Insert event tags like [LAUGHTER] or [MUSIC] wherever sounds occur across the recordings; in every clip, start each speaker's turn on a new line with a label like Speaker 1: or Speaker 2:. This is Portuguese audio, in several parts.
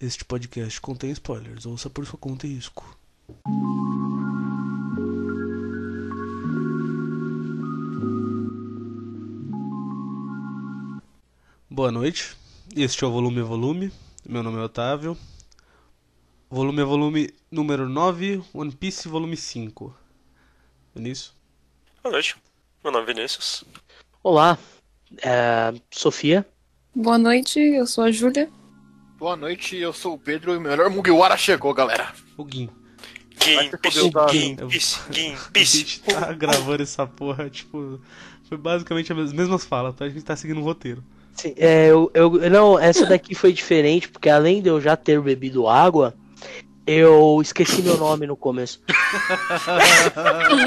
Speaker 1: Este podcast contém spoilers, ouça por sua conta e risco. Boa noite, este é o Volume a Volume, meu nome é Otávio. Volume a Volume número 9, One Piece Volume É 5. Vinícius?
Speaker 2: Boa noite. Meu nome é Vinícius.
Speaker 3: Olá, é, Sofia.
Speaker 4: Boa noite, eu sou a Júlia.
Speaker 5: Boa noite, eu sou o Pedro e o melhor Mugiwara chegou, galera.
Speaker 1: O Gui.
Speaker 2: Game Piece,
Speaker 5: poder
Speaker 2: Game Piece, Game
Speaker 1: A
Speaker 2: Piece.
Speaker 1: gente tá gravando essa porra, tipo. Foi basicamente as mesmas falas, tá? A gente tá seguindo um roteiro.
Speaker 3: Sim, é, eu, eu, não, essa daqui foi diferente, porque além de eu já ter bebido água, eu esqueci meu nome no começo.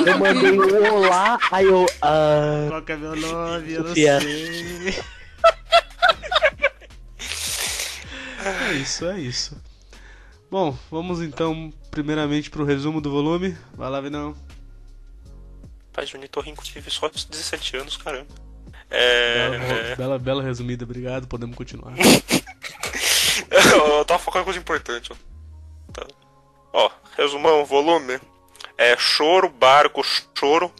Speaker 3: eu mandei um olá, aí eu. ah,
Speaker 1: Qual que é meu nome?
Speaker 3: Eu não Sofia.
Speaker 1: sei. [LAUGHS] É isso, é isso. Bom, vamos então, primeiramente, pro resumo do volume. Vai lá, Vinão.
Speaker 2: Pai de Unitorrinco tive só 17 anos, caramba. É.
Speaker 1: Bela, bela, bela resumida, obrigado, podemos continuar.
Speaker 2: [LAUGHS] eu tava focando em coisa importante. Ó, Tá. Ó, resumão, volume. É choro, barco, choro,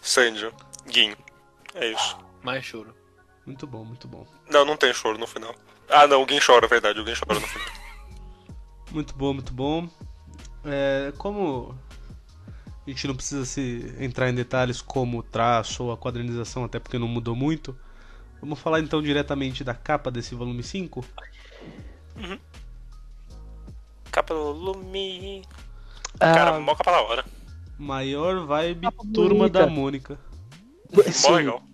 Speaker 2: Sandy, Gin. É isso.
Speaker 5: Mais choro.
Speaker 1: Muito bom, muito bom.
Speaker 2: Não, não tem choro no final. Ah, não, o Gin chora, é verdade, o Gin chora no final.
Speaker 1: Muito bom, muito bom. É, como a gente não precisa se entrar em detalhes como o traço ou a quadrinização, até porque não mudou muito, vamos falar então diretamente da capa desse volume 5.
Speaker 2: Capa do Lumi.
Speaker 3: ah,
Speaker 2: Cara, mó capa da hora.
Speaker 1: Maior vibe
Speaker 3: Capa
Speaker 1: Turma
Speaker 3: bonita.
Speaker 1: da Mônica.
Speaker 3: sim,
Speaker 2: Mó legal. Mó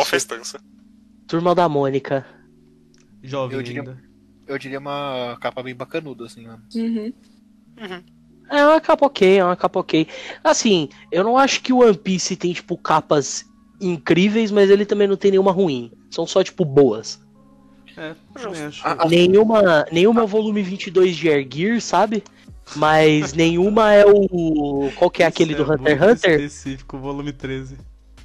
Speaker 3: isso,
Speaker 2: festança.
Speaker 3: Turma da Mônica.
Speaker 1: Jovem
Speaker 5: Eu diria-
Speaker 1: ainda.
Speaker 5: Eu diria uma capa bem bacanuda, assim, mano.
Speaker 4: Uhum.
Speaker 3: É uma capa ok, é uma capa ok. Assim, eu não acho que o One Piece tem, tipo, capas incríveis, mas ele também não tem nenhuma ruim. São só, tipo, boas.
Speaker 1: É, também acho.
Speaker 5: Ah,
Speaker 3: Nenhuma, nenhuma é o volume 22 de Air Gear, sabe? Mas nenhuma é o. Qual que é aquele do
Speaker 1: Isso é
Speaker 3: Hunter x
Speaker 1: muito
Speaker 3: Hunter?
Speaker 1: Específico, volume 13.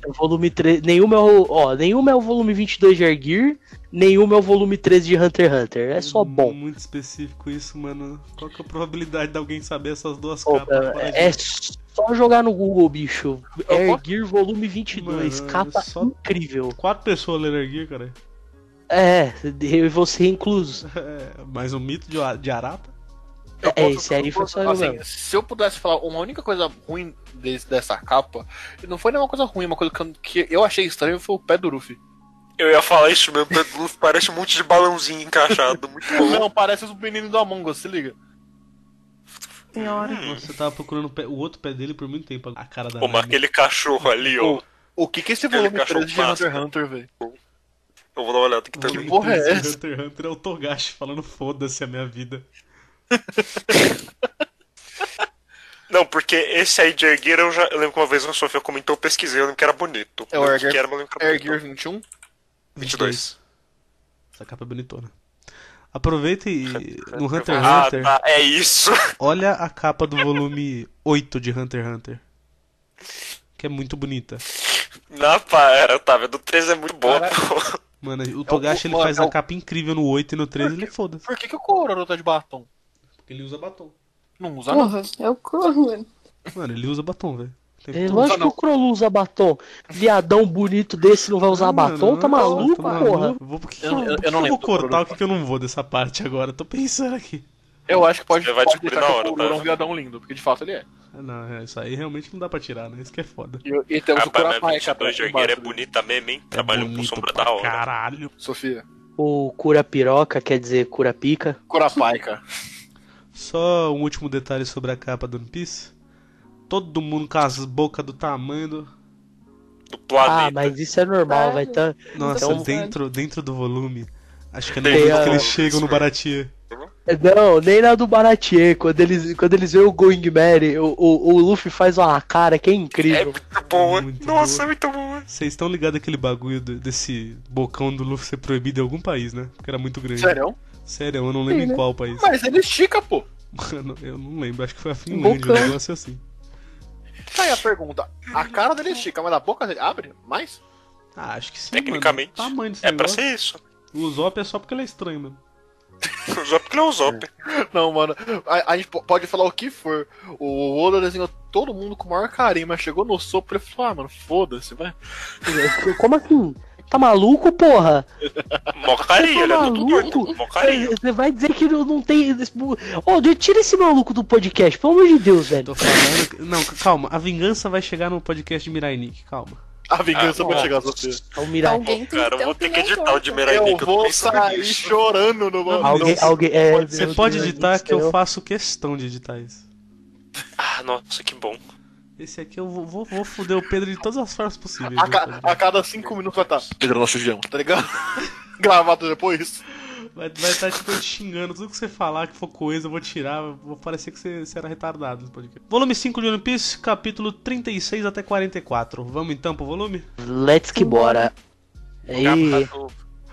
Speaker 3: É o volume 3. Nenhuma é o. Ó, nenhuma é o volume 22 de Air Gear, nenhuma é o volume 13 de Hunter x Hunter. É
Speaker 5: Hum,
Speaker 3: só bom.
Speaker 1: Muito específico isso, mano. Qual que é a probabilidade de alguém saber essas duas
Speaker 3: Pô,
Speaker 1: capas? fora
Speaker 3: cara,
Speaker 1: de-
Speaker 3: é só jogar no Google, bicho.
Speaker 5: Eu
Speaker 3: Air
Speaker 5: gosto-
Speaker 3: Gear volume 22,
Speaker 1: Mano, é
Speaker 3: capa
Speaker 1: só-
Speaker 3: incrível.
Speaker 1: Quatro pessoas lendo aqui, cara. [LAUGHS]
Speaker 3: É, eu e você incluso.
Speaker 1: É, mas o mito de, de Arata?
Speaker 5: eu
Speaker 3: É,
Speaker 5: posso-
Speaker 3: esse aí
Speaker 5: eu
Speaker 3: foi
Speaker 5: posso-
Speaker 3: só eu
Speaker 5: assim,
Speaker 3: mesmo.
Speaker 5: Se eu pudesse falar uma única coisa ruim desse- dessa capa, não foi nenhuma coisa ruim, uma coisa que eu, que eu achei estranho foi o pé do Luffy.
Speaker 2: Eu ia falar isso mesmo, Pedro Luffy parece um monte de balãozinho encaixado.
Speaker 1: [LAUGHS]
Speaker 2: Muito bom.
Speaker 5: [LAUGHS] Não, parece os meninos do Among Us, se liga.
Speaker 4: Senhora.
Speaker 1: Nossa, eu tava procurando o, pé- o outro pé dele por muito tempo. A cara da
Speaker 2: Pô, mas
Speaker 1: Nami.
Speaker 2: aquele cachorro ali, ó.
Speaker 5: O que que é esse
Speaker 2: Aquele
Speaker 5: volume
Speaker 2: cachorro
Speaker 5: 13 de Hunter x
Speaker 2: clássico.
Speaker 5: Hunter, velho?
Speaker 2: Eu vou dar uma olhada aqui
Speaker 1: O
Speaker 2: também.
Speaker 5: Que porra é
Speaker 1: Hunter x
Speaker 5: essa?
Speaker 1: Hunter x Hunter é o Togashi falando foda-se a minha vida.
Speaker 2: Não, porque esse aí de Erguer, eu já eu lembro que uma vez a Sofia comentou, eu pesquisei, eu lembro que era bonito.
Speaker 5: É o Air
Speaker 2: Eu que
Speaker 5: Gear-
Speaker 2: era, mas eu lembro que era
Speaker 5: Air
Speaker 2: bonito.
Speaker 5: Gear 21?
Speaker 2: 22.
Speaker 1: Essa capa é bonitona. Aproveita e no Hunter x
Speaker 2: Ah,
Speaker 1: Hunter,
Speaker 2: tá, é isso. [LAUGHS]
Speaker 1: olha a capa do volume 8 de Hunter x Hunter. Que é muito bonita.
Speaker 2: Na para, tá vendo? O 13 é muito bom,
Speaker 5: Cara,
Speaker 2: pô. Ah,
Speaker 1: Mano, o Togashi ele
Speaker 5: mano,
Speaker 1: faz
Speaker 5: é
Speaker 1: a
Speaker 5: o-
Speaker 1: capa incrível no 8 e no 13 ele é foda-se.
Speaker 5: Por que que o Cororo tá de batom?
Speaker 1: Porque ele usa batom.
Speaker 5: Não usa não.
Speaker 4: Porra, é o Corwin.
Speaker 1: Mano, ele usa batom, velho. Tem
Speaker 3: É,
Speaker 1: tudo.
Speaker 3: lógico
Speaker 5: não.
Speaker 3: que o Crolu usa batom. Viadão bonito desse não vai usar
Speaker 1: Mano,
Speaker 3: batom? Tá
Speaker 1: Ah, não,
Speaker 3: maluco,
Speaker 1: tá
Speaker 3: porra?
Speaker 1: maluco. Vou, por que que
Speaker 5: Eu-
Speaker 1: eu,
Speaker 5: eu-
Speaker 1: por
Speaker 5: eu
Speaker 1: que que
Speaker 5: não
Speaker 1: eu vou
Speaker 5: lembro.
Speaker 1: cortar o que que eu não vou dessa parte agora. Tô pensando aqui.
Speaker 5: Eu acho que pode,
Speaker 2: Você vai
Speaker 5: pode
Speaker 2: descobrir
Speaker 5: deixar
Speaker 2: na
Speaker 5: que
Speaker 2: hora,
Speaker 5: o Cororo
Speaker 2: tá?
Speaker 5: é um viadão lindo, porque de fato ele é.
Speaker 1: Ah, Não, é, isso aí realmente não dá pra tirar, né? Isso que é foda.
Speaker 5: E, e temos
Speaker 2: Ah,
Speaker 5: o
Speaker 2: mas
Speaker 5: Kurapika
Speaker 2: 22 de Erguer é bonita mesmo, hein? Trabalhou com
Speaker 1: né? bonito
Speaker 2: sombra
Speaker 1: pra
Speaker 2: da hora.
Speaker 1: Caralho.
Speaker 5: Sofia,
Speaker 3: O cura piroca, quer dizer, cura pica. [LAUGHS]
Speaker 5: Kurapika.
Speaker 1: Só um último detalhe sobre a capa do One Piece. Todo mundo com as bocas do tamanho do...
Speaker 2: Do
Speaker 3: Ah,
Speaker 2: planeta.
Speaker 3: mas isso é normal,
Speaker 4: Claro.
Speaker 3: vai tá.
Speaker 1: Nossa,
Speaker 3: Então-
Speaker 1: dentro, dentro do volume. Acho que é no
Speaker 2: Tem
Speaker 1: momento
Speaker 3: a-
Speaker 1: que eles chegam no Baratia.
Speaker 3: Não, nem na do Baratier. Quando eles, quando eles veem o Going Mary, o, o, o Luffy faz uma cara que é
Speaker 2: É
Speaker 3: incrível.
Speaker 2: muito boa.
Speaker 1: Muito
Speaker 2: Nossa,
Speaker 1: boa.
Speaker 2: é muito boa.
Speaker 1: Vocês estão ligados àquele bagulho do- desse bocão do Luffy ser proibido em algum país, né? Porque era muito grande.
Speaker 5: Sério?
Speaker 1: Sério, eu não lembro
Speaker 4: Sim,
Speaker 1: em
Speaker 4: né?
Speaker 1: qual país.
Speaker 5: Mas ele estica, pô.
Speaker 1: Mano, eu não lembro. Acho que foi a Finlândia, um
Speaker 4: Bocão.
Speaker 1: negócio assim.
Speaker 5: Tá aí a pergunta. A cara dele estica, mas a boca dele abre? Mais? [LAUGHS]
Speaker 1: Ah, acho que sim.
Speaker 2: Tecnicamente,
Speaker 1: Mano. Tamanho desse
Speaker 2: É pra
Speaker 1: negócio.
Speaker 2: ser isso.
Speaker 1: O Zop é só porque ele é estranho, mano.
Speaker 2: Zop não é o Zop.
Speaker 5: Não, mano. A, a gente po- pode falar o que for. O Oda desenhou todo mundo com o maior carinho, mas chegou no sopro e falou: ah, mano, foda-se, vai.
Speaker 3: Como assim? Tá maluco, porra?
Speaker 2: Mó carinho,
Speaker 3: Você
Speaker 2: ele é
Speaker 3: tá
Speaker 2: muito
Speaker 3: maluco?
Speaker 2: doido. Mó carinho.
Speaker 3: Você vai dizer que não, não tem. Ô, oh, tira esse maluco do podcast, pelo amor de Deus, velho.
Speaker 1: Tô falando. que- Não, calma. A vingança vai chegar no podcast de Mirai Nikki, calma.
Speaker 5: A vingança
Speaker 2: Ah,
Speaker 5: vai
Speaker 2: ó.
Speaker 5: chegar a você.
Speaker 3: É o Mirai.
Speaker 4: Alguém tem
Speaker 2: Cara,
Speaker 4: que ter um
Speaker 2: eu vou ter que
Speaker 4: opinião
Speaker 2: editar o de
Speaker 4: torta.
Speaker 2: Mirai
Speaker 5: Eu
Speaker 2: Nick. Eu tô
Speaker 5: vou
Speaker 2: pensando
Speaker 5: sair
Speaker 2: nisso.
Speaker 5: chorando no mano.
Speaker 3: Alguém, alguém, é,
Speaker 1: Você
Speaker 3: meu
Speaker 1: pode
Speaker 3: Deus
Speaker 1: editar
Speaker 3: do
Speaker 1: que eu
Speaker 3: céu.
Speaker 1: faço questão de editar isso.
Speaker 2: Ah, nossa, que bom.
Speaker 1: Esse aqui eu vou, vou, vou foder o Pedro de todas as formas
Speaker 2: Ah,
Speaker 1: possíveis.
Speaker 5: A,
Speaker 1: viu,
Speaker 5: ca-
Speaker 1: Pedro?
Speaker 5: a cada cinco minutos vai estar. Pedro, nós fugimos, tá ligado? [LAUGHS] Gravado depois.
Speaker 1: Vai estar tipo te xingando, tudo que você falar que for coisa, eu vou tirar, eu vou parecer que você, você era retardado no podcast. Volume 5 de One Piece, capítulo 36 até 44. Vamos então pro volume?
Speaker 3: Let's que bora. É
Speaker 2: Capa
Speaker 3: Aí,
Speaker 2: do,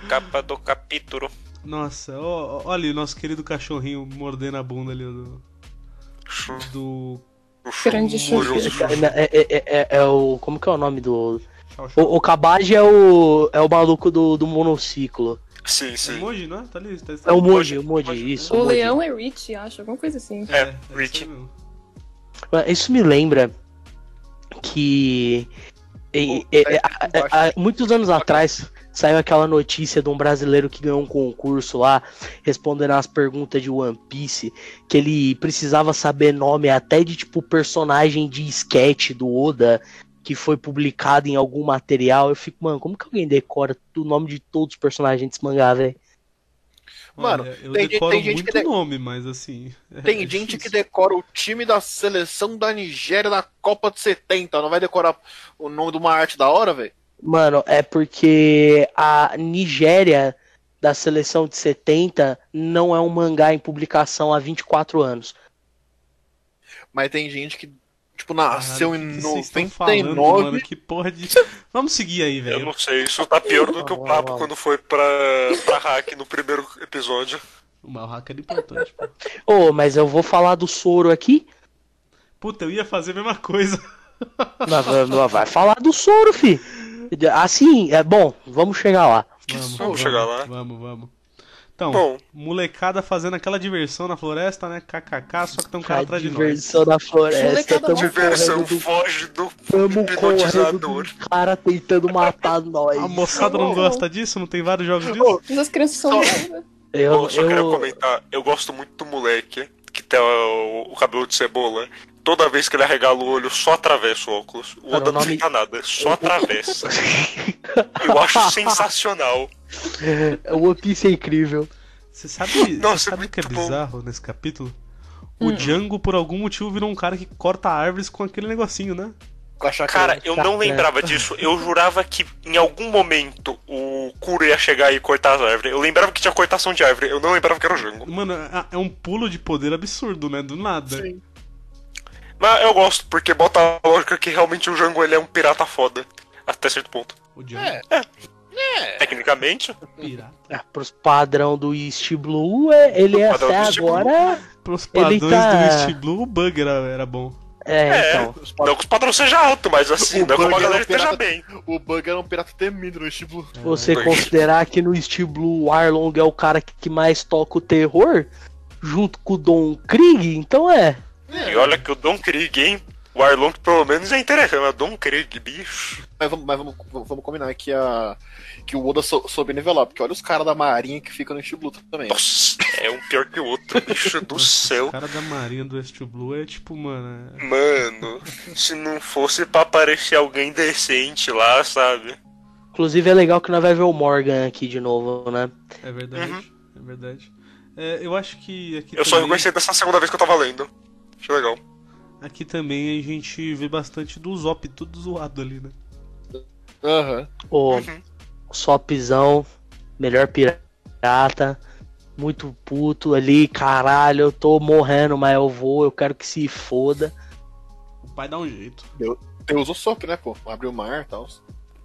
Speaker 2: capa do capítulo.
Speaker 1: Nossa, ó- ó- olha o nosso querido cachorrinho mordendo a bunda ali do. do.
Speaker 4: Grande
Speaker 2: Muro.
Speaker 4: chuchu.
Speaker 3: é, é- é- é- é o. Como que é o nome do.
Speaker 1: Shao Shao.
Speaker 3: O, o Kabaji é o. É o maluco do, do monociclo.
Speaker 2: Sim,
Speaker 1: É
Speaker 2: sim.
Speaker 1: Moji, não é? Tá ali? Tá,
Speaker 3: É o
Speaker 5: um
Speaker 3: Moji,
Speaker 2: Moji,
Speaker 3: o Moji,
Speaker 2: Moji.
Speaker 3: isso.
Speaker 4: O
Speaker 3: Moji.
Speaker 4: leão é Rich, acho, alguma coisa assim.
Speaker 2: É,
Speaker 1: isso
Speaker 2: Rich.
Speaker 1: aí mesmo.
Speaker 3: Isso me lembra que e- e-
Speaker 5: é,
Speaker 3: a- a- a- muitos anos atrás saiu aquela notícia de um brasileiro que ganhou um concurso lá, respondendo as perguntas de One Piece, que ele precisava saber nome até de tipo personagem de sketch do Oda que foi publicado em algum material. Eu fico, mano, como que alguém decora o nome de todos os personagens desse mangá, velho?
Speaker 5: Mano,
Speaker 1: Olha, eu
Speaker 5: tem gente-
Speaker 1: decoro
Speaker 5: tem gente
Speaker 1: muito
Speaker 5: que de-
Speaker 1: nome, mas assim. é
Speaker 5: Tem gente
Speaker 1: difícil.
Speaker 5: que decora o time da seleção da Nigéria na Copa de 70. Não vai decorar o nome de uma arte da hora, velho?
Speaker 3: Mano, é porque a Nigéria da seleção de 70 não é um mangá em publicação há 24 anos.
Speaker 5: Mas tem gente que, tipo,
Speaker 1: Caralho,
Speaker 5: nasceu
Speaker 1: o
Speaker 5: em
Speaker 1: que que vocês tão falando,
Speaker 5: 99.
Speaker 1: mano, que porra de. Vamos seguir aí,
Speaker 2: Eu
Speaker 1: velho.
Speaker 2: não sei, isso tá pior do que o
Speaker 3: Uau,
Speaker 2: papo
Speaker 3: uau.
Speaker 2: quando foi pra, pra hack no primeiro episódio.
Speaker 1: O Malhack era importante, pô.
Speaker 3: Ô, mas eu vou falar do Soro aqui?
Speaker 1: Puta, eu ia fazer a mesma coisa.
Speaker 3: Não, vai- não vai falar do Soro, fi. Assim, é bom, vamos chegar lá.
Speaker 1: Vamos,
Speaker 2: som chegar lá.
Speaker 1: Vamos, vamos. Então,
Speaker 2: Bom,
Speaker 1: molecada fazendo aquela diversão na floresta, né? KKK, só que tem um cara
Speaker 3: A
Speaker 1: atrás de nós.
Speaker 3: diversão da floresta.
Speaker 4: Molecada
Speaker 3: Tamo
Speaker 2: diversão
Speaker 3: correndo
Speaker 2: [LAUGHS]
Speaker 3: do,
Speaker 2: foge do
Speaker 3: tamo correndo
Speaker 2: hipnotizador.
Speaker 3: do cara
Speaker 2: [LAUGHS]
Speaker 3: tentando matar nós.
Speaker 1: A moçada não
Speaker 4: Ô, ô.
Speaker 1: gosta disso? Não tem vários jogos disso?
Speaker 4: Mas as crianças são novas.
Speaker 3: Eu,
Speaker 2: Eu só quero
Speaker 3: eu-
Speaker 2: comentar, eu gosto muito do moleque que tem o, o cabelo de cebola. Toda vez que ele arregala o olho, só atravessa o óculos. O
Speaker 3: Cara,
Speaker 2: Oda
Speaker 3: o nome-
Speaker 2: não fica nada, só atravessa. Eu acho
Speaker 5: [LAUGHS]
Speaker 2: sensacional.
Speaker 3: [LAUGHS] o One Piece é incrível.
Speaker 1: Você sabe,
Speaker 2: Nossa,
Speaker 1: você sabe o que é
Speaker 2: muito bom.
Speaker 1: bizarro nesse capítulo? O
Speaker 3: Hum.
Speaker 1: Django, por algum motivo, virou um cara que corta árvores com aquele negocinho, né?
Speaker 5: Com a chacra.
Speaker 2: Cara, eu
Speaker 5: né?
Speaker 2: não lembrava disso. Eu jurava que em algum momento o Kuro ia chegar e cortar as árvores. Eu lembrava que tinha cortação de árvore, eu não lembrava que era o Jango.
Speaker 1: Mano, é- é um pulo de poder absurdo, né? Do nada.
Speaker 5: Sim.
Speaker 2: Mas eu gosto, porque bota a lógica que realmente o Jango ele é um pirata foda. Até certo ponto.
Speaker 1: O Django
Speaker 5: É.
Speaker 1: é
Speaker 2: Tecnicamente,
Speaker 1: pirata.
Speaker 3: É, pros padrão do East Blue, é- ele é
Speaker 2: Padrão
Speaker 3: até
Speaker 2: do East Blue.
Speaker 3: agora.
Speaker 1: Pros padrões
Speaker 3: Ele tá-
Speaker 1: do East Blue, o bug era, era bom.
Speaker 3: É,
Speaker 2: É.
Speaker 3: então.
Speaker 5: Os
Speaker 2: não
Speaker 5: padrões-
Speaker 2: que os padrões seja alto, mas assim,
Speaker 5: O
Speaker 2: não é como a
Speaker 5: Bug era
Speaker 2: galera
Speaker 5: um pirata-
Speaker 2: esteja bem.
Speaker 5: O Bug era um pirata temido no estilo.
Speaker 3: Você
Speaker 2: Pois.
Speaker 3: considerar que no East Blue o Arlong é o cara que, que mais toca o terror, junto com o Don Krieg, então é.
Speaker 2: E olha que o Don Krieg, hein? O Arlong pelo menos é interessante, mas Don Krieg, bicho.
Speaker 5: Mas vamos, mas vamos, vamos combinar que, a, que o Oda sou- soube nivelar, porque olha os caras da marinha que ficam no estilo também.
Speaker 2: Nossa, é um pior que o outro, bicho
Speaker 5: [LAUGHS]
Speaker 2: do
Speaker 1: O
Speaker 2: céu.
Speaker 1: cara da marinha do East Blue é tipo, mano. é-
Speaker 2: Mano, se não fosse pra aparecer alguém decente lá, sabe?
Speaker 3: Inclusive é legal que nós vai ver o Morgan aqui de novo, né?
Speaker 1: É verdade, é verdade. É, eu acho que aqui
Speaker 2: Uhum. Eu só
Speaker 1: também,
Speaker 2: reconheci dessa segunda vez que eu tava lendo. Achei legal.
Speaker 1: aqui também a gente vê bastante do Zop tudo zoado ali, né?
Speaker 5: Aham.
Speaker 3: O
Speaker 2: Uhum.
Speaker 3: Sopzão, melhor pirata, muito puto ali, caralho, eu tô morrendo, mas eu vou, eu quero que se foda.
Speaker 1: O pai dá um jeito.
Speaker 5: Deus o Sop, né, pô? Abriu o mar e tal.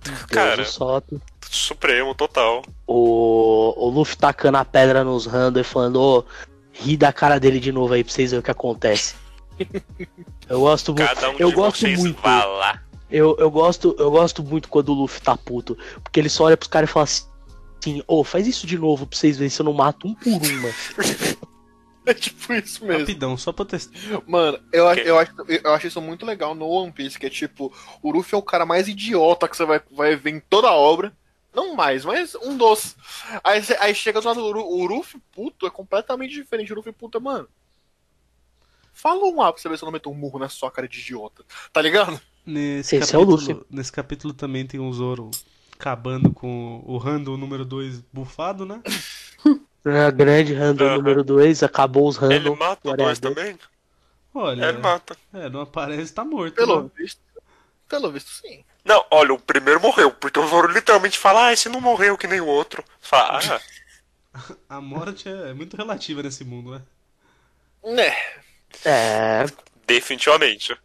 Speaker 5: [LAUGHS]
Speaker 2: Cara.
Speaker 3: Deus, o Sop.
Speaker 2: Supremo, total.
Speaker 3: o, o Luffy tacando a pedra nos Randall e falando, ô, ri da cara dele de novo aí pra vocês verem o
Speaker 2: [LAUGHS]
Speaker 3: que acontece. eu gosto muito.
Speaker 2: Cada um
Speaker 3: eu
Speaker 2: de
Speaker 3: gosto
Speaker 2: vocês
Speaker 3: muito.
Speaker 2: vá lá.
Speaker 3: Eu, eu gosto, eu gosto muito quando o Luffy tá puto. Porque ele só olha pros caras e fala assim. assim, ô, faz isso de novo pra vocês verem se eu não mato um por uma.
Speaker 5: É tipo isso mesmo.
Speaker 1: Rapidão, só pra eu testar.
Speaker 5: Mano, eu, a-
Speaker 2: Ok.
Speaker 5: eu, acho, eu acho isso muito legal no One Piece, que é tipo, o Luffy é o cara mais idiota que você vai, vai ver em toda a obra. Não mais, mas um dos. Aí, você- aí chega do lado, o Ru- o Luffy puto é completamente diferente. O Luffy puto é, mano. Fala um A pra você ver se eu não meto um murro na sua cara de idiota.
Speaker 2: [LAUGHS]
Speaker 5: Tá ligado?
Speaker 1: Nesse
Speaker 3: Esse é o
Speaker 1: capítulo,
Speaker 3: Luffy.
Speaker 1: nesse capítulo também tem o Zoro acabando com o Randall número 2 bufado, né?
Speaker 3: A grande random
Speaker 2: Aham.
Speaker 3: número 2, acabou os random.
Speaker 2: Ele mata o
Speaker 3: whatever.
Speaker 2: dois também?
Speaker 1: Olha,
Speaker 2: Ele mata.
Speaker 1: é, não aparece, tá morto.
Speaker 5: Pelo
Speaker 1: né?
Speaker 5: visto. Pelo visto, sim.
Speaker 2: Não, olha, o primeiro morreu, porque o Zoro literalmente fala, ah, esse não morreu que nem o outro. Fala, ah,
Speaker 1: A morte é muito relativa nesse mundo, né?
Speaker 5: Né.
Speaker 3: É,
Speaker 2: definitivamente.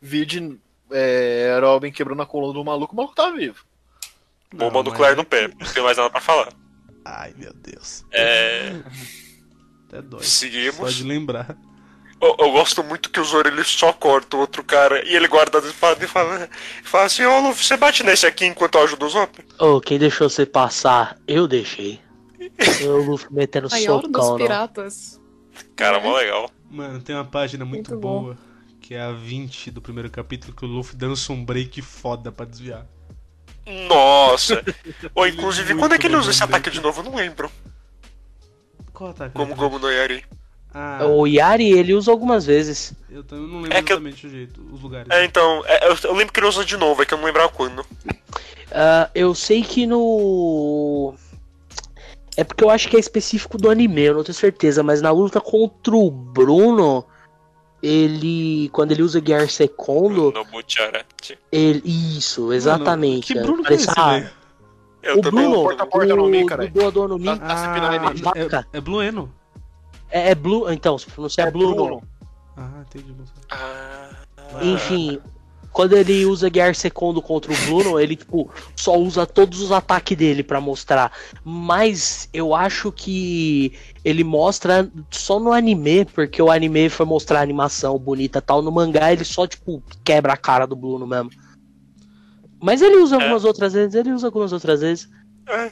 Speaker 5: Vide é, Robin quebrando a coluna do maluco, o maluco tá vivo.
Speaker 2: Bomba
Speaker 1: Não,
Speaker 2: nuclear
Speaker 1: mas-
Speaker 2: no pé, não tem mais nada pra falar.
Speaker 1: Ai, meu Deus.
Speaker 2: É,
Speaker 1: Até dói. Só de
Speaker 2: seguimos.
Speaker 1: lembrar.
Speaker 2: Eu, eu gosto muito que o Zoro ele só corta o outro cara e ele guarda a espada e fala, fala assim: Ô Luffy, você bate nesse aqui enquanto eu ajudo os outros?
Speaker 3: ô, quem deixou você passar? Eu deixei. Eu, Luffy, metendo
Speaker 4: Maior dos
Speaker 3: socão, não.
Speaker 4: piratas.
Speaker 2: Cara, mó legal.
Speaker 1: Mano, tem uma página muito,
Speaker 4: Muito bom.
Speaker 1: boa, que é a 20 do primeiro capítulo, que o Luffy dança um break foda pra desviar.
Speaker 2: Nossa! Ou inclusive,
Speaker 1: Muito
Speaker 2: quando é que ele usa esse
Speaker 1: bom,
Speaker 2: ataque de novo? Eu não lembro.
Speaker 1: Qual ataque?
Speaker 2: Como
Speaker 1: Leandro?
Speaker 2: como no Yari.
Speaker 1: Ah,
Speaker 3: O Yari, ele usa algumas vezes.
Speaker 1: eu também não lembro
Speaker 2: É que eu-
Speaker 1: exatamente o jeito, os lugares.
Speaker 2: É, então, é, eu, eu lembro que ele usa de novo, é que eu não lembrava quando.
Speaker 3: Ah, eu sei que no. É porque eu acho que é específico do anime, eu não tenho certeza, mas na luta contra o Bruno, ele. Quando ele usa Gear Secondo,
Speaker 2: Bucciarati.
Speaker 3: ele. Isso, exatamente.
Speaker 1: que Bruno que é
Speaker 3: Parece-
Speaker 1: esse,
Speaker 3: ah,
Speaker 1: velho?
Speaker 2: Eu
Speaker 3: o
Speaker 2: também.
Speaker 3: Bruno,
Speaker 5: porta- porta no Mi, caralho.
Speaker 3: o do Adorno Mi,
Speaker 5: Tá- tá se
Speaker 1: Ah, é, é Blueno.
Speaker 3: é, é Blue, então, se pronunciar é Blue, não.
Speaker 1: Ah, entendi. não sei.
Speaker 2: Ah,
Speaker 3: Enfim, quando ele usa Gear Secondo contra o Bruno, ele, tipo, só usa todos os ataques dele pra mostrar. Mas eu acho que ele mostra só no anime, porque o anime foi mostrar a animação bonita e tal. No mangá, ele só, tipo, quebra a cara do Bruno mesmo. Mas ele usa algumas outras vezes, ele usa algumas outras vezes.
Speaker 2: é,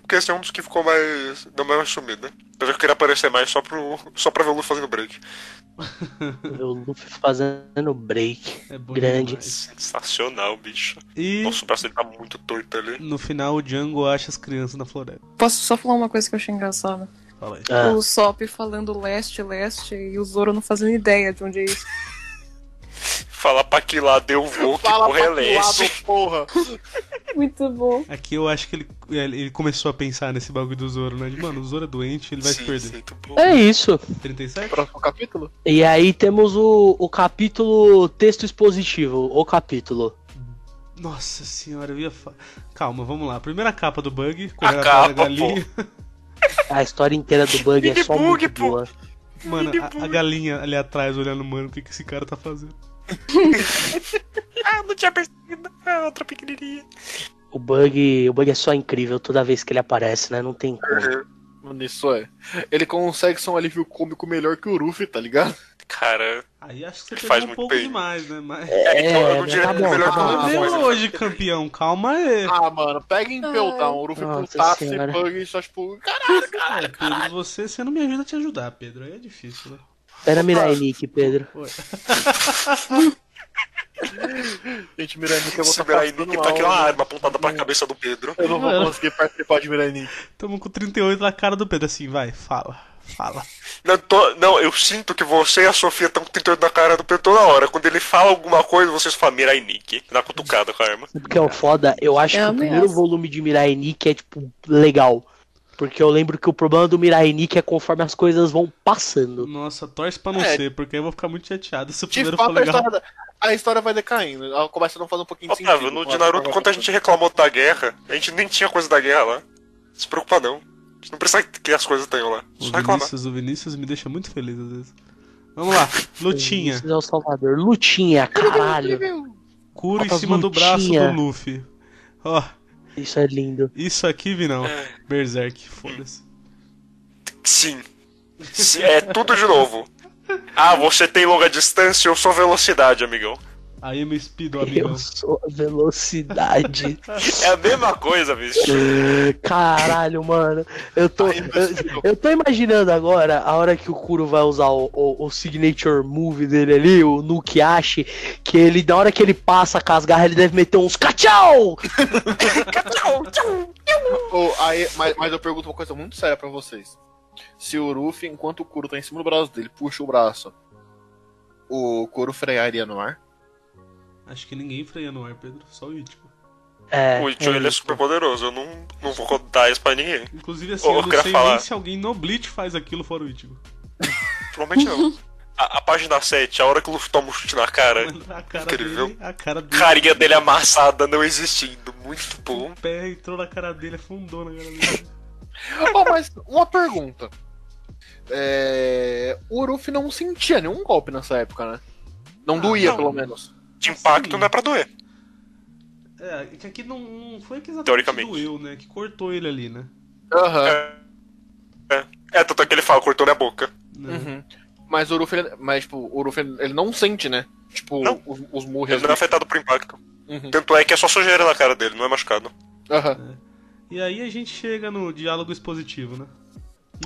Speaker 2: porque esse é um dos que ficou mais. deu mais sumida. Apesar que eu queria aparecer mais só, pro, só pra ver o Luffy fazendo break.
Speaker 3: O Luffy fazendo break.
Speaker 1: É bom
Speaker 3: Grande.
Speaker 1: demais.
Speaker 2: Sensacional, bicho.
Speaker 1: E
Speaker 2: Nossa, o braço dele tá muito torto ali.
Speaker 1: no final o Django acha as crianças na floresta. É.
Speaker 4: Posso só falar uma coisa que eu achei engraçada?
Speaker 1: Fala aí.
Speaker 3: Ah,
Speaker 4: O Sop falando leste, leste, e o Zoro não fazendo ideia de onde é isso. [LAUGHS]
Speaker 2: Fala pra que lado eu vou, que
Speaker 5: Fala
Speaker 2: porra
Speaker 5: pra
Speaker 2: é
Speaker 5: que
Speaker 2: esse?
Speaker 5: lado,
Speaker 2: [LAUGHS]
Speaker 5: porra.
Speaker 4: Muito bom.
Speaker 1: Aqui eu acho que ele, ele começou a pensar nesse bagulho do Zoro, né? De, Mano, o Zoro é doente, ele vai se
Speaker 2: Sim,
Speaker 1: perder.
Speaker 2: sim, tá bom.
Speaker 3: é isso.
Speaker 1: 37?
Speaker 5: Próximo capítulo?
Speaker 3: E aí temos o, o capítulo texto expositivo, o capítulo.
Speaker 1: Nossa senhora, eu ia fa... Calma, vamos lá. Primeira capa do Bug, com
Speaker 2: A
Speaker 1: ela
Speaker 2: capa,
Speaker 1: fala galinha.
Speaker 3: A história inteira do Bug é só
Speaker 2: Big Bug,
Speaker 3: muito
Speaker 2: pô.
Speaker 3: boa.
Speaker 1: [LAUGHS] Mano, a, a galinha ali atrás olhando, mano, o que, que esse cara tá fazendo?
Speaker 2: Ah, não tinha percebido. Ah, outra pequenininha.
Speaker 3: O Bug, o Bug é só incrível toda vez que ele aparece, né? Não tem como.
Speaker 5: Mano, isso é. Ele consegue ser um alívio cômico melhor que o Luffy, tá ligado?
Speaker 2: Cara,
Speaker 1: Aí acho que
Speaker 2: Ele
Speaker 1: você
Speaker 2: faz
Speaker 1: pegou um
Speaker 2: muito
Speaker 1: pouco
Speaker 2: bem.
Speaker 1: demais, né? Mas.
Speaker 2: é, então eu não
Speaker 3: mas
Speaker 2: diria
Speaker 3: tá
Speaker 2: que é
Speaker 3: bom,
Speaker 2: melhor
Speaker 3: tá
Speaker 2: que o
Speaker 3: bom.
Speaker 1: Tá
Speaker 2: Luffy, mas-
Speaker 1: vendo hoje, campeão? Calma aí.
Speaker 5: [LAUGHS] Ah, mano, pega em tá? Um peltão. O Luffy
Speaker 3: Nossa
Speaker 5: putasse
Speaker 3: senhora.
Speaker 5: bug e só tipo. Cara,
Speaker 1: É, Pedro, você, você não me ajuda a te ajudar, Pedro. Aí é difícil, né?
Speaker 3: Pera mirar Nick, Pedro.
Speaker 1: Pô,
Speaker 5: gente, Miranique, eu vou
Speaker 2: Esse
Speaker 5: estar
Speaker 2: Mirai
Speaker 5: passando
Speaker 2: Nick
Speaker 5: mal. né?
Speaker 2: tá aqui uma arma apontada
Speaker 5: Hum.
Speaker 2: pra cabeça do Pedro.
Speaker 5: Eu não vou
Speaker 1: Mano.
Speaker 5: conseguir participar de Miranique.
Speaker 1: Tamo com 38 na cara do Pedro. Assim, vai, fala, fala.
Speaker 2: Não, tô- não, eu sinto que você e a Sofia estão tentando na cara do Pedro toda hora. Quando ele fala alguma coisa, vocês falam Mirai Nick. Na cutucada com a arma.
Speaker 3: Sabe o que é o foda? Eu acho
Speaker 4: É
Speaker 3: que o
Speaker 4: uma
Speaker 3: primeiro
Speaker 4: ameaça.
Speaker 3: volume de Mirai Nick é, tipo, legal. Porque eu lembro que o problema do Mirai Nick é conforme as coisas vão passando.
Speaker 1: Nossa, torce pra não
Speaker 5: É.
Speaker 1: ser, porque aí eu vou ficar muito chateado se o
Speaker 5: De
Speaker 1: primeiro for
Speaker 5: fato, Tipo, a
Speaker 1: legal.
Speaker 5: história, a história vai decaindo. Ela começa a não fazer um pouquinho de sentido.
Speaker 2: Otávio, no tá de Naruto, quando a gente reclamou da guerra, a gente nem tinha coisa da guerra lá. Se preocupa não. A gente não precisa que as coisas tenham lá.
Speaker 1: O
Speaker 2: Só reclamar.
Speaker 1: Vinícius, o Vinícius me deixa muito feliz às vezes. Vamos lá, lutinha.
Speaker 3: Isso é o Salvador. Lutinha,
Speaker 2: [LAUGHS]
Speaker 3: caralho.
Speaker 1: Cura em
Speaker 3: Altas
Speaker 1: cima do braço
Speaker 3: lutinha.
Speaker 1: do Luffy. Ó,
Speaker 3: Isso é lindo.
Speaker 1: isso aqui, Vinão.
Speaker 2: É.
Speaker 1: Berserk, foda-se.
Speaker 2: Sim. Se- É tudo de novo. Ah, você tem longa distância, eu sou velocidade, amigão.
Speaker 1: Aí me speed do amigão.
Speaker 3: Eu sou
Speaker 2: [LAUGHS]
Speaker 3: a velocidade.
Speaker 2: É a mesma coisa, bicho.
Speaker 3: Caralho, mano. Eu
Speaker 2: tá
Speaker 3: tô,
Speaker 5: Aí,
Speaker 3: eu, eu tô imaginando agora a hora que o Kuro vai usar o, o- o signature move dele ali, o Nuke Ashi, que ele, na hora que ele passa com as garras, ele deve meter uns cachau!
Speaker 5: Ô, aí, mas, mas eu pergunto uma coisa muito séria pra vocês. Se o Ruffy, enquanto o Kuro tá em cima do braço dele, puxa o braço, o Kuro frearia no ar?
Speaker 1: Acho que ninguém freia no ar, Pedro. Só o Ichigo.
Speaker 3: É,
Speaker 2: O Ichigo, ele é super poderoso. Eu não, não vou contar isso pra ninguém.
Speaker 1: Inclusive, assim,
Speaker 2: Ô,
Speaker 1: eu
Speaker 2: eu
Speaker 1: não
Speaker 2: queria
Speaker 1: sei
Speaker 2: falar.
Speaker 1: nem se alguém no Bleach faz aquilo fora o Ichigo.
Speaker 2: Provavelmente não. A, a página 7, a hora que o Luffy toma um chute na cara,
Speaker 1: Mano, a cara
Speaker 2: Incrível.
Speaker 1: dele, a cara
Speaker 2: a
Speaker 1: dele.
Speaker 2: carinha dele amassada, não existindo. Muito bom.
Speaker 1: O pé entrou na cara dele, afundou na cara dele.
Speaker 5: Ó, Tá mas uma pergunta. É, o Ruffy não sentia nenhum golpe nessa época, né? Não doía,
Speaker 2: não.
Speaker 5: pelo menos.
Speaker 2: De impacto
Speaker 1: Sim.
Speaker 2: não é pra doer.
Speaker 1: É, que aqui não, não foi que exatamente
Speaker 2: Teoricamente.
Speaker 1: doeu, né? Que cortou ele ali, né?
Speaker 5: Aham.
Speaker 2: É, tanto é que ele fala, cortou na boca.
Speaker 1: Né?
Speaker 5: Uhum. Mas o Ruffy, ele- mas, tipo, o Ruffy, ele não sente, né? Tipo,
Speaker 2: Não.
Speaker 5: os, os murros.
Speaker 2: Ele não é afetado por impacto.
Speaker 5: Uhum.
Speaker 2: Tanto é que é só sujeira na cara dele, não é machucado.
Speaker 5: Aham.
Speaker 1: E aí a gente chega no diálogo expositivo, né?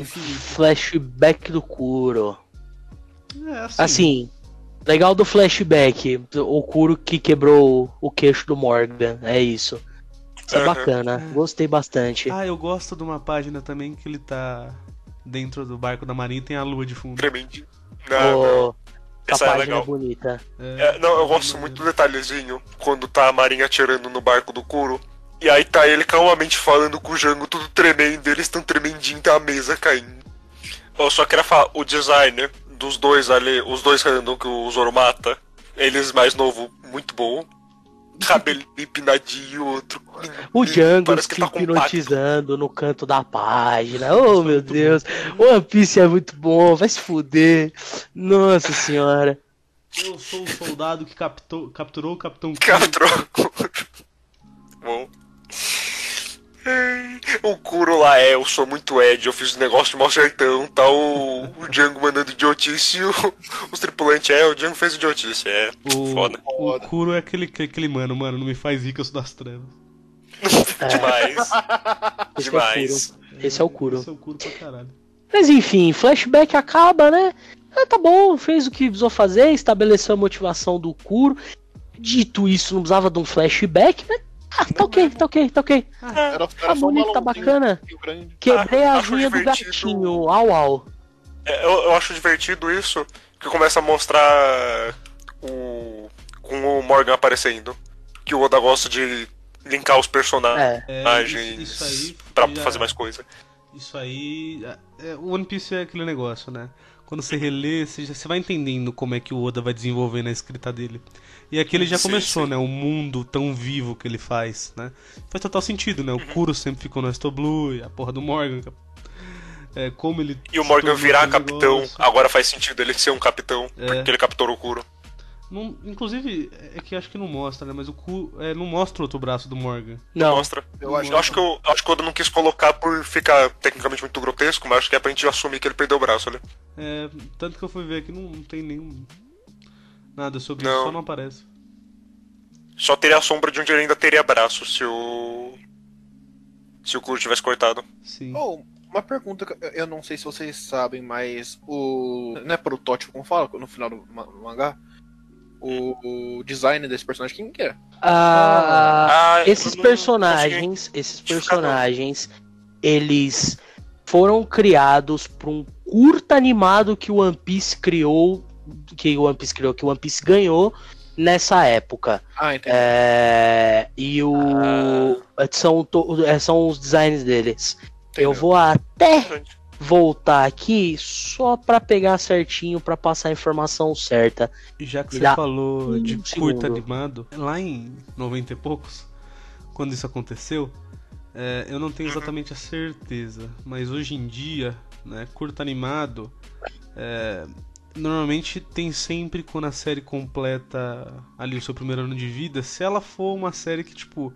Speaker 1: Infinito.
Speaker 3: Flashback do Kuro.
Speaker 1: É, assim.
Speaker 3: Assim, legal do flashback. O Kuro que quebrou o queixo do Morgan. É isso. Isso é
Speaker 2: Aham.
Speaker 3: bacana. Gostei bastante.
Speaker 1: Ah, eu gosto de uma página também que ele tá dentro do barco da marinha e tem a lua de fundo.
Speaker 2: Tremendo. Não, não.
Speaker 3: Pô, a
Speaker 2: Ah, Essa é
Speaker 3: página é
Speaker 2: legal.
Speaker 3: bonita.
Speaker 2: É, não, eu gosto muito do detalhezinho quando tá a Marinha atirando no barco do Kuro. E aí tá ele calmamente falando com o Jango, tudo tremendo, eles tão tremendinho, tá a mesa caindo. Eu só queria falar, o designer dos dois ali, os dois random que o Zoro mata, eles mais novo, muito [LAUGHS] bom. Cabelinho empinadinho, outro.
Speaker 3: O
Speaker 2: lindo,
Speaker 3: Django
Speaker 2: parece
Speaker 3: se
Speaker 2: que tá com pacto. é
Speaker 3: hipnotizando no canto da página. Oh, meu Deus. One Piece é muito bom. Vai se fuder. Nossa senhora.
Speaker 1: Eu sou o soldado que captou, capturou o Capitão
Speaker 2: Cara,
Speaker 1: Kidd.
Speaker 2: troco. Bom. O Kuro lá é, eu sou muito Ed, eu fiz um negócio de mau jeitão, tá o, o Django mandando idiotice e o, os tripulantes é, o Django fez idiotice, é foda
Speaker 1: O, o Kuro é aquele, que- aquele mano, mano, não me faz rico, eu sou das trevas.
Speaker 3: [LAUGHS]
Speaker 2: demais.
Speaker 3: Esse
Speaker 2: demais.
Speaker 3: é o Kuro. Esse é o Kuro.
Speaker 1: Esse é o Kuro pra caralho.
Speaker 3: Mas enfim, flashback acaba, né? Ah, tá bom, fez o que precisou fazer, estabeleceu a motivação do Kuro. Dito isso, não precisava de um flashback, né? Ah, tá ok, tá ok, tá ok.
Speaker 5: Era,
Speaker 3: Tá
Speaker 5: era só um
Speaker 3: bonito, tá
Speaker 5: balãozinho
Speaker 3: bacana.
Speaker 5: grande.
Speaker 3: Quebrei a
Speaker 2: Ah, acho
Speaker 3: unha do
Speaker 2: divertido.
Speaker 3: gatinho. Au, au.
Speaker 2: É, eu, eu acho divertido isso, que começa a mostrar o. com o Morgan aparecendo. Que o Oda gosta de linkar os personagens
Speaker 3: É.
Speaker 1: É, isso, isso aí
Speaker 2: pra
Speaker 1: já-
Speaker 2: fazer mais coisa.
Speaker 1: Isso aí. é, o One Piece é aquele negócio, né? Quando você relê, você, já, você vai entendendo como é que o Oda vai desenvolvendo a escrita dele. E aqui ele já
Speaker 2: Sim,
Speaker 1: começou,
Speaker 2: sim.
Speaker 1: né? O mundo tão vivo que ele faz, né? Faz total sentido, né?
Speaker 2: Uhum.
Speaker 1: O Kuro sempre ficou no Astro Blue, e a porra do Morgan. cap- É, como ele.
Speaker 2: E o
Speaker 1: se
Speaker 2: Morgan
Speaker 1: tornou
Speaker 2: virar
Speaker 1: um
Speaker 2: capitão,
Speaker 1: negócio.
Speaker 2: agora faz sentido ele ser um capitão,
Speaker 1: É.
Speaker 2: porque ele capturou o Kuro.
Speaker 1: Não- inclusive, é que acho que não mostra, né? Mas o Ku, é, não mostra o outro braço do Morgan.
Speaker 3: Não,
Speaker 2: Mostra.
Speaker 5: Eu acho,
Speaker 2: Eu acho que eu, eu acho que o Oda não quis colocar por ficar tecnicamente muito grotesco, mas acho que é pra gente assumir que ele perdeu o braço né? ali.
Speaker 1: É, tanto que eu fui ver aqui, não, não tem nenhum. Nada sobre isso,
Speaker 2: Não.
Speaker 1: só não aparece.
Speaker 2: Só teria a sombra de onde ele ainda teria braço se o. Se o Kuro tivesse cortado.
Speaker 1: Sim.
Speaker 5: Oh, uma pergunta que eu- eu não sei se vocês sabem, mas o. Não é protótipo como fala no final do ma- mangá? O, o design desse personagem, quem que é?
Speaker 3: Ah,
Speaker 2: Ah, eu
Speaker 3: esses
Speaker 2: não
Speaker 3: personagens, esses personagens, eles foram criados por um curta animado que o One Piece criou, que o One Piece criou, que o One Piece ganhou nessa época.
Speaker 5: Ah, entendi.
Speaker 3: É, e o são to- é, são os designs deles. Eu vou até
Speaker 2: consegui.
Speaker 3: voltar aqui só pra pegar certinho pra passar a informação certa.
Speaker 1: E já que
Speaker 3: Me
Speaker 1: você
Speaker 3: dá
Speaker 1: falou
Speaker 3: um
Speaker 1: de
Speaker 3: segundo.
Speaker 1: curta animado, lá em 90 e poucos, quando isso aconteceu, é, eu não tenho exatamente a certeza, mas hoje em dia, né, curta animado, é, normalmente tem sempre quando a série completa ali o seu primeiro ano de vida, se ela for uma série que, tipo,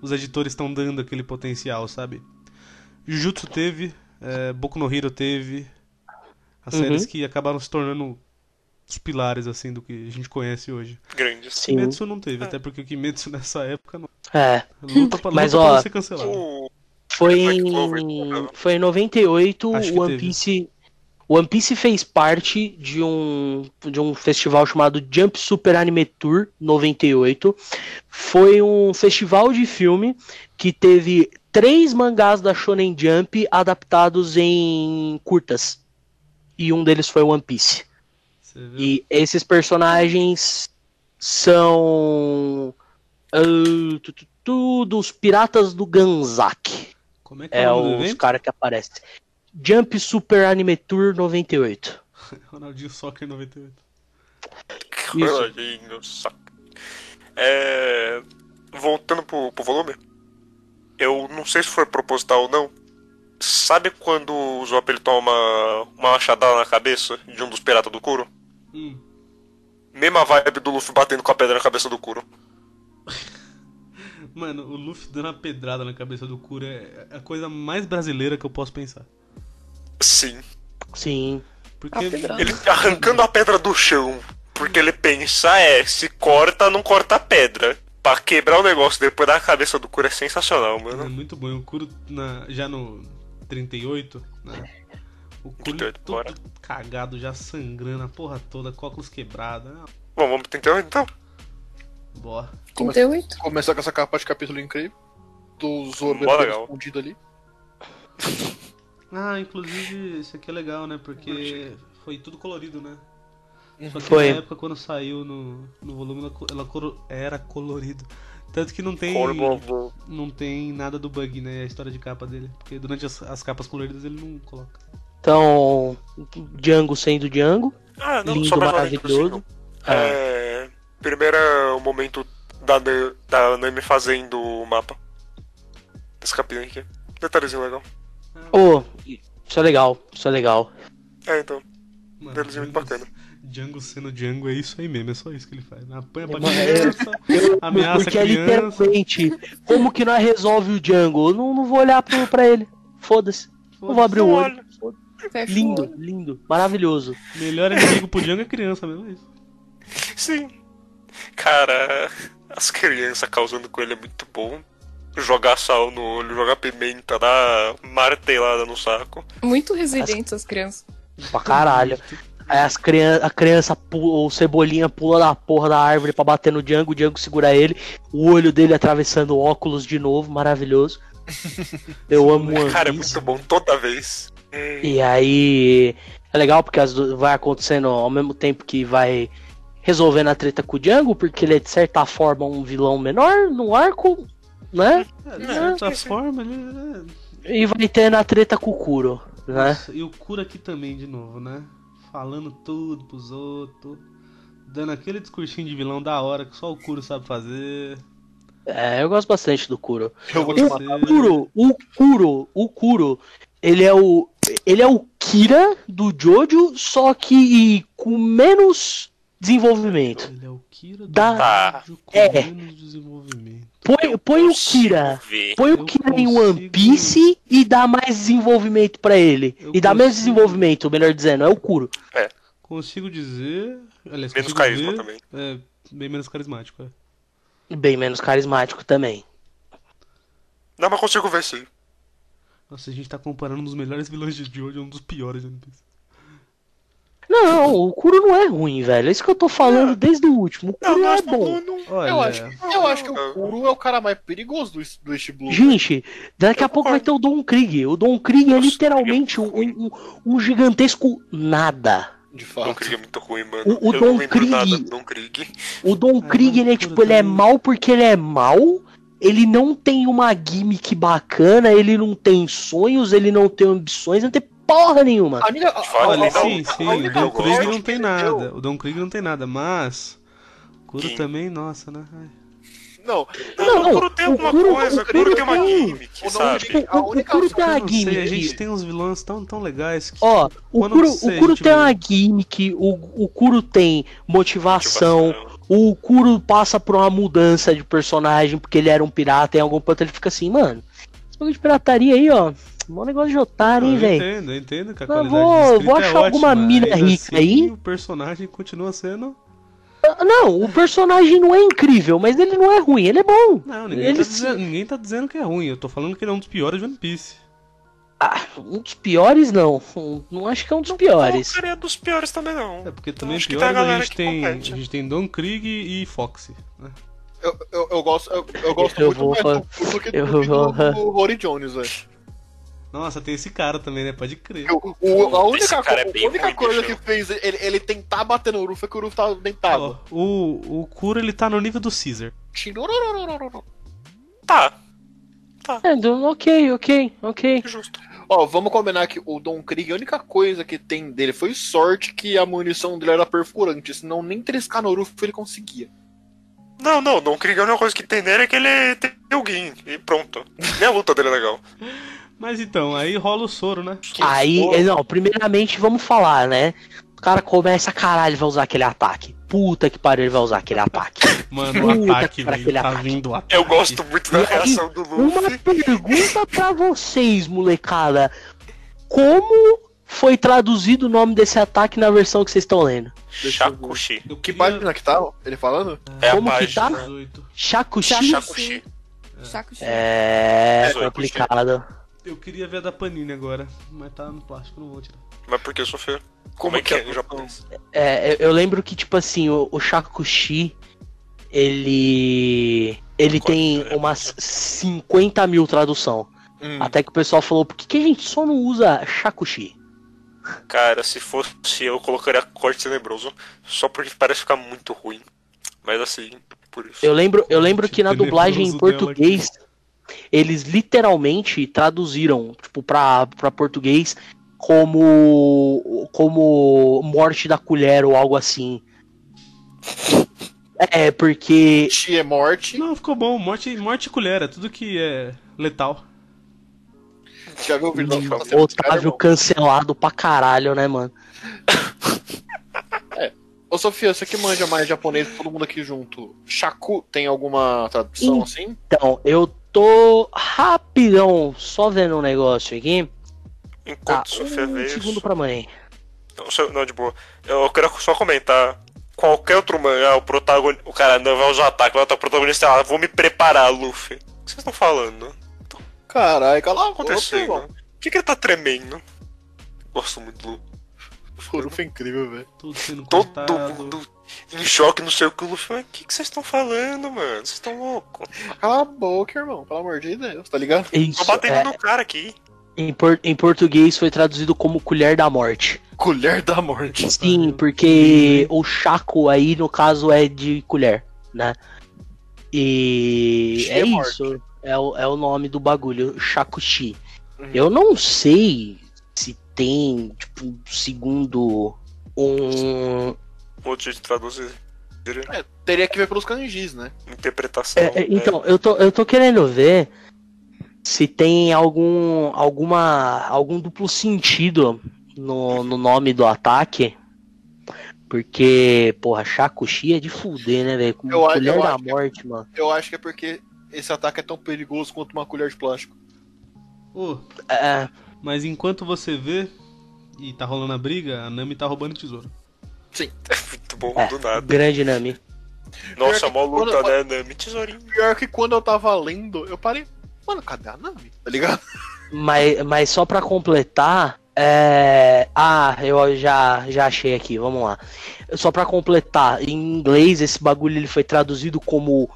Speaker 1: os editores estão dando aquele potencial, sabe? Jujutsu teve, é, Boku no Hero teve, as
Speaker 3: Uhum.
Speaker 1: séries que acabaram se tornando dos pilares, assim, do que a gente conhece hoje.
Speaker 2: Grandes.
Speaker 3: Sim.
Speaker 1: Kimetsu não teve, até porque o Kimetsu [LAUGHS] nessa época não-
Speaker 3: É.
Speaker 1: luta pra,
Speaker 3: Mas,
Speaker 1: luta pra
Speaker 3: ó,
Speaker 1: não ser cancelado.
Speaker 2: O-
Speaker 3: Foi
Speaker 2: Black
Speaker 3: em,
Speaker 2: Clover, né?
Speaker 3: foi em 98 o
Speaker 1: Acho que
Speaker 3: One
Speaker 1: teve.
Speaker 3: Piece. O One Piece fez parte de um, de um festival chamado Jump Super Anime Tour 98. Foi um festival de filme que teve três mangás da Shonen Jump adaptados em curtas. E um deles foi One Piece.
Speaker 1: Você viu?
Speaker 3: E esses personagens são. ah, tu, tu, tu, dos piratas do Ganzak.
Speaker 1: Como é que é,
Speaker 3: É
Speaker 1: o nome do
Speaker 3: os
Speaker 1: evento?
Speaker 3: caras que aparecem. Jump Super Anime Tour 98.
Speaker 1: Ronaldinho Soccer 98.
Speaker 3: Isso.
Speaker 2: Caralhinho, saco. É, Voltando pro, pro volume, eu não sei se foi proposital ou não. Sabe quando o Zop ele toma uma machadada na cabeça de um dos piratas do Kuro?
Speaker 1: Hum.
Speaker 2: Mesma vibe do Luffy batendo com a pedra na cabeça do Kuro.
Speaker 1: Mano, o Luffy dando uma pedrada na cabeça do Kuro é a coisa mais brasileira que eu posso pensar.
Speaker 2: Sim.
Speaker 3: Sim.
Speaker 1: Porque
Speaker 5: A
Speaker 3: [LAUGHS]
Speaker 5: pedrada.
Speaker 2: Ele arrancando a pedra do chão. Porque ele pensa é, se corta, não corta a pedra. Pra quebrar o negócio depois da cabeça do Kuro é sensacional,
Speaker 1: É
Speaker 3: Hum.
Speaker 2: mano.
Speaker 1: muito bom. E O Kuro na- já no 38, né? O Kuro
Speaker 2: 38,
Speaker 1: todo
Speaker 2: bora.
Speaker 1: cagado, já sangrando a porra toda, cóculos quebrados. Ah,
Speaker 2: Bom, vamos tentar então.
Speaker 1: Bora.
Speaker 4: 38?
Speaker 5: Começar com essa capa de capítulo incrível. Do Zoro
Speaker 2: Mó legal.
Speaker 5: escondido ali.
Speaker 1: Ah, inclusive, isso aqui é legal, né? Porque foi tudo colorido, né? Só que
Speaker 3: Foi.
Speaker 1: na época, quando saiu no, no volume, ela, co- ela coro- era colorido. Tanto que não tem
Speaker 2: Coro, bom, bom.
Speaker 1: não tem nada do bug, né? A história de capa dele. Porque durante as, as capas coloridas ele não coloca.
Speaker 3: Então, Django sendo Django.
Speaker 2: Ah, não, só
Speaker 3: lindo,
Speaker 2: mais uma introzinho.
Speaker 3: maravilhoso. É.
Speaker 2: É, primeiro é o momento da, Na- da Nami fazendo o mapa. Desse capítulo aqui. Detalhezinho legal.
Speaker 3: Oh, isso é legal. Isso é legal.
Speaker 2: É, então.
Speaker 1: Mano, é
Speaker 2: Detalhezinho muito
Speaker 1: Django-
Speaker 2: bacana.
Speaker 1: Django sendo Django é isso aí mesmo, é só isso que ele faz. Apanha pra
Speaker 3: Mano, é
Speaker 1: criança,
Speaker 3: [LAUGHS]
Speaker 1: ameaça a
Speaker 3: Porque é
Speaker 1: criança.
Speaker 3: literalmente. Como que nós resolve o Django? Eu não, não vou olhar pro, pra ele. Foda-se. Não vou abrir o olho.
Speaker 4: Fecha o
Speaker 3: Lindo,
Speaker 4: olho.
Speaker 3: lindo. Maravilhoso.
Speaker 1: Melhor inimigo pro Django é criança mesmo, é isso.
Speaker 2: Sim. Cara, as crianças causando com ele é muito bom. Jogar sal no olho, jogar pimenta, dar martelada no saco.
Speaker 4: Muito resilientes as crianças.
Speaker 3: Pra caralho. Aí as crian a criança, pu- o Cebolinha pula da porra da árvore pra bater no Django, o Django segura ele, o olho dele atravessando o óculos de novo,
Speaker 2: [LAUGHS]
Speaker 3: maravilhoso. Eu amo One
Speaker 2: Cara, é
Speaker 3: Piece.
Speaker 2: muito bom toda vez.
Speaker 3: E aí é legal porque as du- vai acontecendo ao mesmo tempo que vai resolvendo a treta com o Django, porque ele é de certa forma um vilão menor no arco, né?
Speaker 1: É, de certa forma, ele. é-
Speaker 3: E vai tendo a treta com o Kuro, né?
Speaker 1: Nossa, E o Cura aqui também, de novo, né? Falando tudo pros outros. Dando aquele discursinho de vilão da hora que só o Curo sabe fazer.
Speaker 3: É, eu gosto bastante do Kuro.
Speaker 5: Eu vou te
Speaker 1: Eu-
Speaker 5: matar.
Speaker 1: Você-
Speaker 3: O Kuro, o Kuro, o Kuro, ele é o ele é o Kira do Jojo, só que com menos desenvolvimento.
Speaker 1: Ele é o Kira do
Speaker 3: Dá.
Speaker 1: Jojo com
Speaker 3: É.
Speaker 1: menos desenvolvimento.
Speaker 3: Põe, põe o Kira,
Speaker 2: Vê.
Speaker 3: põe
Speaker 1: Eu
Speaker 3: o Kira em
Speaker 1: consigo-
Speaker 3: One Piece e dá mais desenvolvimento pra ele.
Speaker 1: Eu
Speaker 3: E dá menos
Speaker 1: consigo-
Speaker 3: desenvolvimento, melhor dizendo, é o Kuro.
Speaker 1: Consigo dizer. Aliás,
Speaker 2: Menos
Speaker 1: consigo
Speaker 2: carisma
Speaker 1: ver-
Speaker 2: também.
Speaker 1: É, bem menos carismático, é.
Speaker 3: Bem menos carismático também.
Speaker 2: Não, mas consigo ver sim.
Speaker 1: Nossa, a gente tá comparando um dos melhores vilões de Jojo a um dos piores de One Piece.
Speaker 3: Não, o Kuro não é ruim, velho. É isso que eu tô falando desde o último. O
Speaker 2: Não,
Speaker 3: Kuro é
Speaker 2: mas
Speaker 3: bom.
Speaker 2: não, não.
Speaker 1: Olha,
Speaker 5: Eu acho que, eu acho que o Kuro é o cara mais perigoso do, do East Blue.
Speaker 3: Gente, daqui
Speaker 2: Eu
Speaker 3: a pouco vai
Speaker 2: concordo.
Speaker 3: ter o Don Krieg. O Don Krieg é
Speaker 2: Nossa,
Speaker 3: literalmente um, um, um gigantesco nada.
Speaker 5: De
Speaker 2: Don
Speaker 5: fato.
Speaker 2: Krieg é muito ruim, mano.
Speaker 3: O- o
Speaker 2: eu não
Speaker 3: Don
Speaker 2: lembro
Speaker 3: Krieg-
Speaker 2: nada do Don Krieg.
Speaker 3: O Don
Speaker 1: Ah,
Speaker 3: Krieg, ele é
Speaker 1: não,
Speaker 3: tipo,
Speaker 1: tudo
Speaker 3: ele é
Speaker 1: bem.
Speaker 3: mal porque ele é mal. Ele não tem uma gimmick bacana, ele não tem sonhos, ele não tem ambições, ele não tem porra nenhuma.
Speaker 5: A única, a, a,
Speaker 2: Olha,
Speaker 1: Olha,
Speaker 5: a,
Speaker 2: não,
Speaker 1: sim,
Speaker 5: a
Speaker 1: sim,
Speaker 2: não,
Speaker 1: o
Speaker 5: única
Speaker 1: Don
Speaker 2: não,
Speaker 1: Krieg
Speaker 5: sorte
Speaker 1: não tem
Speaker 5: que ele deu-
Speaker 1: nada. O Don Krieg não tem nada, mas. O Kuro
Speaker 2: Sim.
Speaker 1: também, nossa, né? Ai.
Speaker 5: Não,
Speaker 3: Não,
Speaker 2: Não, o Kuro tem
Speaker 3: o
Speaker 2: alguma
Speaker 3: Kuro-
Speaker 2: coisa,
Speaker 3: o
Speaker 2: o Kuro
Speaker 3: Kuro
Speaker 2: tem uma
Speaker 3: tem-
Speaker 2: gimmick,
Speaker 5: o
Speaker 2: sabe?
Speaker 5: Don-
Speaker 3: O,
Speaker 5: a
Speaker 3: Tipo, o
Speaker 5: única
Speaker 3: Kuro tem
Speaker 5: opção
Speaker 1: Eu
Speaker 3: uma
Speaker 1: não sei, a gente
Speaker 3: gimmick.
Speaker 1: tem uns vilões tão, tão legais que.
Speaker 3: Ó, o
Speaker 1: Quando
Speaker 3: Kuro,
Speaker 1: você,
Speaker 3: o Kuro
Speaker 1: gente,
Speaker 3: tem
Speaker 1: eu-
Speaker 3: uma gimmick, o, o Kuro tem
Speaker 2: assim,
Speaker 3: motivação,
Speaker 2: Motivação.
Speaker 3: o Kuro passa por uma mudança de personagem, porque ele era um pirata, e em algum ponto ele fica assim, mano, esse bagulho de pirataria aí, ó, Mó negócio de otário, hein,
Speaker 1: Eu
Speaker 3: velho?
Speaker 1: entendo, eu entendo que a
Speaker 3: Mas
Speaker 1: qualidade
Speaker 3: vou-
Speaker 1: de escrita
Speaker 3: vou
Speaker 1: é
Speaker 3: achar alguma
Speaker 1: ótima,
Speaker 3: mina
Speaker 1: ainda
Speaker 3: rica
Speaker 1: assim,
Speaker 3: aí.
Speaker 1: O personagem continua sendo.
Speaker 3: Ah, Não, o personagem não é incrível, mas ele não é ruim, ele é bom.
Speaker 1: Não, ninguém,
Speaker 3: Ele
Speaker 1: tá
Speaker 3: se-
Speaker 1: dizendo, ninguém tá dizendo que é ruim. Eu tô falando que ele é um dos piores de One Piece.
Speaker 3: Um dos piores, não. Um- Não acho que é um dos piores.
Speaker 2: Porcaria dos piores também não.
Speaker 1: É porque também
Speaker 2: acho que
Speaker 1: piores
Speaker 2: tem a
Speaker 1: a,
Speaker 2: galera
Speaker 1: gente
Speaker 2: que
Speaker 1: tem, a
Speaker 2: compete.
Speaker 1: gente tem Don Krieg e Foxy. né?
Speaker 5: Eu, eu, eu gosto, eu, eu gosto
Speaker 3: Eu
Speaker 5: muito
Speaker 3: vou-
Speaker 5: mais do Kuro do que
Speaker 3: eu
Speaker 5: do, que
Speaker 3: vou-
Speaker 5: do, do Rory Jones, velho.
Speaker 1: Nossa, tem esse cara também, né? Pode crer.
Speaker 5: O- o- a
Speaker 2: Esse
Speaker 5: única, co-
Speaker 2: cara é bem
Speaker 5: a única
Speaker 2: ruim,
Speaker 5: coisa
Speaker 2: bicho.
Speaker 5: que fez ele, ele tentar bater no Ruff é que o Ruff tava deitado.
Speaker 1: Ó, o, o Kuro ele tá no nível do Caesar.
Speaker 5: Tchirororororororó.
Speaker 2: Tá,
Speaker 3: É, do- ok, ok, ok.
Speaker 2: justo.
Speaker 5: Ó, vamos combinar que o Don Krieg, a única coisa que tem dele foi sorte que a munição dele era perfurante, senão nem triscar no Ruff ele conseguia.
Speaker 2: Não, não, Don Krieg, a única coisa que tem nele é que ele tem alguém e pronto. Nem a luta dele é legal.
Speaker 1: Mas então, aí rola o soro, né?
Speaker 3: Aí, eh, não, primeiramente vamos falar, né? O cara começa, caralho, vai usar aquele ataque. Puta que pariu, ele vai usar aquele ataque.
Speaker 1: Mano, o
Speaker 3: Puta,
Speaker 1: ataque,
Speaker 3: cara,
Speaker 1: velho.
Speaker 3: aquele
Speaker 1: Tá
Speaker 3: ataque.
Speaker 1: vindo o ataque.
Speaker 2: Eu gosto muito da
Speaker 3: E aí,
Speaker 2: reação do
Speaker 3: Uma
Speaker 2: Luffy.
Speaker 3: pergunta pra vocês, molecada. Como foi traduzido o nome desse ataque na versão que vocês estão lendo?
Speaker 2: Shakushi.
Speaker 1: Eu
Speaker 5: Que
Speaker 1: queria-
Speaker 5: página que tá ele falando?
Speaker 2: É a
Speaker 3: Como que
Speaker 2: página.
Speaker 3: tá?
Speaker 1: 18.
Speaker 3: Shakushi?
Speaker 2: Shakushi.
Speaker 4: Chaco Chico.
Speaker 3: É,
Speaker 2: 18,
Speaker 3: complicado.
Speaker 1: Eu queria ver a da Panini agora, mas tá no plástico, não vou tirar.
Speaker 2: Mas por que sofrer? Como,
Speaker 5: Como
Speaker 2: é que
Speaker 5: que
Speaker 2: é,
Speaker 5: é?
Speaker 2: em japonês?
Speaker 3: É, eu- eu lembro que, tipo assim, o, o Shakushi, ele. Ele
Speaker 2: Qual
Speaker 3: tem
Speaker 2: é?
Speaker 3: umas 50 mil tradução.
Speaker 5: Hum.
Speaker 3: Até que o pessoal falou, por que, que a gente só não usa Shakushi?
Speaker 2: Cara, se fosse eu, colocaria corte tenebroso. Só porque parece ficar muito ruim. Mas assim, por isso.
Speaker 3: Eu lembro, eu lembro
Speaker 1: Corte
Speaker 3: que na dublagem em
Speaker 1: tenebroso dela aqui.
Speaker 3: português, eles literalmente traduziram, tipo, pra, pra português como. como morte da colher ou algo assim. É, porque
Speaker 5: Chi é morte,
Speaker 1: Não, ficou bom. Morte, morte e colher, é tudo que é letal.
Speaker 5: já viu o vídeo da
Speaker 3: o
Speaker 5: fala,
Speaker 3: Otávio cancelado pra caralho, né, mano?
Speaker 5: Ô Sofia, você que manja mais japonês, todo mundo aqui junto. Shaku tem alguma tradução
Speaker 3: Ih.
Speaker 5: assim?
Speaker 3: Então, eu tô rapidão só vendo um negócio aqui. Tá,
Speaker 2: Enquanto Sofia
Speaker 3: um
Speaker 2: vê isso.
Speaker 3: segundo pra mãe.
Speaker 2: Não, só- não, de boa. Eu quero só comentar. Qualquer outro mangá, o protagonista. O cara não vai usar ataque, vai usar o protagonista. Ah, vou me preparar, Luffy. O que vocês estão falando? O que
Speaker 5: Caralho, cala a
Speaker 2: tá acontecendo?
Speaker 5: né?
Speaker 2: Por que, que ele tá tremendo? Gosto muito do Luffy.
Speaker 5: Furufo é incrível, velho.
Speaker 1: Tudo sendo
Speaker 2: Todo
Speaker 1: cortado.
Speaker 2: mundo em choque, não sei o que. O Luffy, mas o que, que vocês estão falando, mano? Vocês estão loucos?
Speaker 5: Cala a boca, irmão. Pelo amor de Deus, tá ligado?
Speaker 2: Tô
Speaker 3: Isso,
Speaker 2: batendo
Speaker 3: é,
Speaker 2: no cara aqui.
Speaker 3: em, por- em português foi traduzido como colher da morte.
Speaker 5: [LAUGHS] Colher da morte.
Speaker 3: Sim,
Speaker 1: pariu.
Speaker 3: porque o chaco aí, no caso, é de colher, né? E
Speaker 5: Chi
Speaker 3: é
Speaker 5: é morte.
Speaker 3: isso. É o, é o nome do bagulho, Shakushi. Eu não sei se tem, tipo, segundo um.
Speaker 2: Um outro jeito de traduzir.
Speaker 5: É, teria que ver pelos kanjis, né?
Speaker 2: Interpretação.
Speaker 3: É, é, então, eu tô, eu tô querendo ver se tem algum, alguma, algum duplo sentido no, no nome do ataque. Porque, porra, Shakushi é de fuder, né, velho? Como
Speaker 5: Eu acho-
Speaker 3: colher
Speaker 5: eu
Speaker 3: da
Speaker 5: acho que-
Speaker 3: morte, mano.
Speaker 5: Eu acho que é porque esse ataque é tão perigoso quanto uma colher de plástico.
Speaker 1: Ô,
Speaker 3: É,
Speaker 1: mas enquanto você vê e tá rolando a briga, a Nami tá roubando tesouro.
Speaker 2: É [LAUGHS] muito bom,
Speaker 3: É.
Speaker 2: do nada.
Speaker 3: grande Nami.
Speaker 2: Nossa,
Speaker 5: Pior que
Speaker 2: mó luta,
Speaker 5: quando-
Speaker 2: né, Nami? Tesourinho.
Speaker 5: Pior que quando eu tava lendo, eu parei. Mano, cadê a Nami? Tá ligado?
Speaker 3: Mas, mas só pra completar, é... ah, eu já, já achei aqui, vamos lá. Só pra completar, em inglês esse bagulho ele foi traduzido como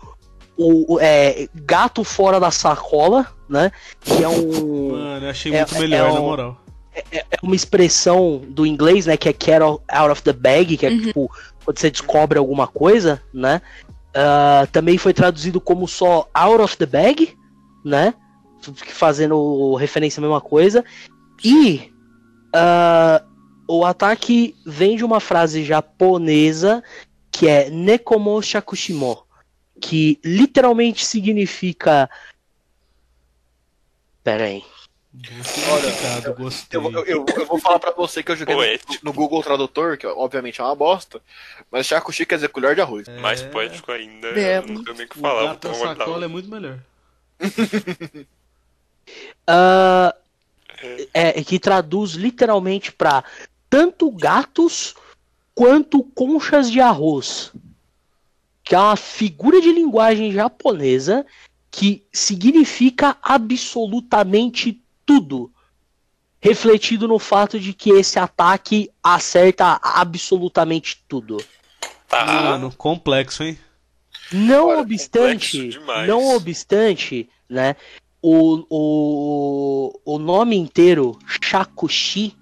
Speaker 3: o, o- é, gato fora da sacola, né? Que é, um,
Speaker 1: Mano, eu achei
Speaker 3: É-
Speaker 1: muito
Speaker 3: é
Speaker 1: melhor, na
Speaker 3: um-
Speaker 1: moral.
Speaker 3: é uma expressão do inglês, né? Que é get out of the bag, que é tipo quando você descobre alguma coisa, né? Ah, também foi traduzido como só out of the bag, né? Fazendo referência à mesma coisa. E ah, o ataque vem de uma frase japonesa que é Nekomo Shakushimo, que literalmente significa. Pera aí.
Speaker 1: Bom significado, gostei.
Speaker 5: Eu, vou- eu, eu, eu vou falar pra você que eu joguei
Speaker 2: Poético.
Speaker 5: no, no Google Tradutor, que obviamente é uma bosta, mas Shakushi quer dizer colher de arroz.
Speaker 2: Mais
Speaker 1: É,
Speaker 2: poético ainda.
Speaker 4: É.
Speaker 2: eu Não tenho nem o que
Speaker 1: O
Speaker 2: falar.
Speaker 1: gato é
Speaker 2: vou
Speaker 1: na
Speaker 2: tomar cuidado.
Speaker 1: sacola é muito melhor.
Speaker 3: Ah, é, que traduz literalmente pra tanto gatos quanto conchas de arroz. Que é uma figura de linguagem japonesa que significa absolutamente tudo. Refletido no fato de que esse ataque acerta absolutamente tudo.
Speaker 5: Ah.
Speaker 2: Tá.
Speaker 1: Mano, complexo, hein?
Speaker 3: Não
Speaker 2: Olha, complexo
Speaker 3: obstante,
Speaker 2: demais.
Speaker 3: não obstante, né? O, o, o nome inteiro, Shakushi,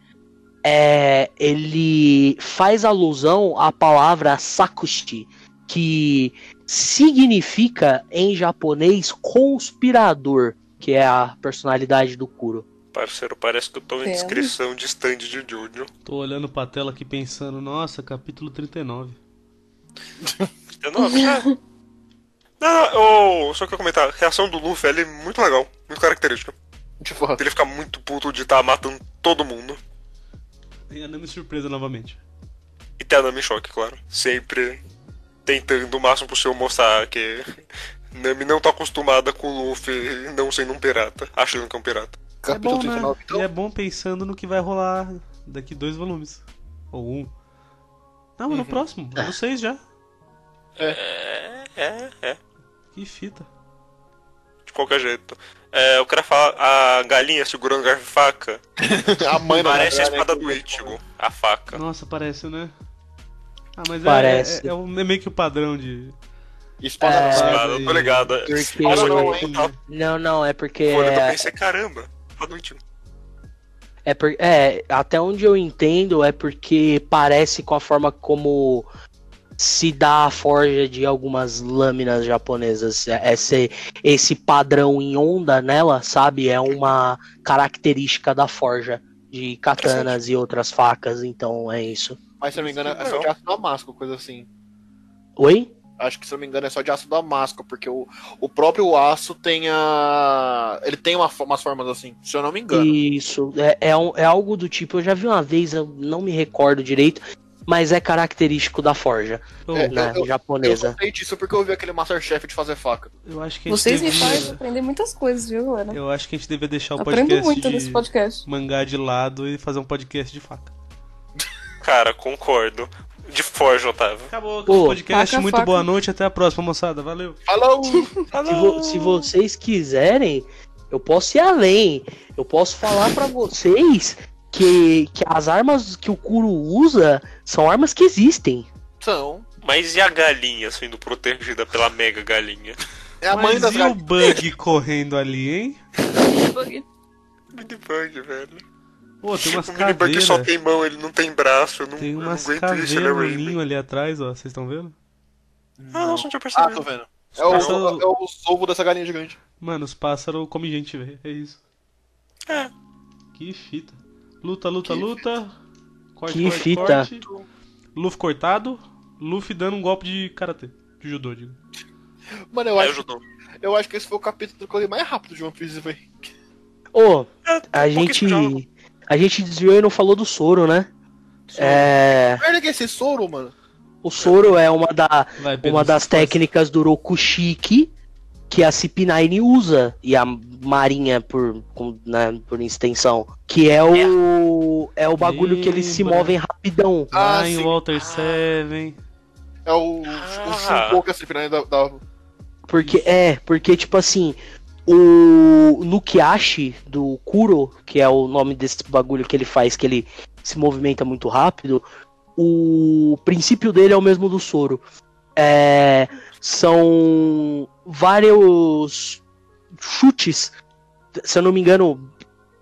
Speaker 3: é, ele faz alusão à palavra Sakushi, que significa em japonês conspirador, que é a personalidade do Kuro.
Speaker 2: Parceiro, parece que eu tô em
Speaker 4: Temos.
Speaker 2: descrição de stand de Jojo.
Speaker 1: Tô olhando pra tela aqui pensando, nossa, capítulo 39.
Speaker 2: Eu não, É já... [LAUGHS] não, não, eu só quero comentar. A reação do Luffy ele é muito legal, muito característica.
Speaker 5: De [LAUGHS] fato.
Speaker 1: É
Speaker 2: Ele fica muito puto de estar matando todo mundo.
Speaker 1: E a Nami surpresa novamente.
Speaker 2: E tem a Nami em choque, claro. Sempre tentando o máximo possível mostrar que [LAUGHS] Nami não tá acostumada com o Luffy não sendo um pirata, achando que é um pirata.
Speaker 5: Capítulo
Speaker 1: é bom,
Speaker 5: 39,
Speaker 1: né?
Speaker 5: então.
Speaker 1: E é bom pensando no que vai rolar daqui dois volumes. Ou um. Não,
Speaker 5: Uhum.
Speaker 1: mas no próximo. No seis já.
Speaker 2: É, é, é.
Speaker 1: Que fita.
Speaker 2: De qualquer jeito. É, eu quero falar a galinha segurando garfo e faca.
Speaker 1: [LAUGHS]
Speaker 5: A mãe da
Speaker 2: Parece a
Speaker 5: Nami, né,
Speaker 2: espada
Speaker 5: que-
Speaker 2: do Ichigo, a faca.
Speaker 1: Nossa, parece, né? Ah, mas é-
Speaker 3: Parece.
Speaker 1: É, é um- é meio que o padrão de.
Speaker 5: Espada
Speaker 3: É.
Speaker 5: da Nami.
Speaker 2: Espada, eu tô ligado.
Speaker 3: Porque-
Speaker 2: Nossa,
Speaker 5: Não,
Speaker 2: que
Speaker 5: hein?
Speaker 2: tá
Speaker 3: Não, não, é porque.
Speaker 2: Quando eu
Speaker 3: é-
Speaker 2: pensei, caramba, tá doentio.
Speaker 3: É, por- é, até onde eu entendo é porque parece com a forma como se dá a forja de algumas lâminas japonesas. Esse, esse padrão em onda nela, sabe? É uma característica da forja de katanas e outras facas, então é isso.
Speaker 5: Mas se eu não me engano, é só
Speaker 2: Legal.
Speaker 5: de aço damasco, coisa assim.
Speaker 3: Oi?
Speaker 5: Acho que se eu não me engano é só de aço damasco, porque o, o próprio aço tem a. Ele tem uma, fo- umas formas assim, se eu não me engano.
Speaker 3: Isso, é, é, um- é algo do tipo, eu já vi uma vez, eu não me recordo direito, mas é característico da forja,
Speaker 1: Pô,
Speaker 5: É,
Speaker 3: né,
Speaker 5: eu- eu- Eu
Speaker 3: japonesa.
Speaker 5: só sei disso porque eu vi aquele Masterchef de fazer faca.
Speaker 1: eu acho que a gente
Speaker 4: Vocês me
Speaker 1: devia-
Speaker 3: um-
Speaker 4: fazem aprender muitas coisas, viu, galera?
Speaker 1: Eu acho que a gente devia deixar o
Speaker 4: Aprendo
Speaker 1: podcast
Speaker 4: muito
Speaker 1: de
Speaker 4: nesse podcast.
Speaker 1: mangá de lado e fazer um podcast de faca.
Speaker 2: Cara, concordo. De forja, Otávio.
Speaker 1: Acabou o
Speaker 3: Pô,
Speaker 1: podcast.
Speaker 4: faca,
Speaker 1: muito
Speaker 4: faca.
Speaker 1: boa noite. Até a próxima, moçada. Valeu. [LAUGHS]
Speaker 5: Falou!
Speaker 1: Ah,
Speaker 3: Se, vo- se vocês quiserem, eu posso ir além. Eu posso falar pra vocês que, que as armas que o Kuro usa são armas que existem.
Speaker 5: Então,
Speaker 2: Mas e a galinha sendo protegida pela mega [LAUGHS] galinha?
Speaker 5: é a mãe
Speaker 1: Mas
Speaker 5: da
Speaker 1: e o bug correndo ali, hein?
Speaker 2: Minibug, velho.
Speaker 1: Pô, tem
Speaker 2: [LAUGHS]
Speaker 1: umas
Speaker 2: o Minibug
Speaker 1: caveiras.
Speaker 2: só tem mão, ele não tem braço. Eu não,
Speaker 1: Tem
Speaker 2: eu não
Speaker 1: umas
Speaker 2: aguento isso, né,
Speaker 1: caveiras no ninho
Speaker 2: Raven?
Speaker 1: ali atrás, ó. Vocês estão vendo?
Speaker 2: Ah, nossa, não tinha
Speaker 5: Ah, tô
Speaker 2: percebido.
Speaker 5: vendo. É o,
Speaker 1: Passou-
Speaker 5: é o ovo dessa galinha gigante.
Speaker 1: Mano, os pássaros comem gente, velho. É isso.
Speaker 2: É.
Speaker 1: Que fita. Luta, luta,
Speaker 5: Que
Speaker 1: luta. Corte,
Speaker 3: Que
Speaker 1: corte,
Speaker 3: fita.
Speaker 1: corte. Luffy cortado. Luffy dando um golpe de karatê. De judô, digo.
Speaker 5: Mano, eu
Speaker 2: Aí
Speaker 5: acho,
Speaker 2: ajudou.
Speaker 5: eu acho que esse foi o capítulo que eu li mais rápido de One Piece, velho.
Speaker 3: Ô,
Speaker 2: É,
Speaker 3: a gente.
Speaker 2: pouquíssimo diálogo.
Speaker 3: A gente desviou e não falou do Soro, né? É,
Speaker 5: Merda que é esse soro, mano.
Speaker 3: o Soro é uma, da,
Speaker 1: Vai, Pedro,
Speaker 3: uma das
Speaker 1: se força.
Speaker 3: técnicas do Rokushiki que a CP9 usa e a Marinha por, com- né, por extensão, que é o é o bagulho que eles se
Speaker 1: Lembra.
Speaker 3: movem rapidão.
Speaker 1: Lá
Speaker 5: Ah,
Speaker 1: em
Speaker 5: sim.
Speaker 1: Walter Seven.
Speaker 5: É o,
Speaker 2: Ah.
Speaker 5: o Shinko que é esse final da, da.
Speaker 3: Porque é, porque tipo assim, o Nukiashi do Kuro, que é o nome desse bagulho que ele faz, que ele se movimenta muito rápido, o princípio dele é o mesmo do Soro. É, são vários chutes, se eu não me engano,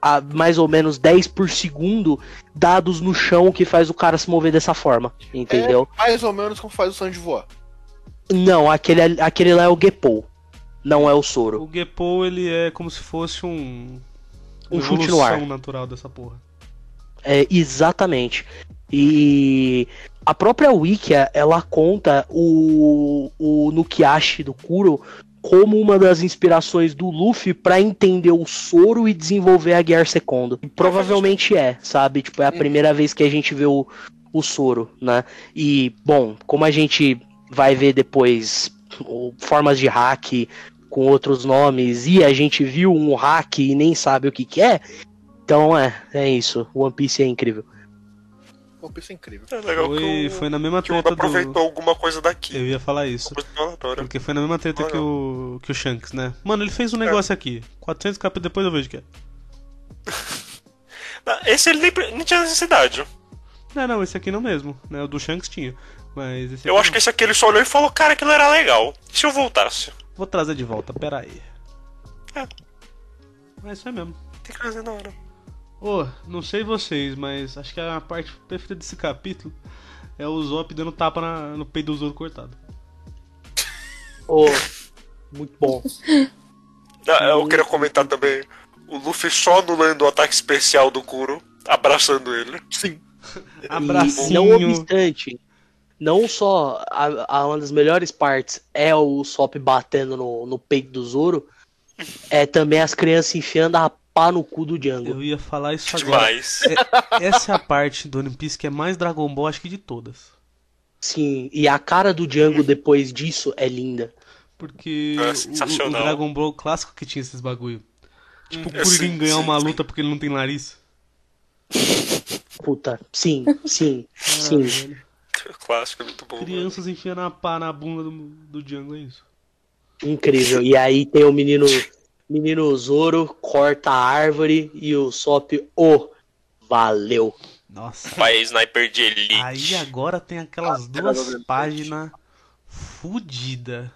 Speaker 3: a mais ou menos 10 por segundo dados no chão que faz o cara se mover dessa forma, entendeu?
Speaker 5: É Mais ou menos como faz o Sanji voar.
Speaker 3: Não, aquele, aquele lá é o Gepou, não é o Soro.
Speaker 1: O Geppo, ele é como se fosse um.
Speaker 3: Um
Speaker 1: uma
Speaker 3: chute no ar.
Speaker 1: evolução natural dessa porra.
Speaker 3: É, exatamente. E a própria Wikia, ela conta o, o Nukiashi do Kuro como uma das inspirações do Luffy pra entender o Soro e desenvolver a Gear Secondo. E Provavelmente é, sabe? Tipo, é a primeira vez que a gente vê o, o Soro, né? E, bom, como a gente vai ver depois o- formas de hack com outros nomes e a gente viu um hack e nem sabe o que que é, Então é, é isso. One Piece é incrível.
Speaker 5: One Piece é incrível.
Speaker 2: É legal
Speaker 1: Foi,
Speaker 2: que o,
Speaker 1: foi na mesma
Speaker 2: que o Oda
Speaker 1: treta
Speaker 2: aproveitou
Speaker 1: do.
Speaker 2: alguma coisa daqui.
Speaker 1: Eu ia falar isso.
Speaker 2: Coisa do relatório.
Speaker 1: Porque foi na mesma treta que o, que o Shanks, né? Mano, ele fez um
Speaker 2: É.
Speaker 1: negócio aqui. 400 capítulos depois eu vejo o que é.
Speaker 2: Não, Esse ele nem, pre- nem tinha necessidade.
Speaker 1: Não, não, esse aqui não mesmo. Né? O do Shanks tinha. Mas esse
Speaker 2: Eu
Speaker 1: aqui
Speaker 2: acho
Speaker 1: não.
Speaker 2: que esse aqui ele só olhou e falou, cara, aquilo era legal. E se eu voltasse?
Speaker 1: Vou trazer de volta, pera aí.
Speaker 2: É.
Speaker 1: Mas isso é mesmo.
Speaker 2: Tem que trazer na hora.
Speaker 1: Ô, não sei vocês, mas acho que a parte preferida desse capítulo é o Zop dando tapa na- no peito do Zoro cortado.
Speaker 3: Ô, muito bom.
Speaker 2: Ah, Eu queria comentar também o Luffy só anulando o ataque especial do Kuro, abraçando ele.
Speaker 5: Sim.
Speaker 3: um E não
Speaker 1: Abracinho.
Speaker 3: obstante, não só a, a- uma das melhores partes é o Sop batendo no, no peito do Zoro, é também as crianças enfiando a pá no cu do Django.
Speaker 1: Eu ia falar isso agora.
Speaker 2: Demais.
Speaker 1: É- essa é a parte do One Piece que é mais Dragon Ball, acho que de todas.
Speaker 3: Sim, e a cara do Django depois disso é linda.
Speaker 1: Porque
Speaker 2: É
Speaker 1: o- o,
Speaker 2: sensacional.
Speaker 1: Dragon Ball clássico que tinha esses bagulho. Tipo, o
Speaker 2: É,
Speaker 1: Kuririn
Speaker 2: sim,
Speaker 1: ganhar
Speaker 2: sim,
Speaker 1: uma
Speaker 2: sim.
Speaker 1: luta porque ele não tem nariz.
Speaker 3: Puta, sim, sim, sim.
Speaker 1: Caralho, velho.
Speaker 2: Clássico, [LAUGHS] é muito bom. mano.
Speaker 1: Crianças enfiando a pá na bunda do, do Django, é isso.
Speaker 3: Incrível. E aí tem o menino menino Zoro, corta a árvore e o Sop, ô, valeu.
Speaker 1: Nossa.
Speaker 2: Pai sniper de elite.
Speaker 1: Aí agora tem
Speaker 2: Ah,
Speaker 1: aquelas duas páginas fudida.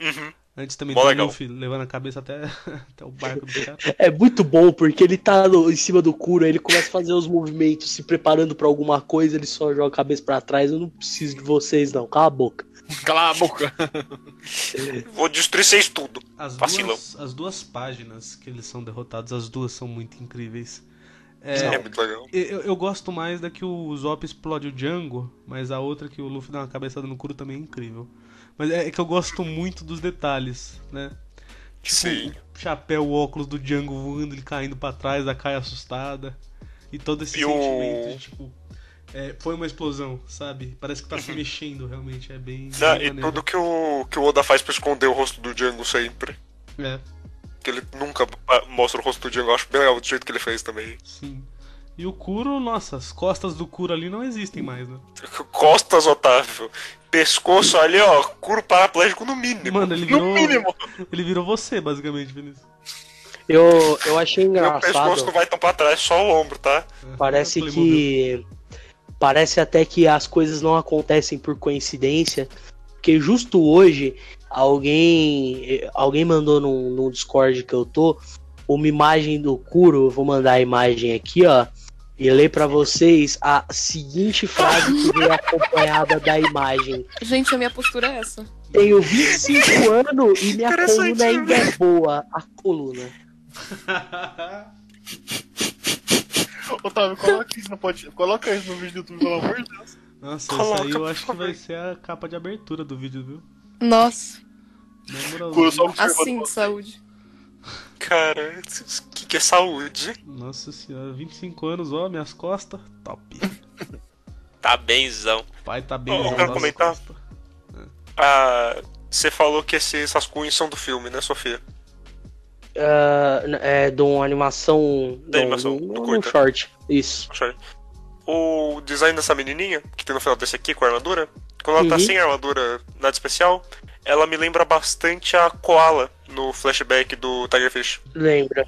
Speaker 2: Uhum.
Speaker 1: Antes também
Speaker 2: Mó
Speaker 1: tem o
Speaker 2: legal.
Speaker 1: Luffy levando a cabeça até, [LAUGHS] até o barco do cara.
Speaker 3: É muito bom porque ele tá no- em cima do Kuro, aí ele começa a fazer os movimentos, se preparando pra alguma coisa, ele só joga a cabeça pra trás. Eu não preciso de vocês, não. Cala a boca.
Speaker 5: Cala a boca.
Speaker 2: Vou destruir vocês tudo.
Speaker 1: As
Speaker 2: Vacilão.
Speaker 1: duas, as duas páginas que eles são derrotados, as duas são muito incríveis.
Speaker 2: É,
Speaker 1: É,
Speaker 2: muito legal.
Speaker 1: eu, eu gosto mais da que o Zop explode o Django, mas a outra que o Luffy dá uma cabeçada no Kuro também é incrível. Mas é que eu gosto muito dos detalhes, né? Tipo,
Speaker 2: Sim.
Speaker 1: o chapéu, o óculos do Django voando, ele caindo pra trás, a Kai assustada. E todo esse
Speaker 2: E o-
Speaker 1: sentimento de, tipo, é, foi uma explosão, sabe? Parece que tá se mexendo, realmente, é bem...
Speaker 2: Uhum. Não,
Speaker 1: bem
Speaker 2: e
Speaker 1: maneiro.
Speaker 2: tudo que o, que o Oda faz pra esconder o rosto do Django sempre.
Speaker 1: É,
Speaker 2: Que ele nunca ah, mostra o rosto do Django. Eu acho bem legal do jeito que ele fez também.
Speaker 1: sim. E o Kuro, nossa, as costas do Kuro ali não existem mais, né?
Speaker 2: Costas, Otávio. Pescoço ali, ó. Curo paraplégico no mínimo.
Speaker 1: Mano, ele
Speaker 2: no
Speaker 1: virou,
Speaker 2: mínimo.
Speaker 1: ele virou você, basicamente, Vinícius.
Speaker 3: Eu, eu achei
Speaker 2: Meu pescoço tá não
Speaker 3: engraçado.
Speaker 2: vai tão pra trás, só o ombro, tá?
Speaker 3: Parece
Speaker 1: É, Playmobil.
Speaker 3: que. Parece até que as coisas não acontecem por coincidência. Porque justo hoje, alguém. Alguém mandou num, num Discord que eu tô uma imagem do Kuro. Eu vou mandar a imagem aqui, ó. E ler pra vocês a seguinte frase que veio acompanhada da imagem.
Speaker 4: Gente, a minha postura é essa.
Speaker 2: [LAUGHS]
Speaker 3: Tenho 25 anos e minha
Speaker 2: Interessante, né?
Speaker 3: coluna ainda é boa. A coluna.
Speaker 5: [LAUGHS] Otávio, coloca isso, não pode... coloca isso no vídeo do YouTube, pelo amor de Deus.
Speaker 1: [LAUGHS] Nossa,
Speaker 2: Coloca,
Speaker 1: essa aí eu
Speaker 2: por
Speaker 1: acho que
Speaker 2: favor.
Speaker 1: vai ser a capa de abertura do vídeo, viu?
Speaker 4: Nossa,
Speaker 2: [LAUGHS]
Speaker 1: Na moral,
Speaker 5: Kuro só observando
Speaker 4: assim de
Speaker 5: você.
Speaker 4: saúde.
Speaker 2: Cara, o que, que é saúde?
Speaker 1: Nossa senhora, 25 anos, ó, minhas costas, top.
Speaker 2: [LAUGHS] Tá benzão.
Speaker 1: Pai tá bem.
Speaker 2: Eu
Speaker 1: nas
Speaker 2: quero
Speaker 1: nossas
Speaker 2: comentar.
Speaker 1: costas.
Speaker 2: Ah, você falou que esse- essas cunhas são do filme, né, Sofia?
Speaker 3: Ah, é, de uma animação.
Speaker 2: Da animação,
Speaker 3: de um-
Speaker 2: do
Speaker 3: um
Speaker 2: curta.
Speaker 3: short. Isso.
Speaker 2: Sorry. O design dessa menininha, que tem no final desse aqui, com a armadura, quando ela tá
Speaker 3: Uhum.
Speaker 2: sem armadura, nada especial, ela me lembra bastante a Koala no flashback do Tigerfish.
Speaker 3: Lembra.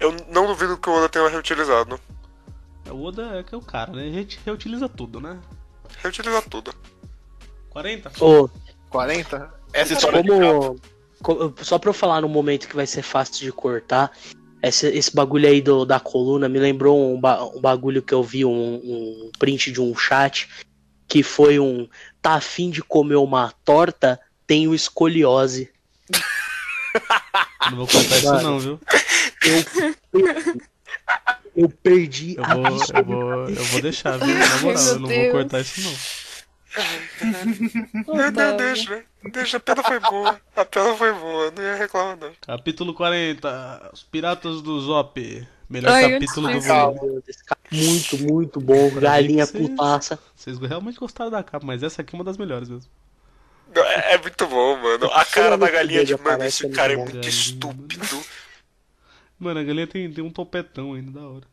Speaker 2: Eu não duvido que o Oda tenha reutilizado.
Speaker 1: O Oda é que é o cara, né? A gente reutiliza tudo, né?
Speaker 2: Reutiliza tudo.
Speaker 1: 40?
Speaker 3: Ô,
Speaker 5: 40? Essa história de gato.
Speaker 3: como, co- Só pra eu falar no momento que vai ser fácil de cortar, esse, esse bagulho aí do, da coluna me lembrou um, ba- um bagulho que eu vi, um, um print de um chat, que foi um tá afim de comer uma torta, tenho escoliose.
Speaker 1: Eu Não vou contar isso
Speaker 3: Claro.
Speaker 1: não, viu?
Speaker 3: Eu perdi
Speaker 1: Eu
Speaker 3: a
Speaker 1: vou, eu vou, eu
Speaker 4: [LAUGHS]
Speaker 1: vou deixar, viu? Na moral,
Speaker 4: Ai, meu
Speaker 1: eu não vou
Speaker 4: Deus.
Speaker 1: cortar isso não.
Speaker 2: Não, não,
Speaker 4: mano.
Speaker 2: deixa, deixa, a pena foi boa. A pena foi boa, não ia reclamar, não.
Speaker 1: Capítulo 40, Os Piratas do Zop. Melhor
Speaker 4: Ai,
Speaker 1: capítulo do
Speaker 4: antes
Speaker 1: mundo.
Speaker 4: disso.
Speaker 3: Meu Deus, cara, Muito, muito bom. Galinha
Speaker 1: vocês.
Speaker 3: putaça.
Speaker 1: Vocês realmente gostaram da capa, mas essa aqui é uma das melhores mesmo.
Speaker 2: Não, É, é muito bom, mano. A cara da galinha de
Speaker 3: Ele
Speaker 2: mano,
Speaker 3: aparece
Speaker 2: esse
Speaker 3: ali
Speaker 2: cara é
Speaker 3: na
Speaker 2: muito
Speaker 1: galinha,
Speaker 2: estúpido.
Speaker 1: Mano, a galinha tem, tem um topetão ainda, da hora.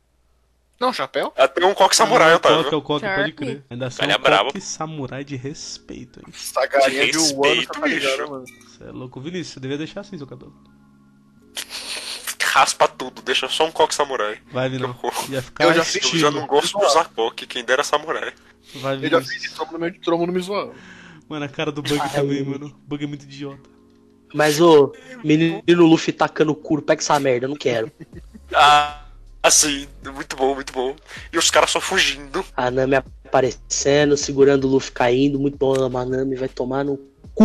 Speaker 5: Não, chapéu?
Speaker 2: Ela tem um coque samurai,
Speaker 1: Ah, o
Speaker 2: Otávio.
Speaker 1: coque, é o coque,
Speaker 4: Shark.
Speaker 1: pode crer. Ainda só
Speaker 2: Galinha
Speaker 1: um
Speaker 2: brava.
Speaker 1: coque samurai de respeito, hein?
Speaker 5: Essa galinha de um ano
Speaker 2: respeito,
Speaker 5: tá ligado,
Speaker 2: bicho.
Speaker 5: mano.
Speaker 1: Você é louco. Vinícius, você devia deixar assim seu cabelo.
Speaker 2: Raspa tudo, deixa só um coque samurai.
Speaker 1: Vai, Vinão. Ia ficar
Speaker 5: Eu já fiz,
Speaker 2: Eu
Speaker 1: estilo.
Speaker 2: já não gosto de usar coque, quem dera samurai.
Speaker 1: Vai,
Speaker 5: Eu já
Speaker 1: Vinícius.
Speaker 5: fiz isso, só no meio de todo mundo me zoando.
Speaker 1: Mano, a cara do Bug também, mano. O Bug é muito idiota.
Speaker 3: Mas o menino Luffy tacando couro, pega essa merda, eu não quero.
Speaker 2: Ah, assim, muito bom, muito bom. E os caras só fugindo.
Speaker 3: A Nami aparecendo, segurando o Luffy caindo, muito bom, a Nami vai tomar no.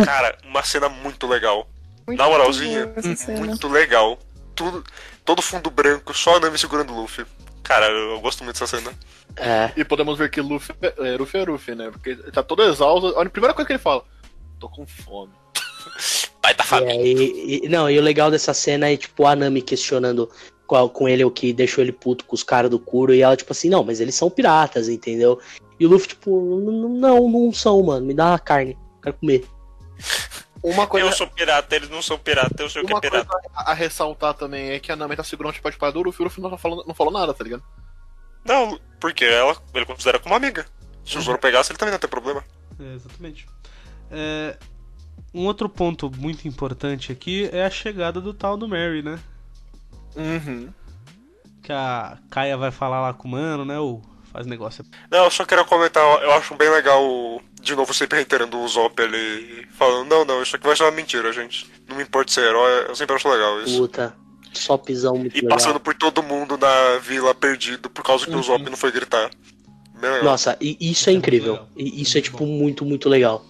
Speaker 2: Cara, uma cena muito legal.
Speaker 4: Muito
Speaker 2: Na moralzinha,
Speaker 4: boa essa cena.
Speaker 2: muito legal. Tudo, todo fundo branco, só a Nami segurando o Luffy. Cara, eu eu gosto muito dessa cena.
Speaker 3: É,
Speaker 5: E podemos ver que Luffy é, Luffy é Luffy, né? Porque ele tá todo exausto. Olha, a primeira coisa que ele fala: Tô com fome.
Speaker 2: Pai da
Speaker 3: e
Speaker 2: família.
Speaker 3: aí- É, e- não, e o legal dessa cena é, tipo, a Nami questionando qual, com ele o que deixou ele puto com os caras do Kuro, e ela, tipo assim, não, mas eles são piratas, entendeu? E o Luffy, tipo, "N- não, não são, mano, me dá a carne, quero comer.
Speaker 5: Uma coisa,
Speaker 2: Eu sou pirata, eles não são pirata, eu sei o que é
Speaker 5: uma coisa
Speaker 2: pirata.
Speaker 5: a a ressaltar também é que a Nami tá segurando o tipo de pai do Luffy. O Luffy não, tá falando, não falou nada, tá ligado?
Speaker 2: Não, porque ela, ele considera como amiga. Se
Speaker 5: Uhum.
Speaker 2: o Zoro pegasse, ele também não tem problema.
Speaker 1: É, exatamente. É, um outro ponto muito importante aqui é a chegada do tal do Mary, né?
Speaker 5: Uhum.
Speaker 1: Que a Kaia vai falar lá com o mano, né? Ou faz negócio.
Speaker 2: Não, eu só queria comentar, eu acho bem legal, o- de novo, sempre reiterando o Zop ele falando, não, não, isso aqui vai ser uma mentira, gente. Não me importa ser herói, eu sempre acho legal isso.
Speaker 3: Puta, só pisão muito
Speaker 2: E
Speaker 3: legal.
Speaker 2: passando por todo mundo na vila perdido por causa que o Zop não foi gritar. Bem legal.
Speaker 3: Nossa, e isso é incrível. E isso é, tipo, muito, muito legal.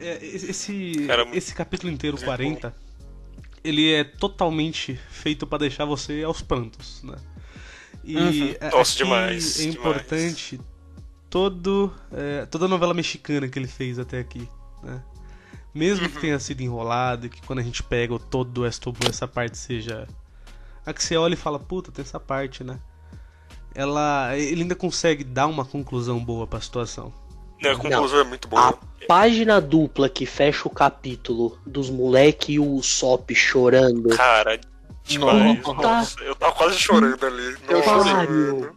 Speaker 1: É, e- esse,
Speaker 2: Cara, é
Speaker 1: esse capítulo inteiro, 40, ele é totalmente feito pra deixar você aos prantos, né? E a-
Speaker 2: Nossa,
Speaker 1: aqui é
Speaker 2: demais, demais.
Speaker 1: importante todo, é, toda a novela mexicana que ele fez até aqui, né? Mesmo
Speaker 2: Uhum.
Speaker 1: que tenha sido enrolado, e que quando a gente pega o todo do Estobu, essa parte seja... A que você olha e fala, puta, tem essa parte, né? Ela, ele ainda consegue dar uma conclusão boa pra situação.
Speaker 2: Não, a conclusão é muito boa.
Speaker 3: A página dupla que fecha o capítulo dos moleque e o Sop chorando.
Speaker 2: Cara, demais.
Speaker 5: Nossa.
Speaker 2: Nossa, eu tava quase chorando ali.
Speaker 5: Eu
Speaker 2: Nossa,
Speaker 5: chorei.
Speaker 2: mano.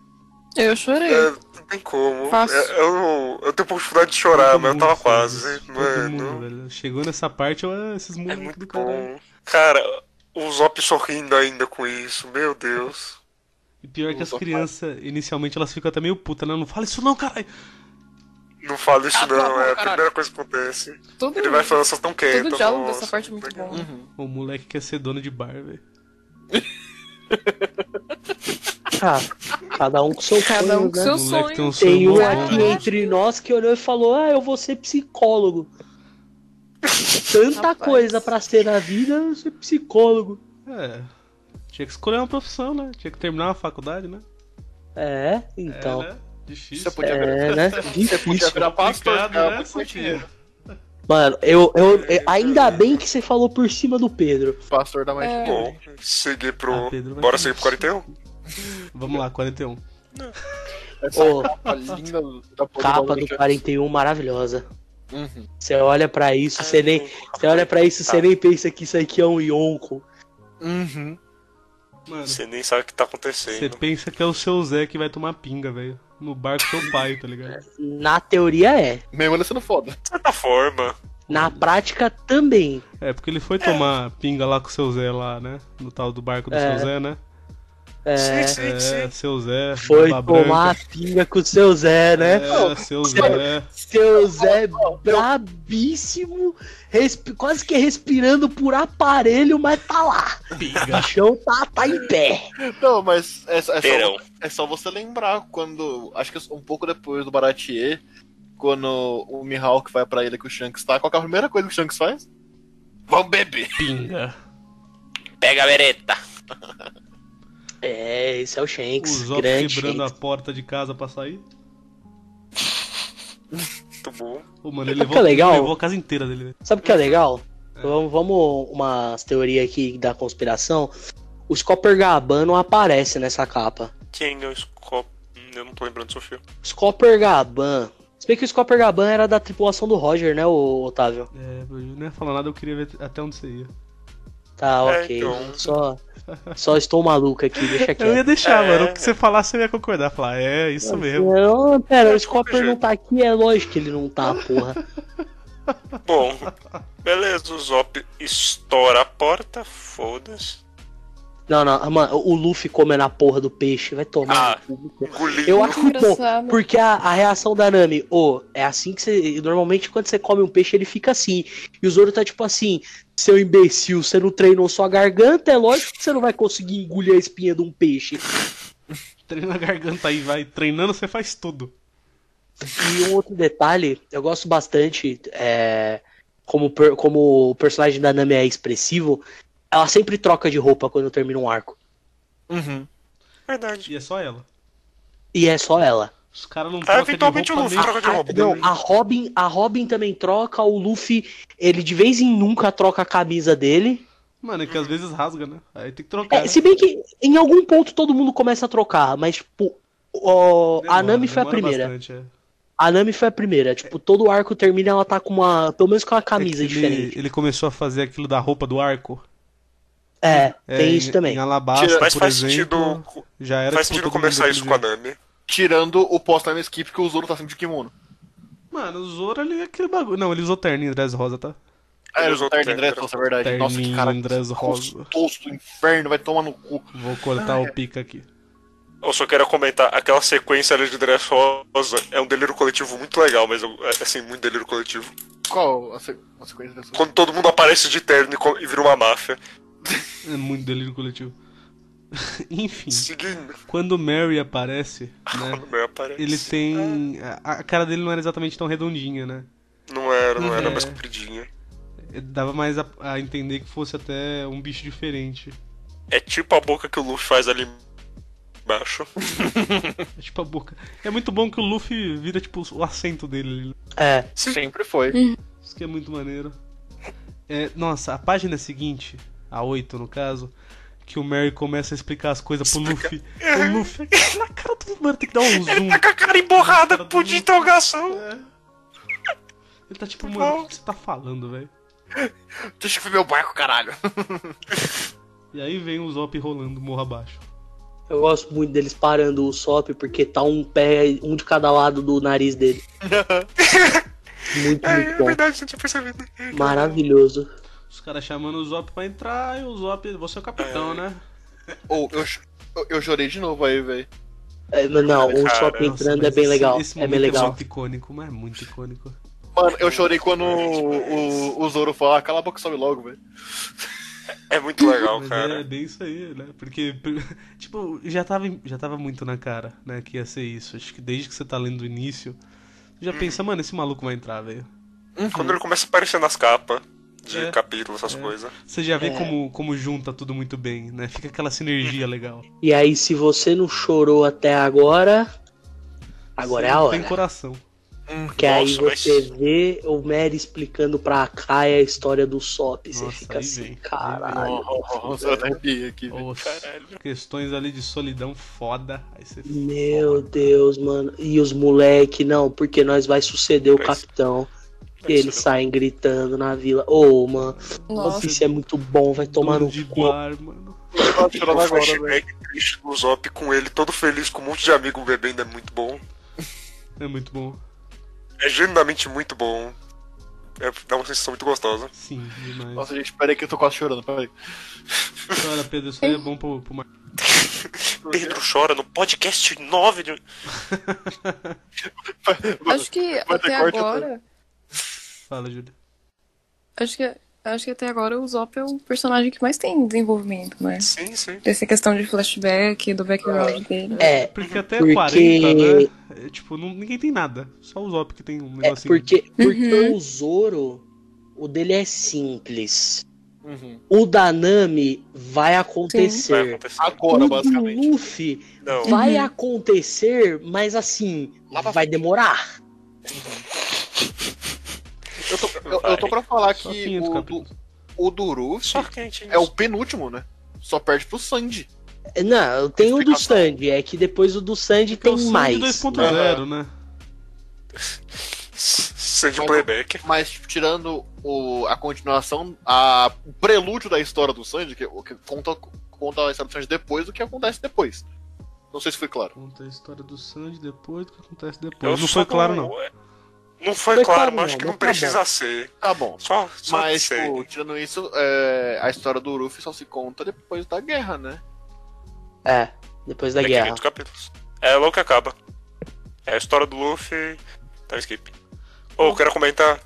Speaker 4: Eu chorei.
Speaker 2: É, não tem como.
Speaker 4: Fácil.
Speaker 2: É, eu, eu tenho um pouco de dificuldade de chorar,
Speaker 1: Todo
Speaker 2: mas eu
Speaker 1: mundo
Speaker 2: tava
Speaker 1: fez
Speaker 2: quase.
Speaker 1: isso, todo mundo,
Speaker 2: Mano,
Speaker 1: velho. Chegou nessa parte, eu, ah, esses
Speaker 2: é
Speaker 1: moleques
Speaker 2: muito
Speaker 1: do caralho.
Speaker 2: bom. Cara, o Zop sorrindo ainda com isso, meu Deus.
Speaker 1: E pior que as
Speaker 5: Opa,
Speaker 1: crianças, inicialmente, elas ficam até meio puta, né? Não fala isso não, caralho.
Speaker 2: Não fala isso
Speaker 5: Ah, tá
Speaker 2: não, é
Speaker 5: bom,
Speaker 2: a
Speaker 5: caralho.
Speaker 2: primeira coisa que acontece.
Speaker 4: Todo,
Speaker 2: Ele vai falando, vocês tão quietos.
Speaker 4: Hum. todo o diálogo
Speaker 2: nossa, tá
Speaker 4: dessa parte é muito bom.
Speaker 1: O moleque quer ser dono de bar, velho.
Speaker 3: Ah, cada um com seu
Speaker 4: Cada um
Speaker 3: sonho, né?
Speaker 4: com seu
Speaker 1: O moleque
Speaker 4: sonho.
Speaker 1: tem um
Speaker 3: Tem
Speaker 1: sonho
Speaker 3: um
Speaker 1: muito
Speaker 4: Caraca.
Speaker 1: bom.
Speaker 3: aqui entre nós que olhou e falou: Ah, eu vou ser psicólogo. Tanta
Speaker 4: Rapaz.
Speaker 3: coisa pra ser na vida, eu ser psicólogo.
Speaker 1: É. Tinha que escolher uma profissão, né? Tinha que terminar uma faculdade, né?
Speaker 3: É, então.
Speaker 1: É, né? Difícil.
Speaker 5: Você podia
Speaker 3: É, né?
Speaker 5: Podia
Speaker 3: Difícil.
Speaker 5: virar pastor,
Speaker 1: Complicado,
Speaker 5: cara,
Speaker 1: né,
Speaker 5: muito mais
Speaker 1: Sofia?
Speaker 5: dinheiro.
Speaker 3: Mano, eu, eu, eu- ainda bem que você falou por cima do Pedro.
Speaker 5: Pastor da mais dinheiro.
Speaker 2: Bom, seguir pro.
Speaker 1: Ah, Pedro vai
Speaker 2: Bora
Speaker 1: fazer
Speaker 2: seguir pro 41?
Speaker 1: Vamos lá, 41.
Speaker 5: Essa
Speaker 3: Ô,
Speaker 5: capa linda da porra
Speaker 3: Capa do
Speaker 5: bagulho.
Speaker 3: 41 maravilhosa.
Speaker 5: Uhum.
Speaker 3: Você olha pra
Speaker 4: Ah,
Speaker 3: isso, Ah, você nem, Você olha pra isso, você nem pensa que isso aqui é um Yonko.
Speaker 5: Uhum.
Speaker 1: Mano,
Speaker 2: Você nem sabe o que tá
Speaker 1: você
Speaker 2: acontecendo.
Speaker 1: pensa que é o seu Zé que vai tomar pinga, velho. No bar com seu pai, tá ligado?
Speaker 3: Na teoria é.
Speaker 5: Mesmo ele sendo foda.
Speaker 2: De certa forma.
Speaker 3: Na prática também.
Speaker 1: É, porque ele foi tomar pinga lá com o seu Zé lá, né? No tal do barco do
Speaker 3: É.
Speaker 1: seu Zé, né?
Speaker 3: É,
Speaker 2: Sim, sim,
Speaker 1: É,
Speaker 2: sim.
Speaker 1: seu Zé.
Speaker 3: foi
Speaker 1: Barba
Speaker 3: tomar
Speaker 1: Branca.
Speaker 3: a pinga com o seu Zé, né?
Speaker 1: É, seu Zé.
Speaker 3: Seu Zé brabíssimo, respi- quase que respirando por aparelho, mas tá lá. O bichão tá, tá em pé.
Speaker 5: Não, mas é, é, só,
Speaker 2: Terão.
Speaker 5: é só você lembrar quando. Acho que um pouco depois do Baratier, quando o Mihawk vai pra ilha que o Shanks tá, qual que é a primeira coisa que o Shanks faz? Vamos beber.
Speaker 1: Pinga.
Speaker 2: Pega a vereta.
Speaker 3: É, esse é o
Speaker 1: O
Speaker 3: Shanks,
Speaker 1: Zop
Speaker 3: grande
Speaker 1: quebrando
Speaker 3: Shanks.
Speaker 1: a porta de casa pra sair.
Speaker 2: Muito bom.
Speaker 1: Ô, mano, ele
Speaker 3: Sabe o que
Speaker 1: levou,
Speaker 3: é legal?
Speaker 1: ele levou a casa inteira dele. né? velho.
Speaker 3: Sabe o que é legal? Vamos, vamos umas teorias aqui da conspiração. O Scopper Gabano aparece nessa capa.
Speaker 2: Quem é o Scop? Hum, Eu não tô lembrando do Sofia.
Speaker 3: Scopper Gaban. Se bem que o Scopper Gaban era da tripulação do Roger, né, o Otávio?
Speaker 1: É, eu não ia falar nada, eu queria ver até onde você ia.
Speaker 3: Tá,
Speaker 2: É,
Speaker 3: ok.
Speaker 2: então.
Speaker 3: Só, só estou maluco aqui, deixa
Speaker 1: Eu ia
Speaker 3: quieto.
Speaker 1: deixar,
Speaker 2: É.
Speaker 1: mano. O que você falasse, eu ia concordar. Falar, é, isso mesmo.
Speaker 3: Não, pera, o Scopper não tá aqui, é lógico que ele não tá, porra.
Speaker 2: Bom, beleza, o Zop estoura a porta, foda-se.
Speaker 3: Não, não, mano, o Luffy comendo a porra do peixe, vai tomar.
Speaker 2: Ah.
Speaker 3: no cu, porra.
Speaker 2: Engolindo.
Speaker 3: Eu acho muito bom,
Speaker 4: Engraçado.
Speaker 3: porque a, a reação da Nami, ô, é assim que você. Normalmente quando você come um peixe, ele fica assim. E o Zoro tá tipo assim, seu imbecil, você não treinou sua garganta, é lógico que você não vai conseguir engolir a espinha de um peixe.
Speaker 1: [LAUGHS] Treina a garganta aí, vai. Treinando você faz tudo.
Speaker 3: E um outro detalhe, eu gosto bastante, é, como, per- como o personagem da Nami é expressivo, ela sempre troca de roupa quando termina um arco.
Speaker 5: Uhum.
Speaker 2: Verdade.
Speaker 1: E é só ela.
Speaker 3: E é só ela.
Speaker 1: Os caras não
Speaker 2: Ah,
Speaker 1: trocam de
Speaker 2: eventualmente o
Speaker 1: roupa
Speaker 2: Luffy
Speaker 1: nem-
Speaker 2: troca de roupa.
Speaker 3: Não, a Robin, a Robin também troca, o Luffy, ele de vez em nunca troca a camisa dele.
Speaker 1: Mano, é que às vezes rasga, né? Aí tem que trocar.
Speaker 3: É,
Speaker 1: né?
Speaker 3: se bem que em algum ponto todo mundo começa a trocar, mas tipo, ó,
Speaker 1: Demora,
Speaker 3: a Nami foi a
Speaker 1: demora
Speaker 3: primeira.
Speaker 1: bastante, é.
Speaker 3: A Nami foi a primeira, tipo, todo arco termina ela tá com uma, pelo menos com uma
Speaker 1: É que
Speaker 3: camisa
Speaker 1: ele-
Speaker 3: diferente.
Speaker 1: Ele, começou a fazer aquilo da roupa do arco.
Speaker 3: É,
Speaker 1: É,
Speaker 3: tem
Speaker 1: em-
Speaker 3: isso também.
Speaker 1: Em Alabasta,
Speaker 2: Mas
Speaker 1: por
Speaker 2: faz
Speaker 1: exemplo,
Speaker 2: sentido.
Speaker 1: já era
Speaker 2: Faz
Speaker 1: tipo,
Speaker 2: sentido
Speaker 1: todo
Speaker 2: começar
Speaker 1: mundo
Speaker 2: isso com a
Speaker 1: daquele
Speaker 2: Nami.
Speaker 5: Tirando o post-time skip que o Zoro tá sendo de kimono.
Speaker 1: jeito. Mano, o Zoro ele é aquele bagulho. Não, ele usou terno em Dress Rosa, tá?
Speaker 5: É,
Speaker 2: Ele
Speaker 5: ele
Speaker 2: usou
Speaker 5: usou terno em
Speaker 2: terno,
Speaker 5: dreadful, é verdade.
Speaker 1: terno
Speaker 5: Nossa, que cara.
Speaker 1: em dreadful.
Speaker 5: Gostoso do inferno, vai tomar no cu.
Speaker 1: Vou
Speaker 3: Ah,
Speaker 1: cortar
Speaker 3: é.
Speaker 1: o pica aqui.
Speaker 2: Eu só quero comentar, aquela sequência ali de Dress Rosa é um delírio coletivo muito legal, mas eu- é, assim, muito delírio coletivo.
Speaker 5: Qual a, se- a sequência dessa?
Speaker 2: Quando todo mundo aparece de terno e, co- e vira uma máfia.
Speaker 1: É muito delírio coletivo. [LAUGHS] Enfim,
Speaker 2: Seguindo,
Speaker 1: quando o Mary aparece, né?
Speaker 2: quando o Mel aparece.
Speaker 1: Ele tem. A, a cara dele não era exatamente tão redondinha, né?
Speaker 2: Não era, não era
Speaker 1: É.
Speaker 2: mais compridinha.
Speaker 1: Dava mais a, a entender que fosse até um bicho diferente.
Speaker 2: É tipo a boca que o Luffy faz ali embaixo.
Speaker 1: É tipo a boca. É muito bom que o Luffy vira, tipo, o acento dele.
Speaker 3: É.
Speaker 5: Sempre foi.
Speaker 1: Isso que é muito maneiro. É, nossa, a página seguinte, a 8 no caso, que o Mary começa a explicar as coisas pro Luffy. O Luffy, na cara do mano, tem que dar um zoom.
Speaker 2: Tá com a cara emborrada, por de interrogação.
Speaker 1: É. Ele tá tipo, mano, o que você tá falando, velho?
Speaker 5: Deixa eu ver meu barco, caralho.
Speaker 1: E aí vem o Zop rolando morro abaixo.
Speaker 3: Eu gosto muito deles parando o Sop, porque tá um pé, um de cada lado do nariz
Speaker 2: [LAUGHS]
Speaker 3: dele. muito,
Speaker 2: É, é
Speaker 1: Então.
Speaker 3: muito bom.
Speaker 2: verdade, não tinha percebido.
Speaker 3: Maravilhoso.
Speaker 1: Os caras chamando o Zop pra entrar e o Zop, você é o capitão, né?
Speaker 5: Ou eu, ch- eu, eu chorei de novo aí, velho.
Speaker 3: É, mas Não, o
Speaker 2: Cara,
Speaker 3: Sop
Speaker 1: Nossa,
Speaker 3: entrando é
Speaker 1: mas
Speaker 3: bem
Speaker 1: esse-
Speaker 3: legal.
Speaker 1: Esse
Speaker 3: É
Speaker 1: momento
Speaker 3: bem legal.
Speaker 1: muito icônico, mas é muito icônico.
Speaker 5: Mano, eu chorei quando o, o, o Zoro fala, "Ah, cala a boca e sobe logo, velho.
Speaker 2: É muito legal,
Speaker 1: Mas é
Speaker 2: cara.
Speaker 1: bem isso aí, né? Porque, [LAUGHS] tipo, já tava, em- já tava muito na cara, né? Que ia ser isso. Acho que desde que você tá lendo o início, já pensa, mano, esse maluco vai entrar, velho.
Speaker 2: Quando ele começa a aparecer nas capas de
Speaker 1: É.
Speaker 2: capítulo, essas coisas.
Speaker 1: Você já vê como, como junta tudo muito bem, né? Fica aquela sinergia legal.
Speaker 3: E aí, se você não chorou até agora, agora
Speaker 1: Você
Speaker 3: é a
Speaker 1: não Tem
Speaker 3: hora.
Speaker 1: coração.
Speaker 5: Hum.
Speaker 3: Porque aí
Speaker 2: Nossa, mas-
Speaker 3: você vê o Mary explicando pra Kai a história do Sop. Você
Speaker 1: Nossa,
Speaker 3: fica
Speaker 1: aí
Speaker 3: assim,
Speaker 1: vem, aí
Speaker 3: caralho.
Speaker 5: Nossa, eu até arrepiei aqui, velho.
Speaker 1: Os- questões ali de solidão foda. Aí você
Speaker 3: Hum, Meu Deus, mano. E os moleque, não, porque nós vai suceder o
Speaker 2: Vai-
Speaker 3: capitão. E
Speaker 2: Vai
Speaker 3: eles
Speaker 2: ser-
Speaker 3: saem gritando na vila. Ô, mano,
Speaker 4: Nossa.
Speaker 3: isso é muito bom, vai tomar
Speaker 1: Dono
Speaker 3: no
Speaker 1: de
Speaker 3: cu.
Speaker 1: bar, mano.
Speaker 5: Eu tava chorando
Speaker 2: O
Speaker 5: agora, velho.
Speaker 2: flashback triste do Zop com ele todo feliz, com um monte de amigo bebendo, é muito bom.
Speaker 1: É muito bom.
Speaker 2: É genuinamente muito bom. É, dá uma sensação muito gostosa.
Speaker 1: Sim, demais.
Speaker 5: Nossa, gente, peraí que eu tô quase chorando, peraí.
Speaker 1: Olha, Pedro, isso aí é bom pro, pro Mar...
Speaker 2: Pedro chora no podcast 9 de...
Speaker 4: Acho que
Speaker 5: Vai ter
Speaker 4: até
Speaker 5: corte,
Speaker 4: agora.
Speaker 1: Fala, Júlio.
Speaker 4: Acho que, acho que até agora o Zop é o personagem que mais tem desenvolvimento, né?
Speaker 2: Sim, sim.
Speaker 4: Dessa questão de flashback, do background dele.
Speaker 3: É,
Speaker 1: Porque até
Speaker 3: Porque-
Speaker 1: 40, né? é, tipo, não- ninguém tem nada. Só o Zop que tem um
Speaker 3: é
Speaker 1: negocinho.
Speaker 3: porque, porque o Zoro, o dele é simples.
Speaker 5: Uhum.
Speaker 3: O da Nami vai
Speaker 2: Vai Então.
Speaker 3: acontecer.
Speaker 2: acontecer.
Speaker 5: Agora,
Speaker 3: o do
Speaker 5: basicamente.
Speaker 3: Luffy
Speaker 2: Não.
Speaker 3: vai acontecer, mas assim,
Speaker 5: Lá pra
Speaker 3: vai demorar.
Speaker 5: Eu tô, eu, eu tô pra falar
Speaker 1: Só
Speaker 5: que
Speaker 1: 500
Speaker 5: o,
Speaker 1: capítulos.
Speaker 5: do, o do Ruff
Speaker 2: Só quente.
Speaker 5: é o penúltimo, né? Só perde pro Sandy.
Speaker 3: Não, tem o do
Speaker 5: Explicação.
Speaker 3: Sandy, é que depois o do Sandy
Speaker 1: Porque
Speaker 3: tem
Speaker 1: o Sandy
Speaker 3: mais.
Speaker 1: 2.0, né?
Speaker 2: sem de
Speaker 5: Mas-
Speaker 2: playback.
Speaker 5: Mas, tipo, tirando o, a continuação, a, o prelúdio da história do Sanji, que, o que conta, conta a história do Sanji depois do que acontece depois. Não sei se foi claro.
Speaker 1: Conta a história do Sanji depois, o que acontece
Speaker 2: Eu
Speaker 1: depois. não
Speaker 2: só é-
Speaker 1: foi claro, não.
Speaker 2: Não foi,
Speaker 3: Foi
Speaker 2: claro,
Speaker 3: claro,
Speaker 2: mas acho
Speaker 3: não,
Speaker 2: que
Speaker 3: mas
Speaker 2: não
Speaker 3: tá
Speaker 2: precisa
Speaker 3: bom.
Speaker 2: ser.
Speaker 5: Tá bom.
Speaker 2: Só, só
Speaker 5: Mas,
Speaker 2: sei.
Speaker 5: tipo, tirando isso, é, a história do Ruffy só se conta depois da guerra, né?
Speaker 3: É, depois da
Speaker 2: Daqui
Speaker 3: guerra.
Speaker 2: 20 capítulos. É logo que acaba. É a história do Luffy. Tá skip. Ou eu quero comentar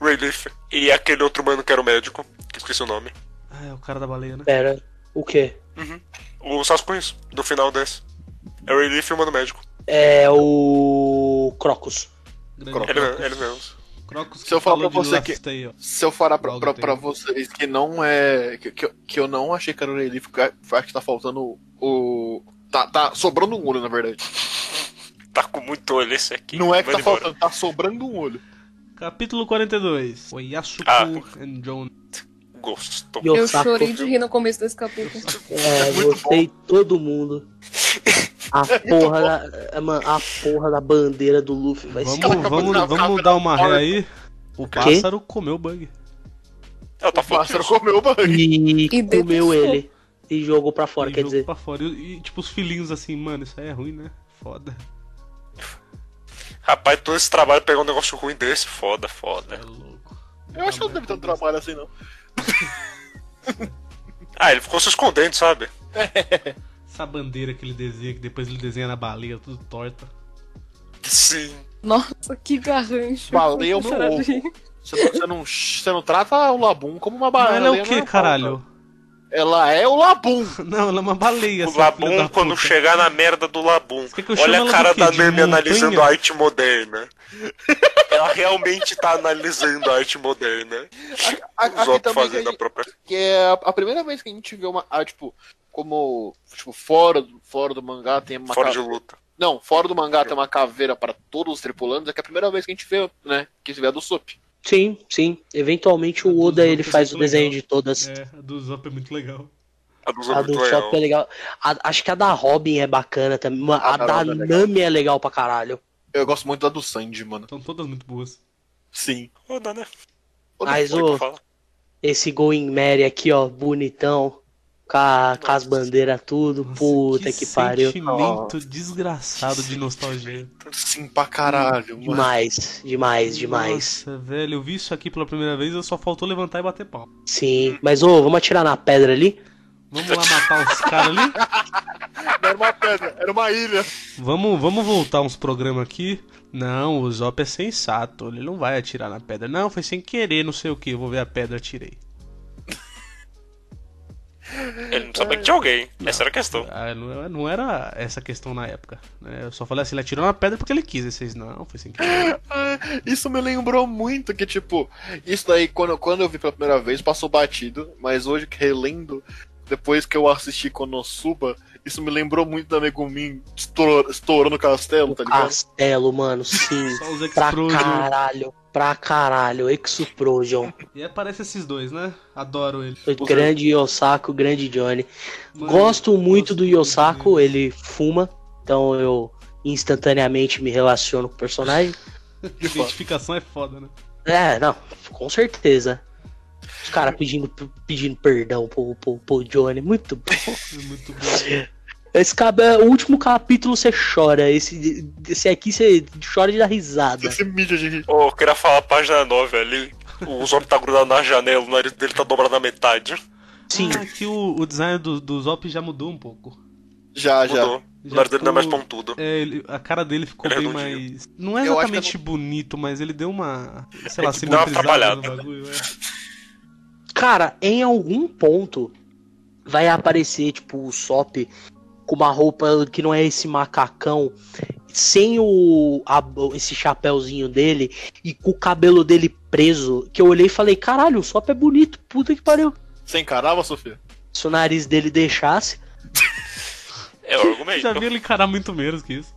Speaker 2: Relief e aquele outro mano que era o médico, que eu esqueci o nome.
Speaker 1: Ah, é o cara da baleia, né?
Speaker 3: Pera, o quê?
Speaker 2: O Sasquinhos, do final desse. É o Relief e o mano médico.
Speaker 3: É o Crocus.
Speaker 1: Grande
Speaker 5: Crocus.
Speaker 2: Ele,
Speaker 1: Crocus.
Speaker 2: ele mesmo.
Speaker 1: Crocus
Speaker 5: Se eu falar
Speaker 1: falou
Speaker 5: pra
Speaker 1: de
Speaker 5: você
Speaker 1: Last
Speaker 5: que-
Speaker 1: Day, ó.
Speaker 5: Se eu falar pra,
Speaker 1: Logo
Speaker 5: pra,
Speaker 1: tem.
Speaker 5: pra vocês que não é. que, que, eu- que eu não achei que era o Relief, que eu acho que tá faltando o. Tá, tá sobrando um olho, na verdade.
Speaker 2: Tá com muito olho esse aqui.
Speaker 5: não é que
Speaker 2: Manda
Speaker 5: tá
Speaker 2: embora.
Speaker 5: faltando, tá sobrando um olho.
Speaker 1: Capítulo 42. O Yasuku
Speaker 2: Ah.
Speaker 1: and John.
Speaker 2: Gostou.
Speaker 3: E o
Speaker 4: Eu
Speaker 3: saco.
Speaker 4: chorei de rir no começo desse capítulo.
Speaker 3: É,
Speaker 2: muito
Speaker 3: gostei todo mundo. A porra, da, é, mano, a porra da bandeira do Luffy vai
Speaker 1: Vamos,
Speaker 3: se.
Speaker 5: acabou de
Speaker 1: vamos,
Speaker 5: dar
Speaker 1: vamos
Speaker 5: capa
Speaker 1: dar
Speaker 5: na
Speaker 1: uma ré
Speaker 5: porta.
Speaker 1: aí. O pássaro comeu o bug.
Speaker 2: Ela tá
Speaker 5: O pássaro
Speaker 2: falando.
Speaker 5: comeu
Speaker 1: [LAUGHS]
Speaker 5: o bug.
Speaker 3: E,
Speaker 4: E
Speaker 3: comeu
Speaker 4: detestou.
Speaker 3: ele. E jogou pra fora,
Speaker 1: E
Speaker 3: quer
Speaker 1: jogou
Speaker 3: dizer.
Speaker 1: pra fora. E, e, tipo, os filhinhos assim, mano, isso aí é ruim, né? Foda.
Speaker 2: Rapaz, todo esse trabalho pegar um negócio ruim desse, foda, foda.
Speaker 1: É louco.
Speaker 5: Eu acho que não deve ter um trabalho assim, não.
Speaker 2: Ah, ele ficou se escondendo, sabe?
Speaker 1: Essa bandeira que ele desenha, que depois ele desenha na baleia, tudo torta.
Speaker 2: Sim.
Speaker 4: Nossa, que garrancho.
Speaker 5: Baleia
Speaker 4: Eu
Speaker 5: ou meu
Speaker 4: chorei.
Speaker 5: ovo? Você não, você, não, você não trata o Labum como uma
Speaker 1: Mas
Speaker 5: baleia.
Speaker 1: ela é o
Speaker 5: não
Speaker 1: que,
Speaker 5: uma
Speaker 1: caralho?
Speaker 5: baleia. Ela é o Labum.
Speaker 1: [LAUGHS] Não, ela é uma baleia.
Speaker 2: O
Speaker 1: seu filho da
Speaker 2: Labum, quando
Speaker 1: puta.
Speaker 2: chegar na merda do Labum,
Speaker 1: Você quer que eu chame
Speaker 2: olha
Speaker 1: ela
Speaker 2: a
Speaker 1: do
Speaker 2: cara
Speaker 1: quê?
Speaker 2: da
Speaker 1: De
Speaker 2: Nami
Speaker 1: montanha?
Speaker 2: analisando a arte moderna. Ela realmente tá analisando a arte moderna.
Speaker 5: A-
Speaker 2: Os
Speaker 5: Aqui
Speaker 2: outros
Speaker 5: também que, a
Speaker 2: fazendo a
Speaker 5: gente-
Speaker 2: própria.
Speaker 5: que é a, a primeira vez que a gente vê uma. ah, tipo, como. Tipo, fora, do- fora do mangá tem uma.
Speaker 2: Fora
Speaker 5: ca-
Speaker 2: de luta.
Speaker 5: Não, fora do mangá tem uma caveira para todos os tripulantes. É que é a primeira vez que a gente vê, né? Que se vê a do Sop.
Speaker 3: Sim, sim. Eventualmente o Oda ele faz o desenho de todas.
Speaker 1: É, a do Zop é muito legal.
Speaker 2: A dos
Speaker 3: A do
Speaker 2: outros legal.
Speaker 3: Chop é legal. A- acho que a da Robin é bacana também. Mano,
Speaker 5: A
Speaker 3: A,
Speaker 5: da
Speaker 3: da
Speaker 5: Robin é legal.
Speaker 3: Nami é legal pra caralho.
Speaker 5: Eu gosto muito da do Sandy, mano.
Speaker 1: São todas muito boas.
Speaker 5: Sim.
Speaker 2: Foda, né?
Speaker 5: Foda,
Speaker 3: Mas
Speaker 2: Foi pra
Speaker 3: o,
Speaker 2: falar.
Speaker 3: esse Going Mary aqui, ó, bonitão. Com, a- com as
Speaker 2: Nossa.
Speaker 3: bandeiras tudo.
Speaker 1: Nossa,
Speaker 3: Puta que, pariu.
Speaker 1: sentimento desgraçado de
Speaker 3: [LAUGHS]
Speaker 1: nostalgia.
Speaker 5: Sim pra caralho, mano.
Speaker 3: Demais, demais, É demais.
Speaker 1: Nossa, velho, eu vi isso aqui pela primeira vez, eu só faltou levantar e bater pau.
Speaker 3: Sim. Mas, ô, vamos atirar na pedra ali?
Speaker 1: Vamos lá matar os caras
Speaker 2: [LAUGHS]
Speaker 1: ali?
Speaker 5: Era uma pedra, era uma ilha.
Speaker 1: Vamos, vamos voltar uns programas aqui. Não, o Zop é sensato, ele não vai atirar na pedra. Não, foi sem querer, não sei o que. Eu vou ver a pedra, atirei.
Speaker 2: Ele não sabia que tinha alguém. Essa era a questão.
Speaker 1: Ah, não, não era essa questão na época. Né? Eu só falei assim, ele atirou na pedra porque ele quis. E vocês, não, foi sem querer.
Speaker 5: Ah, Isso me lembrou muito que, tipo, isso daí, quando, quando eu vi pela primeira vez, passou batido, mas hoje, que relendo, depois que eu assisti Konosuba, isso me lembrou muito da Megumin estour- estourando o castelo, tá ligado?
Speaker 3: Castelo, mano, sim.
Speaker 1: [LAUGHS] Só os né?
Speaker 3: pra
Speaker 1: Explosion.
Speaker 3: caralho, pra caralho. Exuplosion.
Speaker 1: E aparece esses dois, né? Adoro ele.
Speaker 5: Os-
Speaker 3: Grande Yosaku, grande Johnny.
Speaker 1: Mano,
Speaker 3: Gosto
Speaker 1: gosto
Speaker 3: muito do Yosaku, ele fuma, então eu instantaneamente me relaciono com o personagem.
Speaker 1: dele. [LAUGHS] Identificação é foda, né?
Speaker 3: É, não, com certeza. Os caras pedindo, pedindo perdão pro, pro, pro Johnny, muito bom.
Speaker 1: É muito bom.
Speaker 3: Esse cab- é, o último capítulo você chora, esse, esse aqui você chora de dar risada.
Speaker 5: Esse mídia de rir.
Speaker 2: Ô, eu queria falar a página 9 ali. O Zop tá grudado na janela, o nariz dele tá dobrado na metade.
Speaker 3: Sim,
Speaker 1: Ah, aqui o, o design do, do Zop já mudou um pouco.
Speaker 5: Já, já.
Speaker 2: Mudou. O
Speaker 1: Já
Speaker 2: nariz dele não é mais
Speaker 1: ficou-
Speaker 2: pontudo.
Speaker 1: É, ele- a cara dele ficou
Speaker 2: Ele é
Speaker 1: bem
Speaker 2: redondinho.
Speaker 1: mais. Não é
Speaker 5: Eu acho que
Speaker 1: exatamente bonito, mas ele deu uma. Sei lá,
Speaker 2: É que deu uma
Speaker 1: simetrizada no
Speaker 2: atrapalhada.
Speaker 1: bagulho.
Speaker 2: [LAUGHS]
Speaker 1: é.
Speaker 3: cara, em algum ponto vai aparecer, tipo, o Sop com uma roupa que não é esse macacão, sem o a- esse chapéuzinho dele e com o cabelo dele preso, que eu olhei e falei, caralho, o Sop é bonito, puta que pariu.
Speaker 5: Você encarava, Sofia?
Speaker 3: Se o nariz dele deixasse,
Speaker 2: É o argumento.
Speaker 1: Já vi ele encarar muito menos que isso.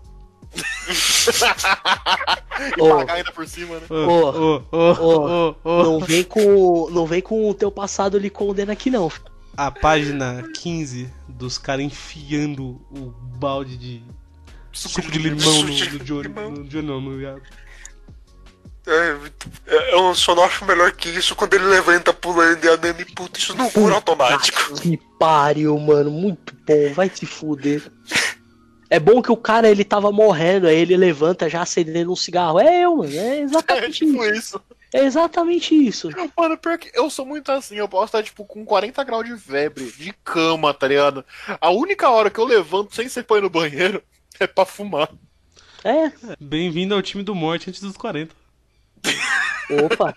Speaker 5: E
Speaker 3: Ô.
Speaker 5: pagar ainda por cima, né? [LAUGHS]
Speaker 1: Ô,
Speaker 3: Ô,
Speaker 1: ô, ô,
Speaker 3: ô,
Speaker 1: ô, ô.
Speaker 3: não vem com não vem com o teu passado lhe condena aqui não.
Speaker 1: A página 15 dos caras enfiando o balde de suco de limão no, no Johnny. No Johnny não, no Iago.
Speaker 2: É, muito- é, eu só não acho melhor que isso quando ele levanta pulando e a Nami, puta, isso não cura automático.
Speaker 3: Que pariu, mano. Muito bom. Vai se fuder. É bom que o cara, ele tava morrendo, aí ele levanta já acendendo um cigarro. É eu, mano. É
Speaker 5: [LAUGHS] É
Speaker 3: exatamente
Speaker 5: tipo
Speaker 3: isso.
Speaker 5: isso.
Speaker 3: É exatamente isso.
Speaker 5: Mano, pior que eu sou muito assim, eu posso estar, tipo, com 40 graus de febre, de cama, tá ligado? A única hora que eu levanto sem ser põe no banheiro [LAUGHS] é pra fumar.
Speaker 3: É.
Speaker 1: Bem-vindo ao time do Morte antes dos 40.
Speaker 3: Opa.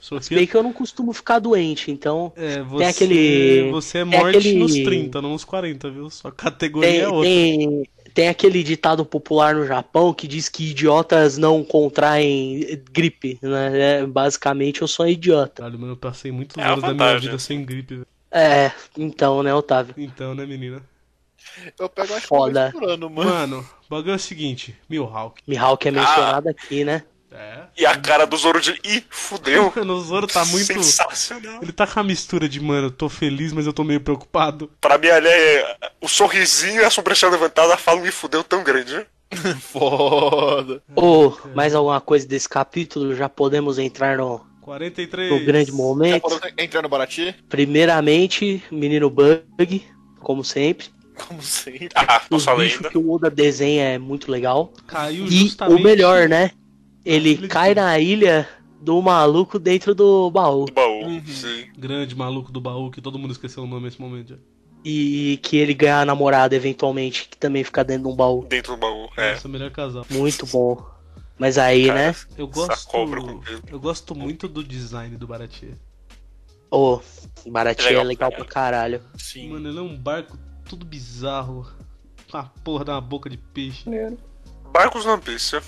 Speaker 1: Sofia,
Speaker 3: Bem que eu não costumo ficar doente, então.
Speaker 1: é, você,
Speaker 3: tem aquele-
Speaker 1: você é
Speaker 3: tem
Speaker 1: morte
Speaker 3: aquele-
Speaker 1: nos 30, não nos 40, viu? Sua categoria é
Speaker 3: Tem,
Speaker 1: outra.
Speaker 3: tem, tem aquele ditado popular no Japão que diz que idiotas não contraem gripe, né? É, Basicamente, eu sou um idiota.
Speaker 1: Caralho, mano, eu passei muitos
Speaker 2: É uma
Speaker 1: anos da minha
Speaker 2: vantagem.
Speaker 1: vida sem gripe. velho.
Speaker 3: É, então, né, Otávio?
Speaker 1: Então, né, menina?
Speaker 5: Eu pego acho
Speaker 3: Foda.
Speaker 5: que eu tô misturando, mano.
Speaker 1: Mano, o bagulho é o seguinte: Milhawk.
Speaker 3: Mihawk é mencionado aqui, né?
Speaker 1: É.
Speaker 2: E a cara do Zoro de. Ih, fudeu!
Speaker 1: [LAUGHS] Mano, o Zoro tá muito.
Speaker 2: Sensacional!
Speaker 1: Ele tá com a mistura de, mano, eu tô feliz, mas eu tô meio preocupado.
Speaker 2: Pra mim, ali é. O sorrisinho e a sobrancelha levantada falam me fudeu tão grande.
Speaker 5: Foda.
Speaker 3: Ô, mais alguma coisa desse capítulo? Já podemos entrar no,
Speaker 1: 43.
Speaker 3: no grande
Speaker 5: Já
Speaker 3: momento.
Speaker 5: falou que entrar no Barati?
Speaker 3: Primeiramente, menino Bug, como sempre.
Speaker 5: Como sempre.
Speaker 2: Ah,
Speaker 3: Os
Speaker 2: nossa
Speaker 3: bichos
Speaker 2: lenda.
Speaker 3: que o Oda desenha é muito legal.
Speaker 1: Caiu
Speaker 3: E
Speaker 1: justamente.
Speaker 3: o melhor, né? Ele
Speaker 1: Ele-
Speaker 3: cai na ilha do maluco dentro do baú.
Speaker 2: Do baú.
Speaker 5: Uhum.
Speaker 2: Sim.
Speaker 1: Grande maluco do baú, que todo mundo esqueceu o nome nesse momento já.
Speaker 3: E que ele ganha a namorada eventualmente, que também fica dentro de um baú.
Speaker 2: Dentro do baú. É.
Speaker 1: Nossa, melhor casal.
Speaker 3: Muito bom. Mas aí,
Speaker 2: Cara,
Speaker 3: né?
Speaker 1: Eu gosto.
Speaker 2: cobra com pelo.
Speaker 1: Eu gosto muito do design do Baratie.
Speaker 3: Ô, Baratinha é
Speaker 2: Legal
Speaker 3: legal pra
Speaker 2: pra
Speaker 3: caralho.
Speaker 5: Sim.
Speaker 1: Mano, ele é um barco tudo bizarro. Com a porra da boca de peixe.
Speaker 2: Barcos no One Piece.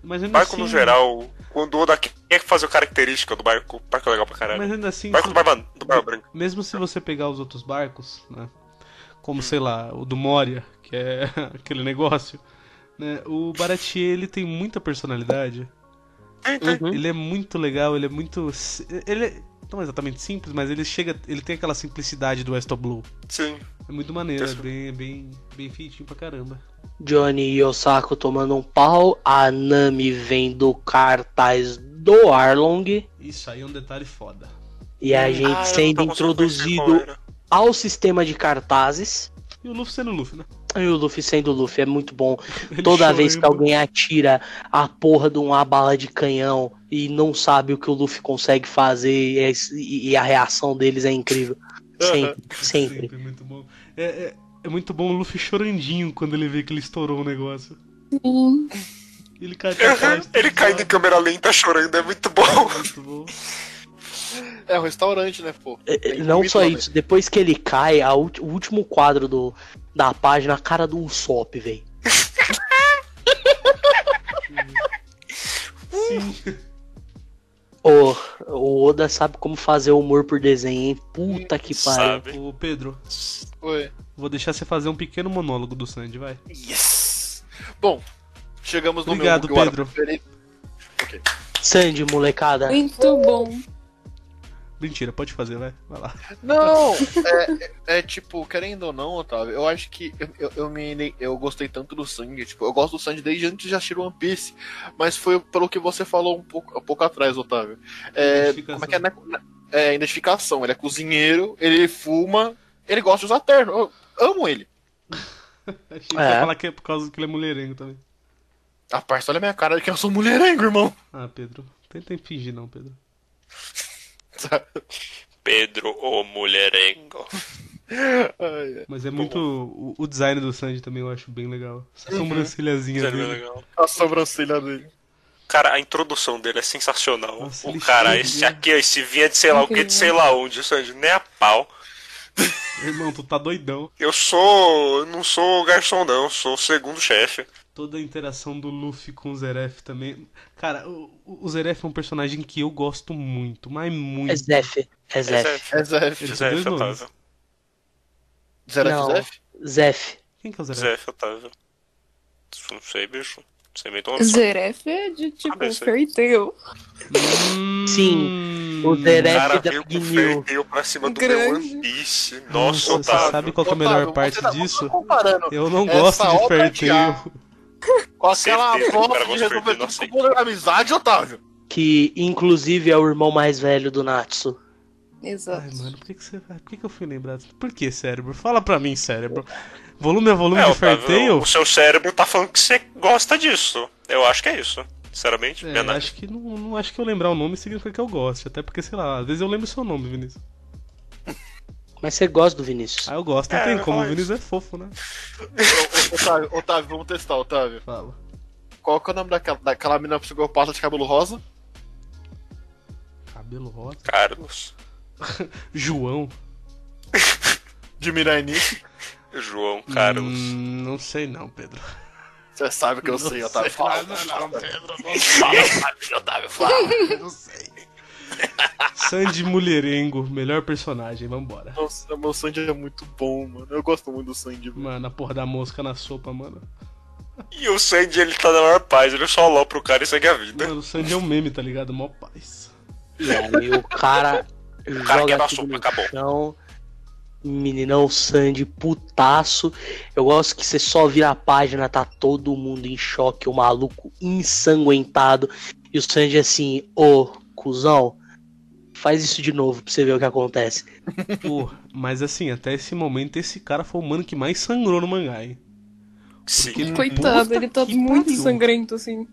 Speaker 1: Mas ainda
Speaker 2: Barco
Speaker 1: assim,
Speaker 2: no geral. Quando o Oda quer fazer o característica do barco, barco é legal pra
Speaker 1: Mas
Speaker 2: caralho.
Speaker 1: ainda assim,
Speaker 2: Barco do Barba, do barba Branca.
Speaker 1: mesmo se você pegar os outros barcos, né?
Speaker 2: Hum.
Speaker 1: Como, sei lá, o do Moria, que é [LAUGHS] aquele negócio, né? O Baratie, ele tem muita personalidade.
Speaker 3: Uhum.
Speaker 1: Ele é muito legal, ele é muito. si- Ele é não exatamente simples, mas ele chega. Ele tem aquela simplicidade do West of Blue.
Speaker 2: Sim.
Speaker 1: É muito maneiro, é
Speaker 2: Isso.
Speaker 1: bem, é bem, bem feitinho pra caramba.
Speaker 3: Johnny e Osako tomando um pau. A Nami vendo o cartaz do Arlong.
Speaker 1: Isso aí é um detalhe foda.
Speaker 3: E a gente
Speaker 2: Ah, eu não tô conseguindo ver
Speaker 3: sendo
Speaker 2: qual
Speaker 3: introduzido
Speaker 2: era.
Speaker 3: ao sistema de cartazes.
Speaker 1: E o Luffy sendo Luffy, né? [LAUGHS]
Speaker 3: E o Luffy sendo Luffy é muito bom.
Speaker 1: Ele
Speaker 3: Toda vez que
Speaker 1: chorando.
Speaker 3: alguém atira a porra de uma bala de canhão e não sabe o que o Luffy consegue fazer e, é- e a reação deles é incrível. Sempre, sempre.
Speaker 1: muito bom. É, é, é muito bom o Luffy chorandinho quando ele vê que ele estourou o negócio.
Speaker 4: Sim.
Speaker 1: Ele cai pra
Speaker 2: Uhum.
Speaker 1: trás,
Speaker 2: Ele
Speaker 1: tudo
Speaker 2: caindo em
Speaker 1: lá,
Speaker 2: câmera lenta chorando, é muito bom.
Speaker 1: Muito bom.
Speaker 5: É o restaurante, né, pô?
Speaker 3: É,
Speaker 5: Tem né?
Speaker 3: Não
Speaker 5: muito
Speaker 3: só
Speaker 5: homem.
Speaker 3: isso, depois que ele cai, a ult- o último quadro do, da página, a cara do Usopp, velho.
Speaker 1: Sim.
Speaker 3: O, o Oda sabe como fazer humor por desenho, hein? Puta que pariu.
Speaker 2: Sabe?
Speaker 1: Ô Pedro,
Speaker 5: Oi.
Speaker 1: vou deixar você fazer um pequeno monólogo do Sandy, vai.
Speaker 5: Yes! Bom, chegamos no
Speaker 1: Obrigado,
Speaker 5: meu Mugiwara
Speaker 1: Pedro.
Speaker 5: preferido.
Speaker 3: Sandy, molecada.
Speaker 4: Muito bom.
Speaker 1: Mentira, pode fazer, vai. Vai lá.
Speaker 5: Não! É, é tipo, querendo ou não, Otávio, eu acho que eu, eu, eu me, eu gostei tanto do sangue. Tipo, eu gosto do sangue desde antes de assistir One Piece. Mas foi pelo que você falou um pouco, um pouco atrás, Otávio. É,
Speaker 1: Identificação.
Speaker 5: como é que é, né? É, identificação. Ele é cozinheiro, ele fuma, ele gosta de usar terno. Eu amo ele.
Speaker 1: Achei que você
Speaker 3: É.
Speaker 1: ia falar que é por causa que ele é mulherengo também.
Speaker 5: Rapaz, olha a minha cara de que eu sou mulherengo, irmão.
Speaker 1: Ah, Pedro. Tenta fingir não, Pedro.
Speaker 5: Sabe?
Speaker 2: Pedro, o mulherengo.
Speaker 5: Ai, ai.
Speaker 1: Mas é muito. O, o design do Sandy também eu acho bem legal. Essa
Speaker 5: Uhum.
Speaker 1: sobrancelhazinha
Speaker 2: Sério,
Speaker 1: dele.
Speaker 2: é legal.
Speaker 5: A sobrancelha dele.
Speaker 2: Cara, a introdução dele é sensacional.
Speaker 1: Nossa,
Speaker 2: o
Speaker 1: ele
Speaker 2: cara,
Speaker 1: chega,
Speaker 2: esse
Speaker 1: né?
Speaker 2: aqui, esse vinha de sei lá o que, de sei lá onde, Sandy, nem a pau.
Speaker 1: Irmão, tu tá doidão.
Speaker 2: Eu sou. não sou garçom, não, eu sou o segundo chefe.
Speaker 1: Toda a interação do Luffy com o Zeref também. Cara, o, o Zeref é um personagem que eu gosto muito, mas muito.
Speaker 3: É Zef. É Zef.
Speaker 2: Zef,
Speaker 5: É Zef.
Speaker 1: Ele
Speaker 2: Zef,
Speaker 1: tem dois nomes.
Speaker 2: Otávio.
Speaker 5: Zeref,
Speaker 3: Não.
Speaker 5: Zef?
Speaker 3: Zef.
Speaker 1: Quem que é o Zeref?
Speaker 2: Zef, Otávio. Isso Não sei, bicho. Não sei nem teu nome.
Speaker 4: Zeref é de tipo
Speaker 2: Ah,
Speaker 4: um
Speaker 2: isso aí.
Speaker 4: fairy tale.
Speaker 1: Hum,
Speaker 3: Sim, o Zeref.
Speaker 2: O cara
Speaker 3: da
Speaker 2: veio com
Speaker 3: Big
Speaker 2: o
Speaker 3: New.
Speaker 2: feio pra cima do
Speaker 4: Grande.
Speaker 2: meu One Piece.
Speaker 1: Nossa,
Speaker 2: Nossa,
Speaker 1: você
Speaker 2: Otávio.
Speaker 1: sabe qual que é a melhor
Speaker 5: Otávio,
Speaker 1: parte
Speaker 5: você tá- você
Speaker 1: disso?
Speaker 5: tá comparando
Speaker 1: Eu não
Speaker 5: Essa
Speaker 1: gosto de
Speaker 5: obra
Speaker 1: Fair
Speaker 5: de arte.
Speaker 1: Tail.
Speaker 5: Com aquela
Speaker 2: Certeza que o
Speaker 5: foto
Speaker 2: cara
Speaker 5: de
Speaker 2: vai se perder
Speaker 5: resolver
Speaker 2: no
Speaker 5: tudo com o
Speaker 2: aceito.
Speaker 5: poder da amizade, Otávio. [LAUGHS]
Speaker 3: Que inclusive é o irmão mais velho do Natsu.
Speaker 4: Exato.
Speaker 1: Ai, mano, por que, que você. Por que, que eu fui lembrado? Por que, cérebro? Fala pra mim, cérebro. Volume é volume
Speaker 2: É,
Speaker 1: de
Speaker 2: Otávio,
Speaker 1: Fair Tail?
Speaker 2: o seu cérebro tá falando que você gosta disso. Eu acho que é isso, sinceramente.
Speaker 1: É,
Speaker 2: minha análise.
Speaker 1: acho que não, não acho que eu lembrar o nome significa que eu goste. Até porque, sei lá, às vezes eu lembro seu nome, Vinícius.
Speaker 3: Mas você gosta do Vinícius.
Speaker 1: Ah, eu gosto, não
Speaker 2: É,
Speaker 1: tem
Speaker 2: eu
Speaker 1: como. O
Speaker 2: gosto.
Speaker 1: Vinícius é fofo, né?
Speaker 5: Ô, ô, Otávio, Otávio, vamos testar, Otávio.
Speaker 1: Fala.
Speaker 5: Qual que é o nome daquela, daquela mina psicopata de cabelo rosa?
Speaker 1: Cabelo rosa.
Speaker 2: Carlos,
Speaker 1: João.
Speaker 5: De Mirai Nice.
Speaker 2: João Carlos.
Speaker 1: Hum, não sei não, Pedro. [LAUGHS]
Speaker 5: Você sabe que eu sei, Otávio. Fala. [LAUGHS]
Speaker 1: Não sei. Sandy Mulherengo, melhor personagem, vambora.
Speaker 5: Nossa, meu Sandy é muito bom, mano. Eu gosto muito do Sandy, mano.
Speaker 1: Mano, a porra da mosca na sopa, mano.
Speaker 2: E o Sandy, ele tá na maior paz, ele só olha pro cara e segue a vida.
Speaker 1: Mano, o Sandy é um meme, tá ligado? Mó [LAUGHS] paz.
Speaker 3: E aí o
Speaker 2: [LAUGHS]
Speaker 3: cara joga
Speaker 2: quebra a
Speaker 3: tudo
Speaker 2: sopa,
Speaker 3: no
Speaker 2: acabou.
Speaker 3: chão. Meninão Sandy, putaço. Eu gosto que você só vira a página, tá todo mundo em choque, o maluco ensanguentado. E o Sandy assim, ô, cuzão, faz isso de novo pra você ver o que acontece.
Speaker 1: Pô, mas assim, até esse momento esse cara foi o mano que mais sangrou no mangá, hein?
Speaker 2: Sim.
Speaker 1: Porque,
Speaker 4: Coitado,
Speaker 1: puta
Speaker 4: ele tá
Speaker 1: que
Speaker 4: muito
Speaker 1: pariu.
Speaker 4: sangrento, assim.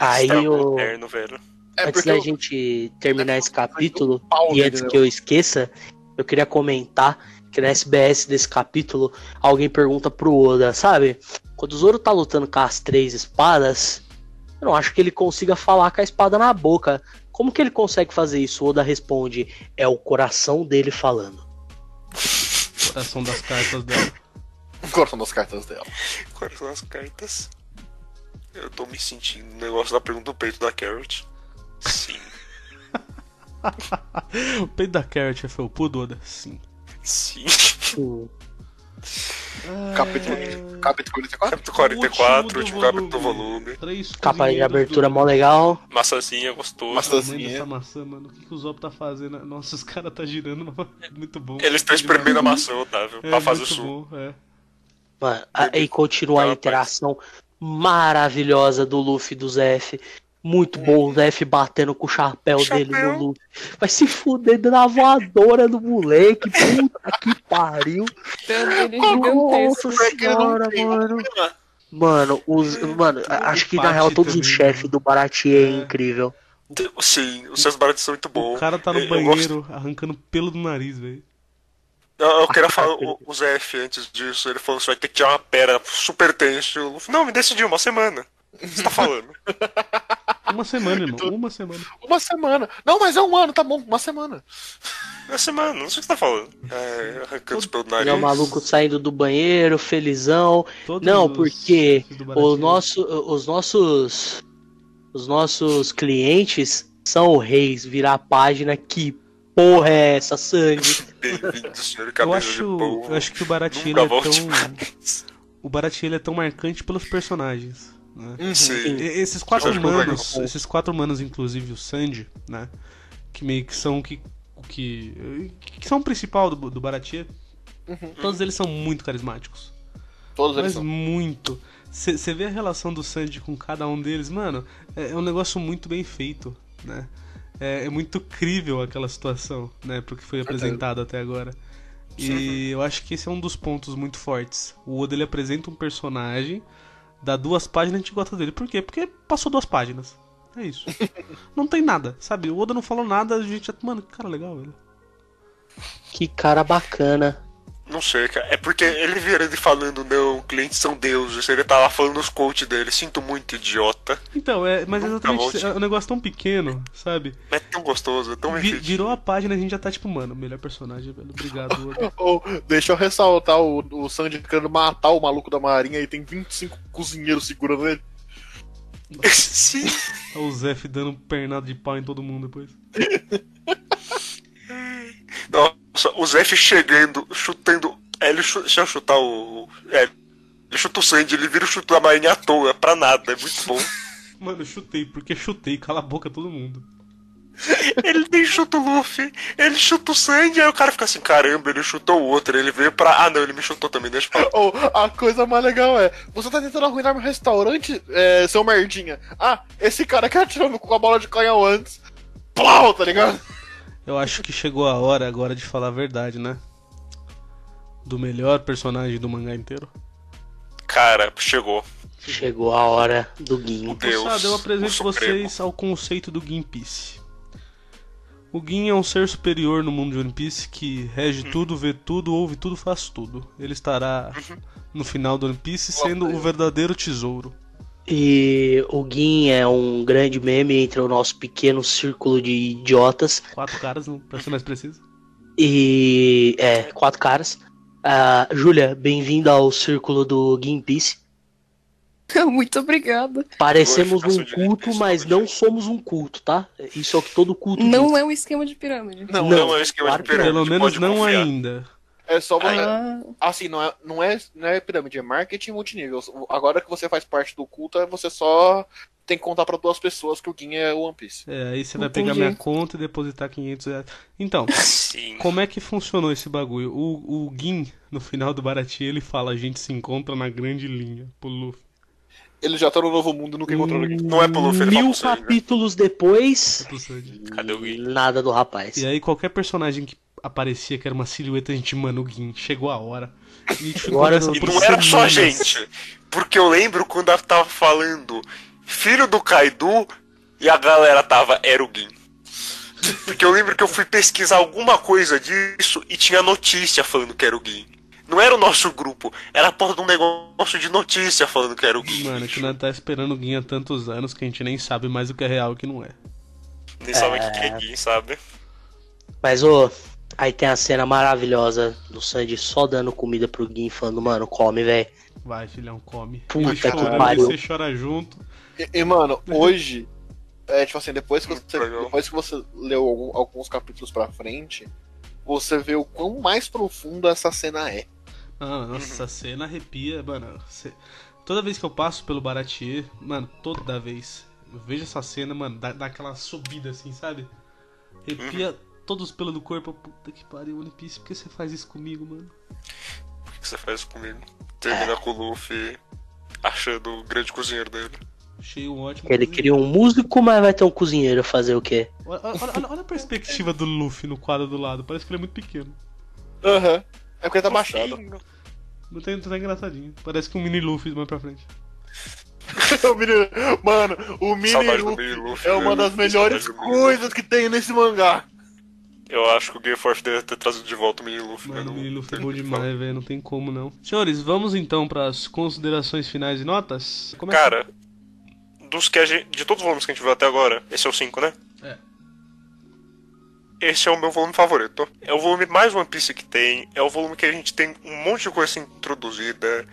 Speaker 3: Aí
Speaker 2: Tá
Speaker 3: o.
Speaker 2: moderno, velho.
Speaker 5: É
Speaker 3: Antes
Speaker 5: porque
Speaker 3: da
Speaker 5: eu-
Speaker 3: gente
Speaker 2: é
Speaker 3: terminar esse capítulo,
Speaker 1: é
Speaker 5: pau
Speaker 3: e
Speaker 5: nele,
Speaker 3: antes
Speaker 5: né? [LAUGHS]
Speaker 3: que eu esqueça, eu queria comentar que na SBS desse capítulo, alguém pergunta pro Oda, sabe? Quando o Zoro tá lutando com as três espadas, eu não acho que ele consiga falar com a espada na boca. Como que ele consegue fazer isso? O Oda responde, é o coração dele falando.
Speaker 1: Coração das cartas dela.
Speaker 5: Coração das cartas dela.
Speaker 2: Quais são as cartas? Eu tô me sentindo no negócio da pergunta do peito da Carrot. Sim.
Speaker 1: O peito da Carrot é felpudo, Oda? Sim. [LAUGHS]
Speaker 2: Sim.
Speaker 3: Sim.
Speaker 5: Capítulo, capítulo 44.
Speaker 2: Capítulo 44,
Speaker 1: Último
Speaker 2: último
Speaker 1: do
Speaker 2: capítulo do volume.
Speaker 1: Três
Speaker 3: Capa de
Speaker 1: cozinheiros
Speaker 3: abertura
Speaker 1: do...
Speaker 3: mó legal.
Speaker 2: Maçãzinha, gostoso.
Speaker 5: Maçã-
Speaker 1: Tamanho
Speaker 5: Assim,
Speaker 1: dessa
Speaker 5: é.
Speaker 1: maçã, mano. O que, que o Zop tá fazendo? Nossa, os caras tá girando. mas- [LAUGHS] Muito bom.
Speaker 2: Eles estão espremendo a maçã, Otávio,
Speaker 1: É,
Speaker 2: pra fazer o
Speaker 1: muito
Speaker 2: suco.
Speaker 1: bom, é.
Speaker 3: Mano, aí continua a
Speaker 2: Aquela
Speaker 3: interação maravilhosa do Luffy e do Zef. Muito bom o Zef batendo com o chapéu,
Speaker 2: Chapéu.
Speaker 3: dele no Luffy. Vai se fuder dando a voadora do moleque. Puta que pariu.
Speaker 4: O pé dele é
Speaker 3: Nossa
Speaker 4: gigantesco.
Speaker 3: senhora, mano. Mano, os, mano a- acho que na
Speaker 1: Parte
Speaker 3: real todos os
Speaker 1: também,
Speaker 3: chefes
Speaker 1: né?
Speaker 3: do Baratier é
Speaker 1: É.
Speaker 3: incrível.
Speaker 2: Sim, os seus baratos são muito
Speaker 1: O
Speaker 2: bons.
Speaker 1: cara tá
Speaker 2: Eu-
Speaker 1: no
Speaker 2: eu
Speaker 1: banheiro arrancando pelo do nariz, velho.
Speaker 2: Eu, eu
Speaker 1: [LAUGHS]
Speaker 2: queria falar o, o Zé F antes disso. Ele falou que você vai ter que tirar uma pera super tenso. O Luffy, não, me decidiu, uma semana. O que você tá falando?
Speaker 1: Uma semana, irmão. Uma semana.
Speaker 5: Uma semana. Não, mas é um ano, tá bom. Uma semana.
Speaker 2: uma semana, não sei o que você tá falando. É, arrancando os pelos do
Speaker 3: Ele é
Speaker 2: nariz.
Speaker 3: o maluco saindo do banheiro, felizão.
Speaker 1: Todos
Speaker 3: Não,
Speaker 1: os
Speaker 3: porque
Speaker 1: chefes do
Speaker 3: O
Speaker 1: Baratinho.
Speaker 3: nosso, os nossos os nossos clientes são reis. Virar a página que porra é essa, Sandy?
Speaker 2: Bem-vindo, senhor
Speaker 1: Eu
Speaker 2: cabeça
Speaker 1: acho,
Speaker 2: de pão.
Speaker 1: eu acho que o Baratinho
Speaker 2: Nunca
Speaker 1: é
Speaker 2: volte
Speaker 1: tão. O Baratinho ele é tão marcante pelos personagens. Né?
Speaker 2: Sim.
Speaker 1: E- Esses quatro
Speaker 2: Eu acho que eu vou
Speaker 1: humanos,
Speaker 2: pegar.
Speaker 1: esses quatro humanos, inclusive o Sandy, né? Que meio que são o que, o que, que são o principal do, do Baratie. Todos eles são muito carismáticos.
Speaker 5: Todos
Speaker 1: Mas
Speaker 5: eles são.
Speaker 1: muito. Você vê a relação do Sandy com cada um deles, mano, é, é um negócio muito bem feito, né? É, é muito crível aquela situação, né? Porque foi apresentado até agora. E eu acho que esse é um dos pontos muito fortes. O Oda ele apresenta um personagem, dá duas páginas e a gente gosta dele. Por quê? Porque passou duas páginas. É
Speaker 5: [LAUGHS]
Speaker 1: isso. não tem nada, sabe? O Oda não falou nada, a gente já. Mano, que cara legal, velho.
Speaker 3: Que cara bacana.
Speaker 2: Não sei, cara. É porque ele vira ele falando, não, clientes são deuses. Ele tá lá falando os coach dele. Sinto muito idiota.
Speaker 1: Então, é, mas
Speaker 2: Nunca
Speaker 1: exatamente
Speaker 2: volte.
Speaker 1: é um negócio tão pequeno, sabe?
Speaker 2: Mas é tão gostoso, é tão
Speaker 1: Vi-
Speaker 2: bem feito.
Speaker 1: virou a página e a gente já tá tipo, mano, melhor personagem, velho. Obrigado, Oda.
Speaker 5: Ô, deixa eu ressaltar o, o Sandy querendo matar o maluco da marinha e tem 25 cozinheiros segurando ele.
Speaker 2: [LAUGHS] Sim.
Speaker 1: Olha o Zef dando pernado de pau em todo mundo depois.
Speaker 2: Nossa, o Zef chegando, chutando. É, ele chu- deixa eu chutar o. É, ele chuta o Sandy, ele vira o chute da marinha à toa, pra nada, é muito bom.
Speaker 1: Mano, eu chutei, porque chutei, cala a boca todo mundo.
Speaker 2: Ele nem chuta o Luffy, ele chuta o Sandy, aí o cara fica assim, caramba, ele chutou o outro, ele veio pra. Ah não, ele me chutou também, deixa eu falar.
Speaker 5: Ou a coisa mais legal é, você tá tentando arruinar meu restaurante, é, seu merdinha. Ah, esse cara que atirou com a bola de canhão antes. Plau, tá ligado?
Speaker 1: Eu acho que chegou a hora agora de falar a verdade, né? Do melhor personagem do mangá inteiro.
Speaker 2: Cara, chegou.
Speaker 3: Chegou a hora do Guinho.
Speaker 2: Deus,
Speaker 1: Moçada, Então, eu apresento
Speaker 2: o Supremo.
Speaker 1: vocês ao conceito do Gin Peace. O Gin é um ser superior no mundo de One Piece que
Speaker 2: Uhum.
Speaker 1: rege tudo, vê tudo, ouve tudo, faz tudo. Ele estará
Speaker 2: Uhum.
Speaker 1: no final do One Piece sendo o verdadeiro tesouro.
Speaker 3: E o Guin é um grande meme entre o nosso pequeno círculo de idiotas.
Speaker 1: Quatro caras, não, pra ser mais preciso.
Speaker 3: E. É, quatro caras. Ah, Júlia, bem-vinda ao círculo do Guin Peace.
Speaker 4: [LAUGHS] Muito obrigada.
Speaker 3: Parecemos
Speaker 2: Hoje, faço
Speaker 3: um
Speaker 2: direito,
Speaker 3: culto,
Speaker 2: isso
Speaker 3: mas
Speaker 2: hoje.
Speaker 3: não somos um culto, tá? Isso é o que todo culto
Speaker 4: Não
Speaker 3: diz.
Speaker 4: é um esquema de pirâmide.
Speaker 5: Não,
Speaker 2: Não,
Speaker 3: não,
Speaker 2: é o esquema
Speaker 3: claro
Speaker 2: de
Speaker 3: que não.
Speaker 2: pirâmide.
Speaker 1: Pelo menos
Speaker 2: pode
Speaker 1: não
Speaker 2: confiar.
Speaker 1: ainda.
Speaker 5: É só você.
Speaker 4: Ah,
Speaker 5: Assim, não é, não, é, não é pirâmide, é marketing multinível. Agora que você faz parte do culto, é você só tem que contar pra duas pessoas que o Gin é One Piece.
Speaker 1: É, aí você
Speaker 4: Não
Speaker 1: vai pegar
Speaker 4: tem
Speaker 1: minha
Speaker 4: jeito.
Speaker 1: conta e depositar 500 reais. Então,
Speaker 2: Sim.
Speaker 1: como é que funcionou esse bagulho? O, o Gin, no final do Barati, ele fala: a gente se encontra na grande linha pro Luffy.
Speaker 5: Eles já estão no novo mundo e nunca encontraram aqui.
Speaker 2: Não é pro Luffy, ele
Speaker 3: Mil
Speaker 2: fala pro Sanji.
Speaker 3: capítulos depois.
Speaker 1: Pro Sanji.
Speaker 2: Cadê o Gui?
Speaker 3: Nada do rapaz.
Speaker 1: E é. aí qualquer personagem que aparecia, que era uma silhueta, a gente, mano, o Gin, chegou a hora. E a gente ficou
Speaker 3: Agora
Speaker 1: nessa
Speaker 3: não-
Speaker 2: E
Speaker 1: por
Speaker 2: não era só
Speaker 1: semanas.
Speaker 2: gente. Porque eu lembro quando ela tava falando filho do Kaidu e a galera tava era o Gin. Porque eu lembro que eu fui pesquisar alguma coisa disso e tinha notícia falando que era o Gin. Não era o nosso grupo, era a porra de um negócio de notícia falando que era o Gin.
Speaker 1: Mano, que nós tá esperando o Gin há tantos anos que a gente nem sabe mais o que é real e o que não é.
Speaker 2: Nem sabe o que que é Gin, sabe?
Speaker 3: Mas, ô, aí tem a cena maravilhosa do Sandy só dando comida pro Guin, falando, mano, come, velho.
Speaker 1: Vai, filhão, come.
Speaker 3: Puta
Speaker 1: Ele
Speaker 3: que
Speaker 1: chorando,
Speaker 3: pariu.
Speaker 1: Você chora junto.
Speaker 5: E, e, mano, hoje, é tipo assim, depois que você,
Speaker 2: legal.
Speaker 5: depois que você leu algum- alguns capítulos pra frente, você vê o quão mais profunda essa cena é.
Speaker 1: Ah, nossa, essa cena arrepia, mano. Cê- Toda vez que eu passo pelo Baratier, mano, toda vez, eu vejo essa cena, mano, dá, dá aquela subida assim, sabe? Arrepia todos os pelos do corpo. eu, Puta que pariu, One Piece, por que você faz isso comigo, mano?
Speaker 2: O que você faz comigo? Termina com o Luffy achando o grande cozinheiro dele.
Speaker 1: Achei um ótimo.
Speaker 3: Ele
Speaker 1: cozinheiro.
Speaker 3: queria um músico, mas vai ter um cozinheiro fazer o quê?
Speaker 1: Olha, olha- olha- olha a perspectiva do Luffy no quadro do lado, parece que ele é muito pequeno.
Speaker 5: Aham. É porque tá baixado.
Speaker 1: Não tem, não tá engraçadinho. Parece que um mini Luffy mais pra frente.
Speaker 5: [LAUGHS] O mini- mano, o Mini
Speaker 2: Saudade do
Speaker 5: Luffy
Speaker 2: Mini Luffy,
Speaker 5: é uma
Speaker 2: né?
Speaker 5: das melhores
Speaker 2: Saudade do Mini Luffy.
Speaker 5: coisas que tem nesse mangá.
Speaker 2: Eu acho que o Game Force deve ter trazido de volta o Mini Luffy. né?
Speaker 1: Mano, o
Speaker 2: Não
Speaker 1: mini Luffy é
Speaker 2: tem
Speaker 1: bom
Speaker 2: o que
Speaker 1: demais, velho, não tem como não. Senhores, vamos então pras considerações finais e notas? Como é que-
Speaker 2: Cara, dos que a gente, de todos os volumes que a gente viu até agora, esse é o 5, né?
Speaker 1: É.
Speaker 2: Esse é o meu volume favorito. É o volume mais One Piece que tem. É o volume que a gente tem um monte de coisa introduzida.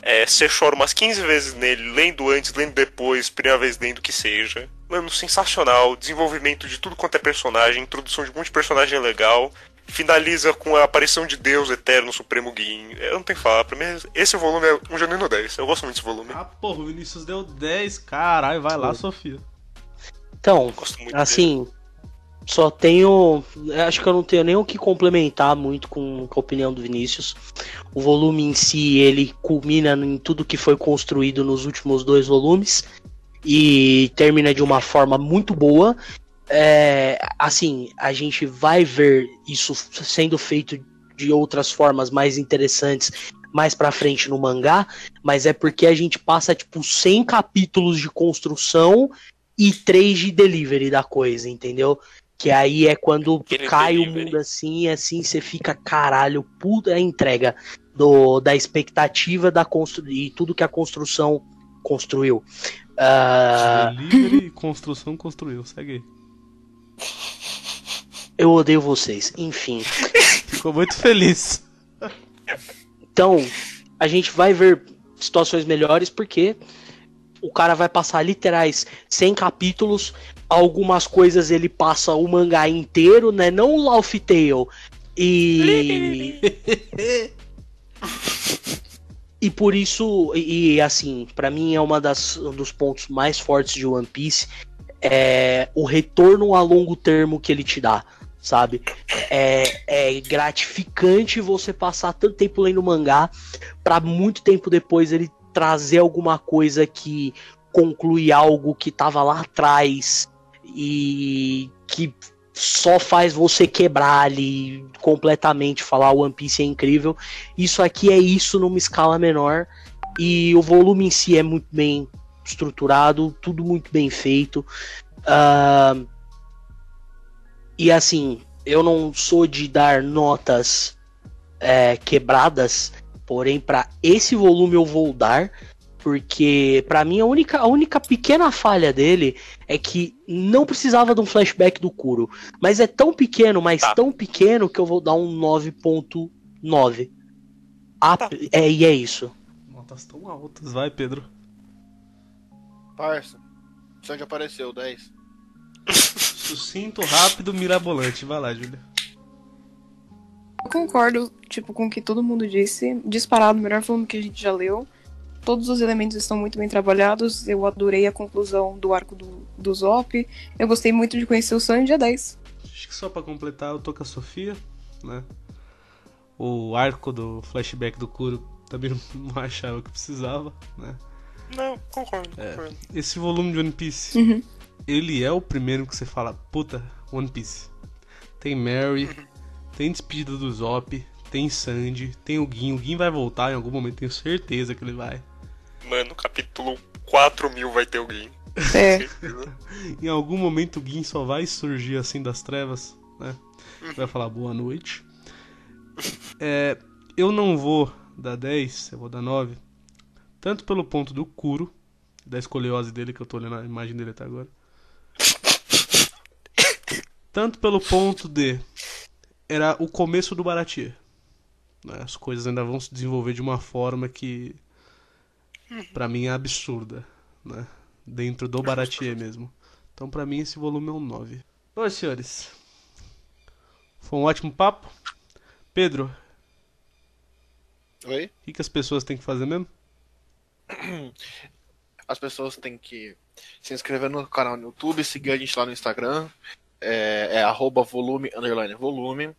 Speaker 2: É, você chora umas 15 vezes nele, lendo antes, lendo depois, primeira vez lendo o que seja. Mano, sensacional. Desenvolvimento de tudo quanto é personagem, introdução de um monte de personagem legal. Finaliza com a aparição de Deus Eterno Supremo Guin. Eu não tenho o que falar, pra mim esse volume é um genuíno 10. Eu gosto muito desse volume.
Speaker 1: Ah, porra, o Vinícius deu 10, caralho, vai lá, Sofia.
Speaker 3: Então,
Speaker 2: Gosto muito
Speaker 3: assim, só tenho. Acho que eu não tenho nem o que complementar muito com, com a opinião do Vinícius. O volume em si, ele culmina em tudo que foi construído nos últimos dois volumes e termina de uma forma muito boa. É, assim, a gente vai ver isso sendo feito de outras formas mais interessantes mais pra frente no mangá, mas é porque a gente passa tipo 100 capítulos de construção e 3 de delivery da coisa, entendeu? Que aí é quando
Speaker 2: Aquele
Speaker 3: cai o
Speaker 2: delivery.
Speaker 3: mundo assim, e assim você fica, caralho, puta a entrega do, da expectativa da constru e tudo que a construção construiu. Ah,
Speaker 1: Delivery e construção construiu, segue aí.
Speaker 3: eu odeio vocês. Enfim.
Speaker 1: Ficou muito feliz.
Speaker 3: Então, a gente vai ver situações melhores porque o cara vai passar literais 100 capítulos, algumas coisas ele passa o mangá inteiro, né? Não o Laugh Tale. E E por isso, e, e, assim, pra mim é uma das um dos pontos mais fortes de One Piece é, o retorno a longo termo que ele te dá, sabe? É, é gratificante você passar tanto tempo lendo mangá para muito tempo depois ele trazer alguma coisa que conclui algo que tava lá atrás e que só faz você quebrar ali completamente, falar One Piece é incrível. Isso aqui é isso numa escala menor e o volume em si é muito bem estruturado, tudo muito bem feito. Ah, e assim, eu não sou de dar notas é, quebradas, porém para esse volume eu vou dar, porque para mim a única, a única pequena falha dele é que não precisava de um flashback do Kuro, mas é tão pequeno, mas
Speaker 2: Tá.
Speaker 3: tão pequeno que eu vou dar um 9.9. A-
Speaker 2: Tá.
Speaker 3: É, e é isso.
Speaker 1: Notas tão altas, vai, Pedro.
Speaker 5: Parça. Sandy apareceu, 10.
Speaker 1: Sucinto, rápido, mirabolante. Vai lá, Júlia.
Speaker 4: Eu concordo, tipo, com o que todo mundo disse. Disparado, o melhor volume que a gente já leu. Todos os elementos estão muito bem trabalhados. Eu adorei a conclusão do arco do, do Zop. Eu gostei muito de conhecer o Sanji, é 10.
Speaker 1: Acho que só pra completar, eu tô com a Sofia, né? O arco do flashback do Kuro também [LAUGHS] não achava que precisava, né?
Speaker 2: Não, concordo,
Speaker 1: É.
Speaker 2: concordo.
Speaker 1: Esse volume de One Piece, ele é o primeiro que você fala, puta, One Piece. Tem Mary, tem despedida do Zop, tem Sandy, tem o Gin. O Gin vai voltar em algum momento, tenho certeza que ele vai.
Speaker 2: Mano, capítulo 4 mil vai ter alguém.
Speaker 4: É.
Speaker 2: certeza.
Speaker 1: Em algum momento o Gin só vai surgir assim das trevas, né? Vai falar boa noite. É, eu não vou dar 10, eu vou dar 9. Tanto pelo ponto do Kuro, da escoliose dele, que eu tô olhando a imagem dele até agora. Tanto pelo ponto de. Era o começo do Baratie. né? As coisas ainda vão se desenvolver de uma forma que. Pra mim é absurda. Né? Dentro do Baratie mesmo. Então, pra mim, esse volume é um 9. Oi, senhores. Foi um ótimo papo. Pedro,
Speaker 5: Oi?
Speaker 1: o que, que as pessoas têm que fazer mesmo?
Speaker 5: As pessoas têm que se inscrever no canal no YouTube, seguir a gente lá no Instagram. É, é arroba volume, underline volume.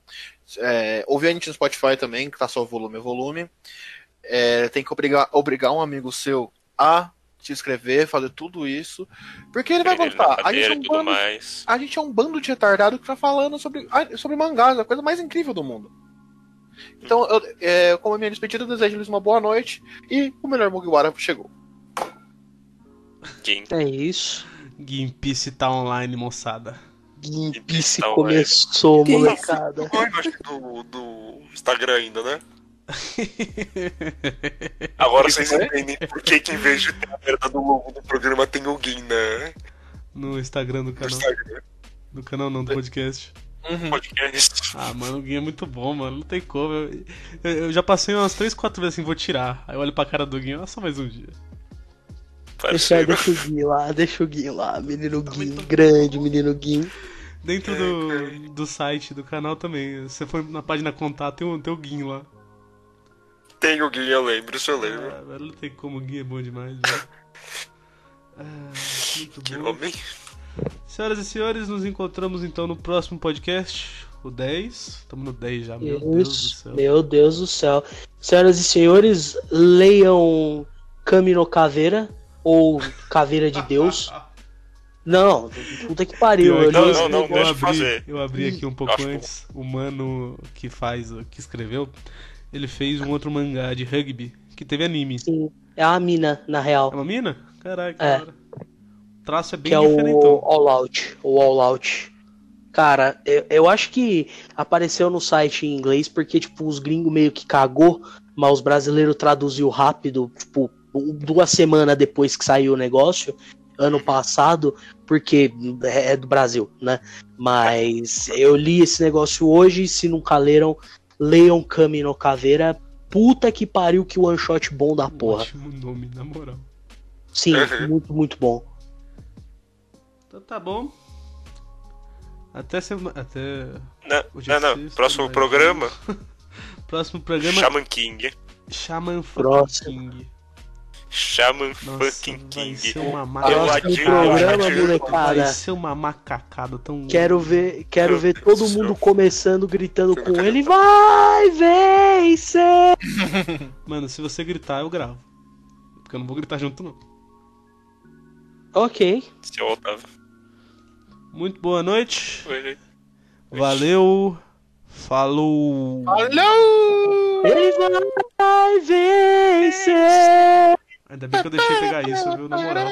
Speaker 5: É, ouvir a gente no Spotify também, que tá só volume, volume. É, tem que obrigar, obrigar um amigo seu a se inscrever, fazer tudo isso. Porque ele vai
Speaker 2: Prender na
Speaker 5: gostar. A gente
Speaker 2: cadeira
Speaker 5: é
Speaker 2: e
Speaker 5: um
Speaker 2: tudo
Speaker 5: bando
Speaker 2: mais.
Speaker 5: a gente é um bando de retardado que tá falando sobre, ah, sobre mangás, a coisa mais incrível do mundo. Então, eu, é, como minha despedida, eu desejo eles uma boa noite e o melhor Mugiwara chegou.
Speaker 2: Game.
Speaker 3: É isso.
Speaker 1: Gimpice tá online, moçada.
Speaker 3: Gimpice
Speaker 2: Então,
Speaker 3: começou,
Speaker 4: Que isso?
Speaker 3: molecada.
Speaker 2: Eu acho que do, do Instagram
Speaker 1: [LAUGHS]
Speaker 2: ainda, né? Agora vocês entendem por que, que em vez de ter a merda do logo do programa tem alguém, né?
Speaker 1: No Instagram do
Speaker 2: No
Speaker 1: canal.
Speaker 2: Instagram.
Speaker 1: Do canal não, do podcast.
Speaker 2: Uhum. Podcast.
Speaker 1: Ah, mano, o Gui é muito bom, mano. Não tem como. Eu, eu- eu já passei umas 3, 4 vezes assim, vou tirar. Aí eu olho pra cara do Gui, ah, só mais um dia.
Speaker 3: Deixa,
Speaker 2: Parceiro.
Speaker 3: deixa o Gui lá, deixa o Gui lá. Menino
Speaker 2: Tá
Speaker 3: Gui, grande menino Gui.
Speaker 1: Dentro do, do site do canal também. Você foi na página contato, tem o, tem o Gui lá.
Speaker 2: [LAUGHS] Tem alguém, eu lembro, isso eu lembro.
Speaker 1: Ah, velho, não tem como, o Gui é bom demais, velho. Ah, muito
Speaker 2: Que
Speaker 1: bom.
Speaker 2: homem.
Speaker 1: Senhoras e senhores, nos encontramos então no próximo podcast, o 10. Estamos no 10 já, meu Deus do céu.
Speaker 3: Meu Deus do céu. Senhoras e senhores, leiam Camino Caveira ou Caveira de
Speaker 1: [LAUGHS]
Speaker 3: Deus. Não, puta que pariu. Eu
Speaker 1: Pior que-
Speaker 3: li
Speaker 2: Não,
Speaker 3: esse
Speaker 2: não, não,
Speaker 3: negócio.
Speaker 1: eu
Speaker 2: deixa eu
Speaker 1: abri,
Speaker 2: fazer.
Speaker 1: eu abri aqui um pouco
Speaker 2: Acho bom.
Speaker 1: antes. O mano que faz, o- que escreveu, ele fez um outro mangá de rugby que teve anime.
Speaker 3: É a mina, na real.
Speaker 1: É uma mina? Caraca, que
Speaker 3: É.
Speaker 1: da hora. O traço é bem
Speaker 3: que é o
Speaker 1: diferentão.
Speaker 3: All Out, o All Out. Cara, eu, eu acho que apareceu no site em inglês porque, tipo, os gringos meio que cagou, mas os brasileiros traduziu rápido, tipo, um- duas semanas depois que saiu o negócio, ano passado, porque é é do Brasil, né? Mas eu li esse negócio hoje, se nunca leram, leiam Kami no Caveira. Puta que pariu, que one shot bom da Ah, porra.
Speaker 1: Ótimo nome, na moral.
Speaker 3: Sim,
Speaker 2: Uhum.
Speaker 3: muito, muito bom.
Speaker 1: Então tá bom. Até semana. Até.
Speaker 2: Não,
Speaker 1: Hoje é
Speaker 2: não, não.
Speaker 1: sexta,
Speaker 2: Próximo
Speaker 1: mas-
Speaker 2: programa,
Speaker 1: Próximo programa
Speaker 2: Shaman King.
Speaker 1: Shaman
Speaker 3: Próximo.
Speaker 1: King.
Speaker 2: Shaman
Speaker 1: Nossa,
Speaker 2: fucking
Speaker 1: vai
Speaker 2: King.
Speaker 1: ser uma
Speaker 2: Eu
Speaker 1: macacada.
Speaker 2: admiro,
Speaker 3: é um programa,
Speaker 2: eu admiro.
Speaker 3: moleque.
Speaker 1: Vai
Speaker 3: Cara.
Speaker 1: ser uma macacada tão.
Speaker 3: Quero ver, quero
Speaker 2: Meu
Speaker 3: ver
Speaker 2: Deus
Speaker 3: todo
Speaker 2: do céu.
Speaker 3: mundo começando gritando
Speaker 2: Eu
Speaker 3: com
Speaker 2: quero-
Speaker 3: ele. Vai, vence!
Speaker 1: Mano, se você gritar, eu gravo. Porque eu não vou gritar junto, não.
Speaker 3: Ok.
Speaker 2: Seu Otávio.
Speaker 1: Muito boa noite.
Speaker 2: Oi, gente.
Speaker 1: Valeu. Falou.
Speaker 5: Alô!
Speaker 3: Ele vai, vence!
Speaker 1: Ainda bem que eu deixei pegar isso, viu? Na moral.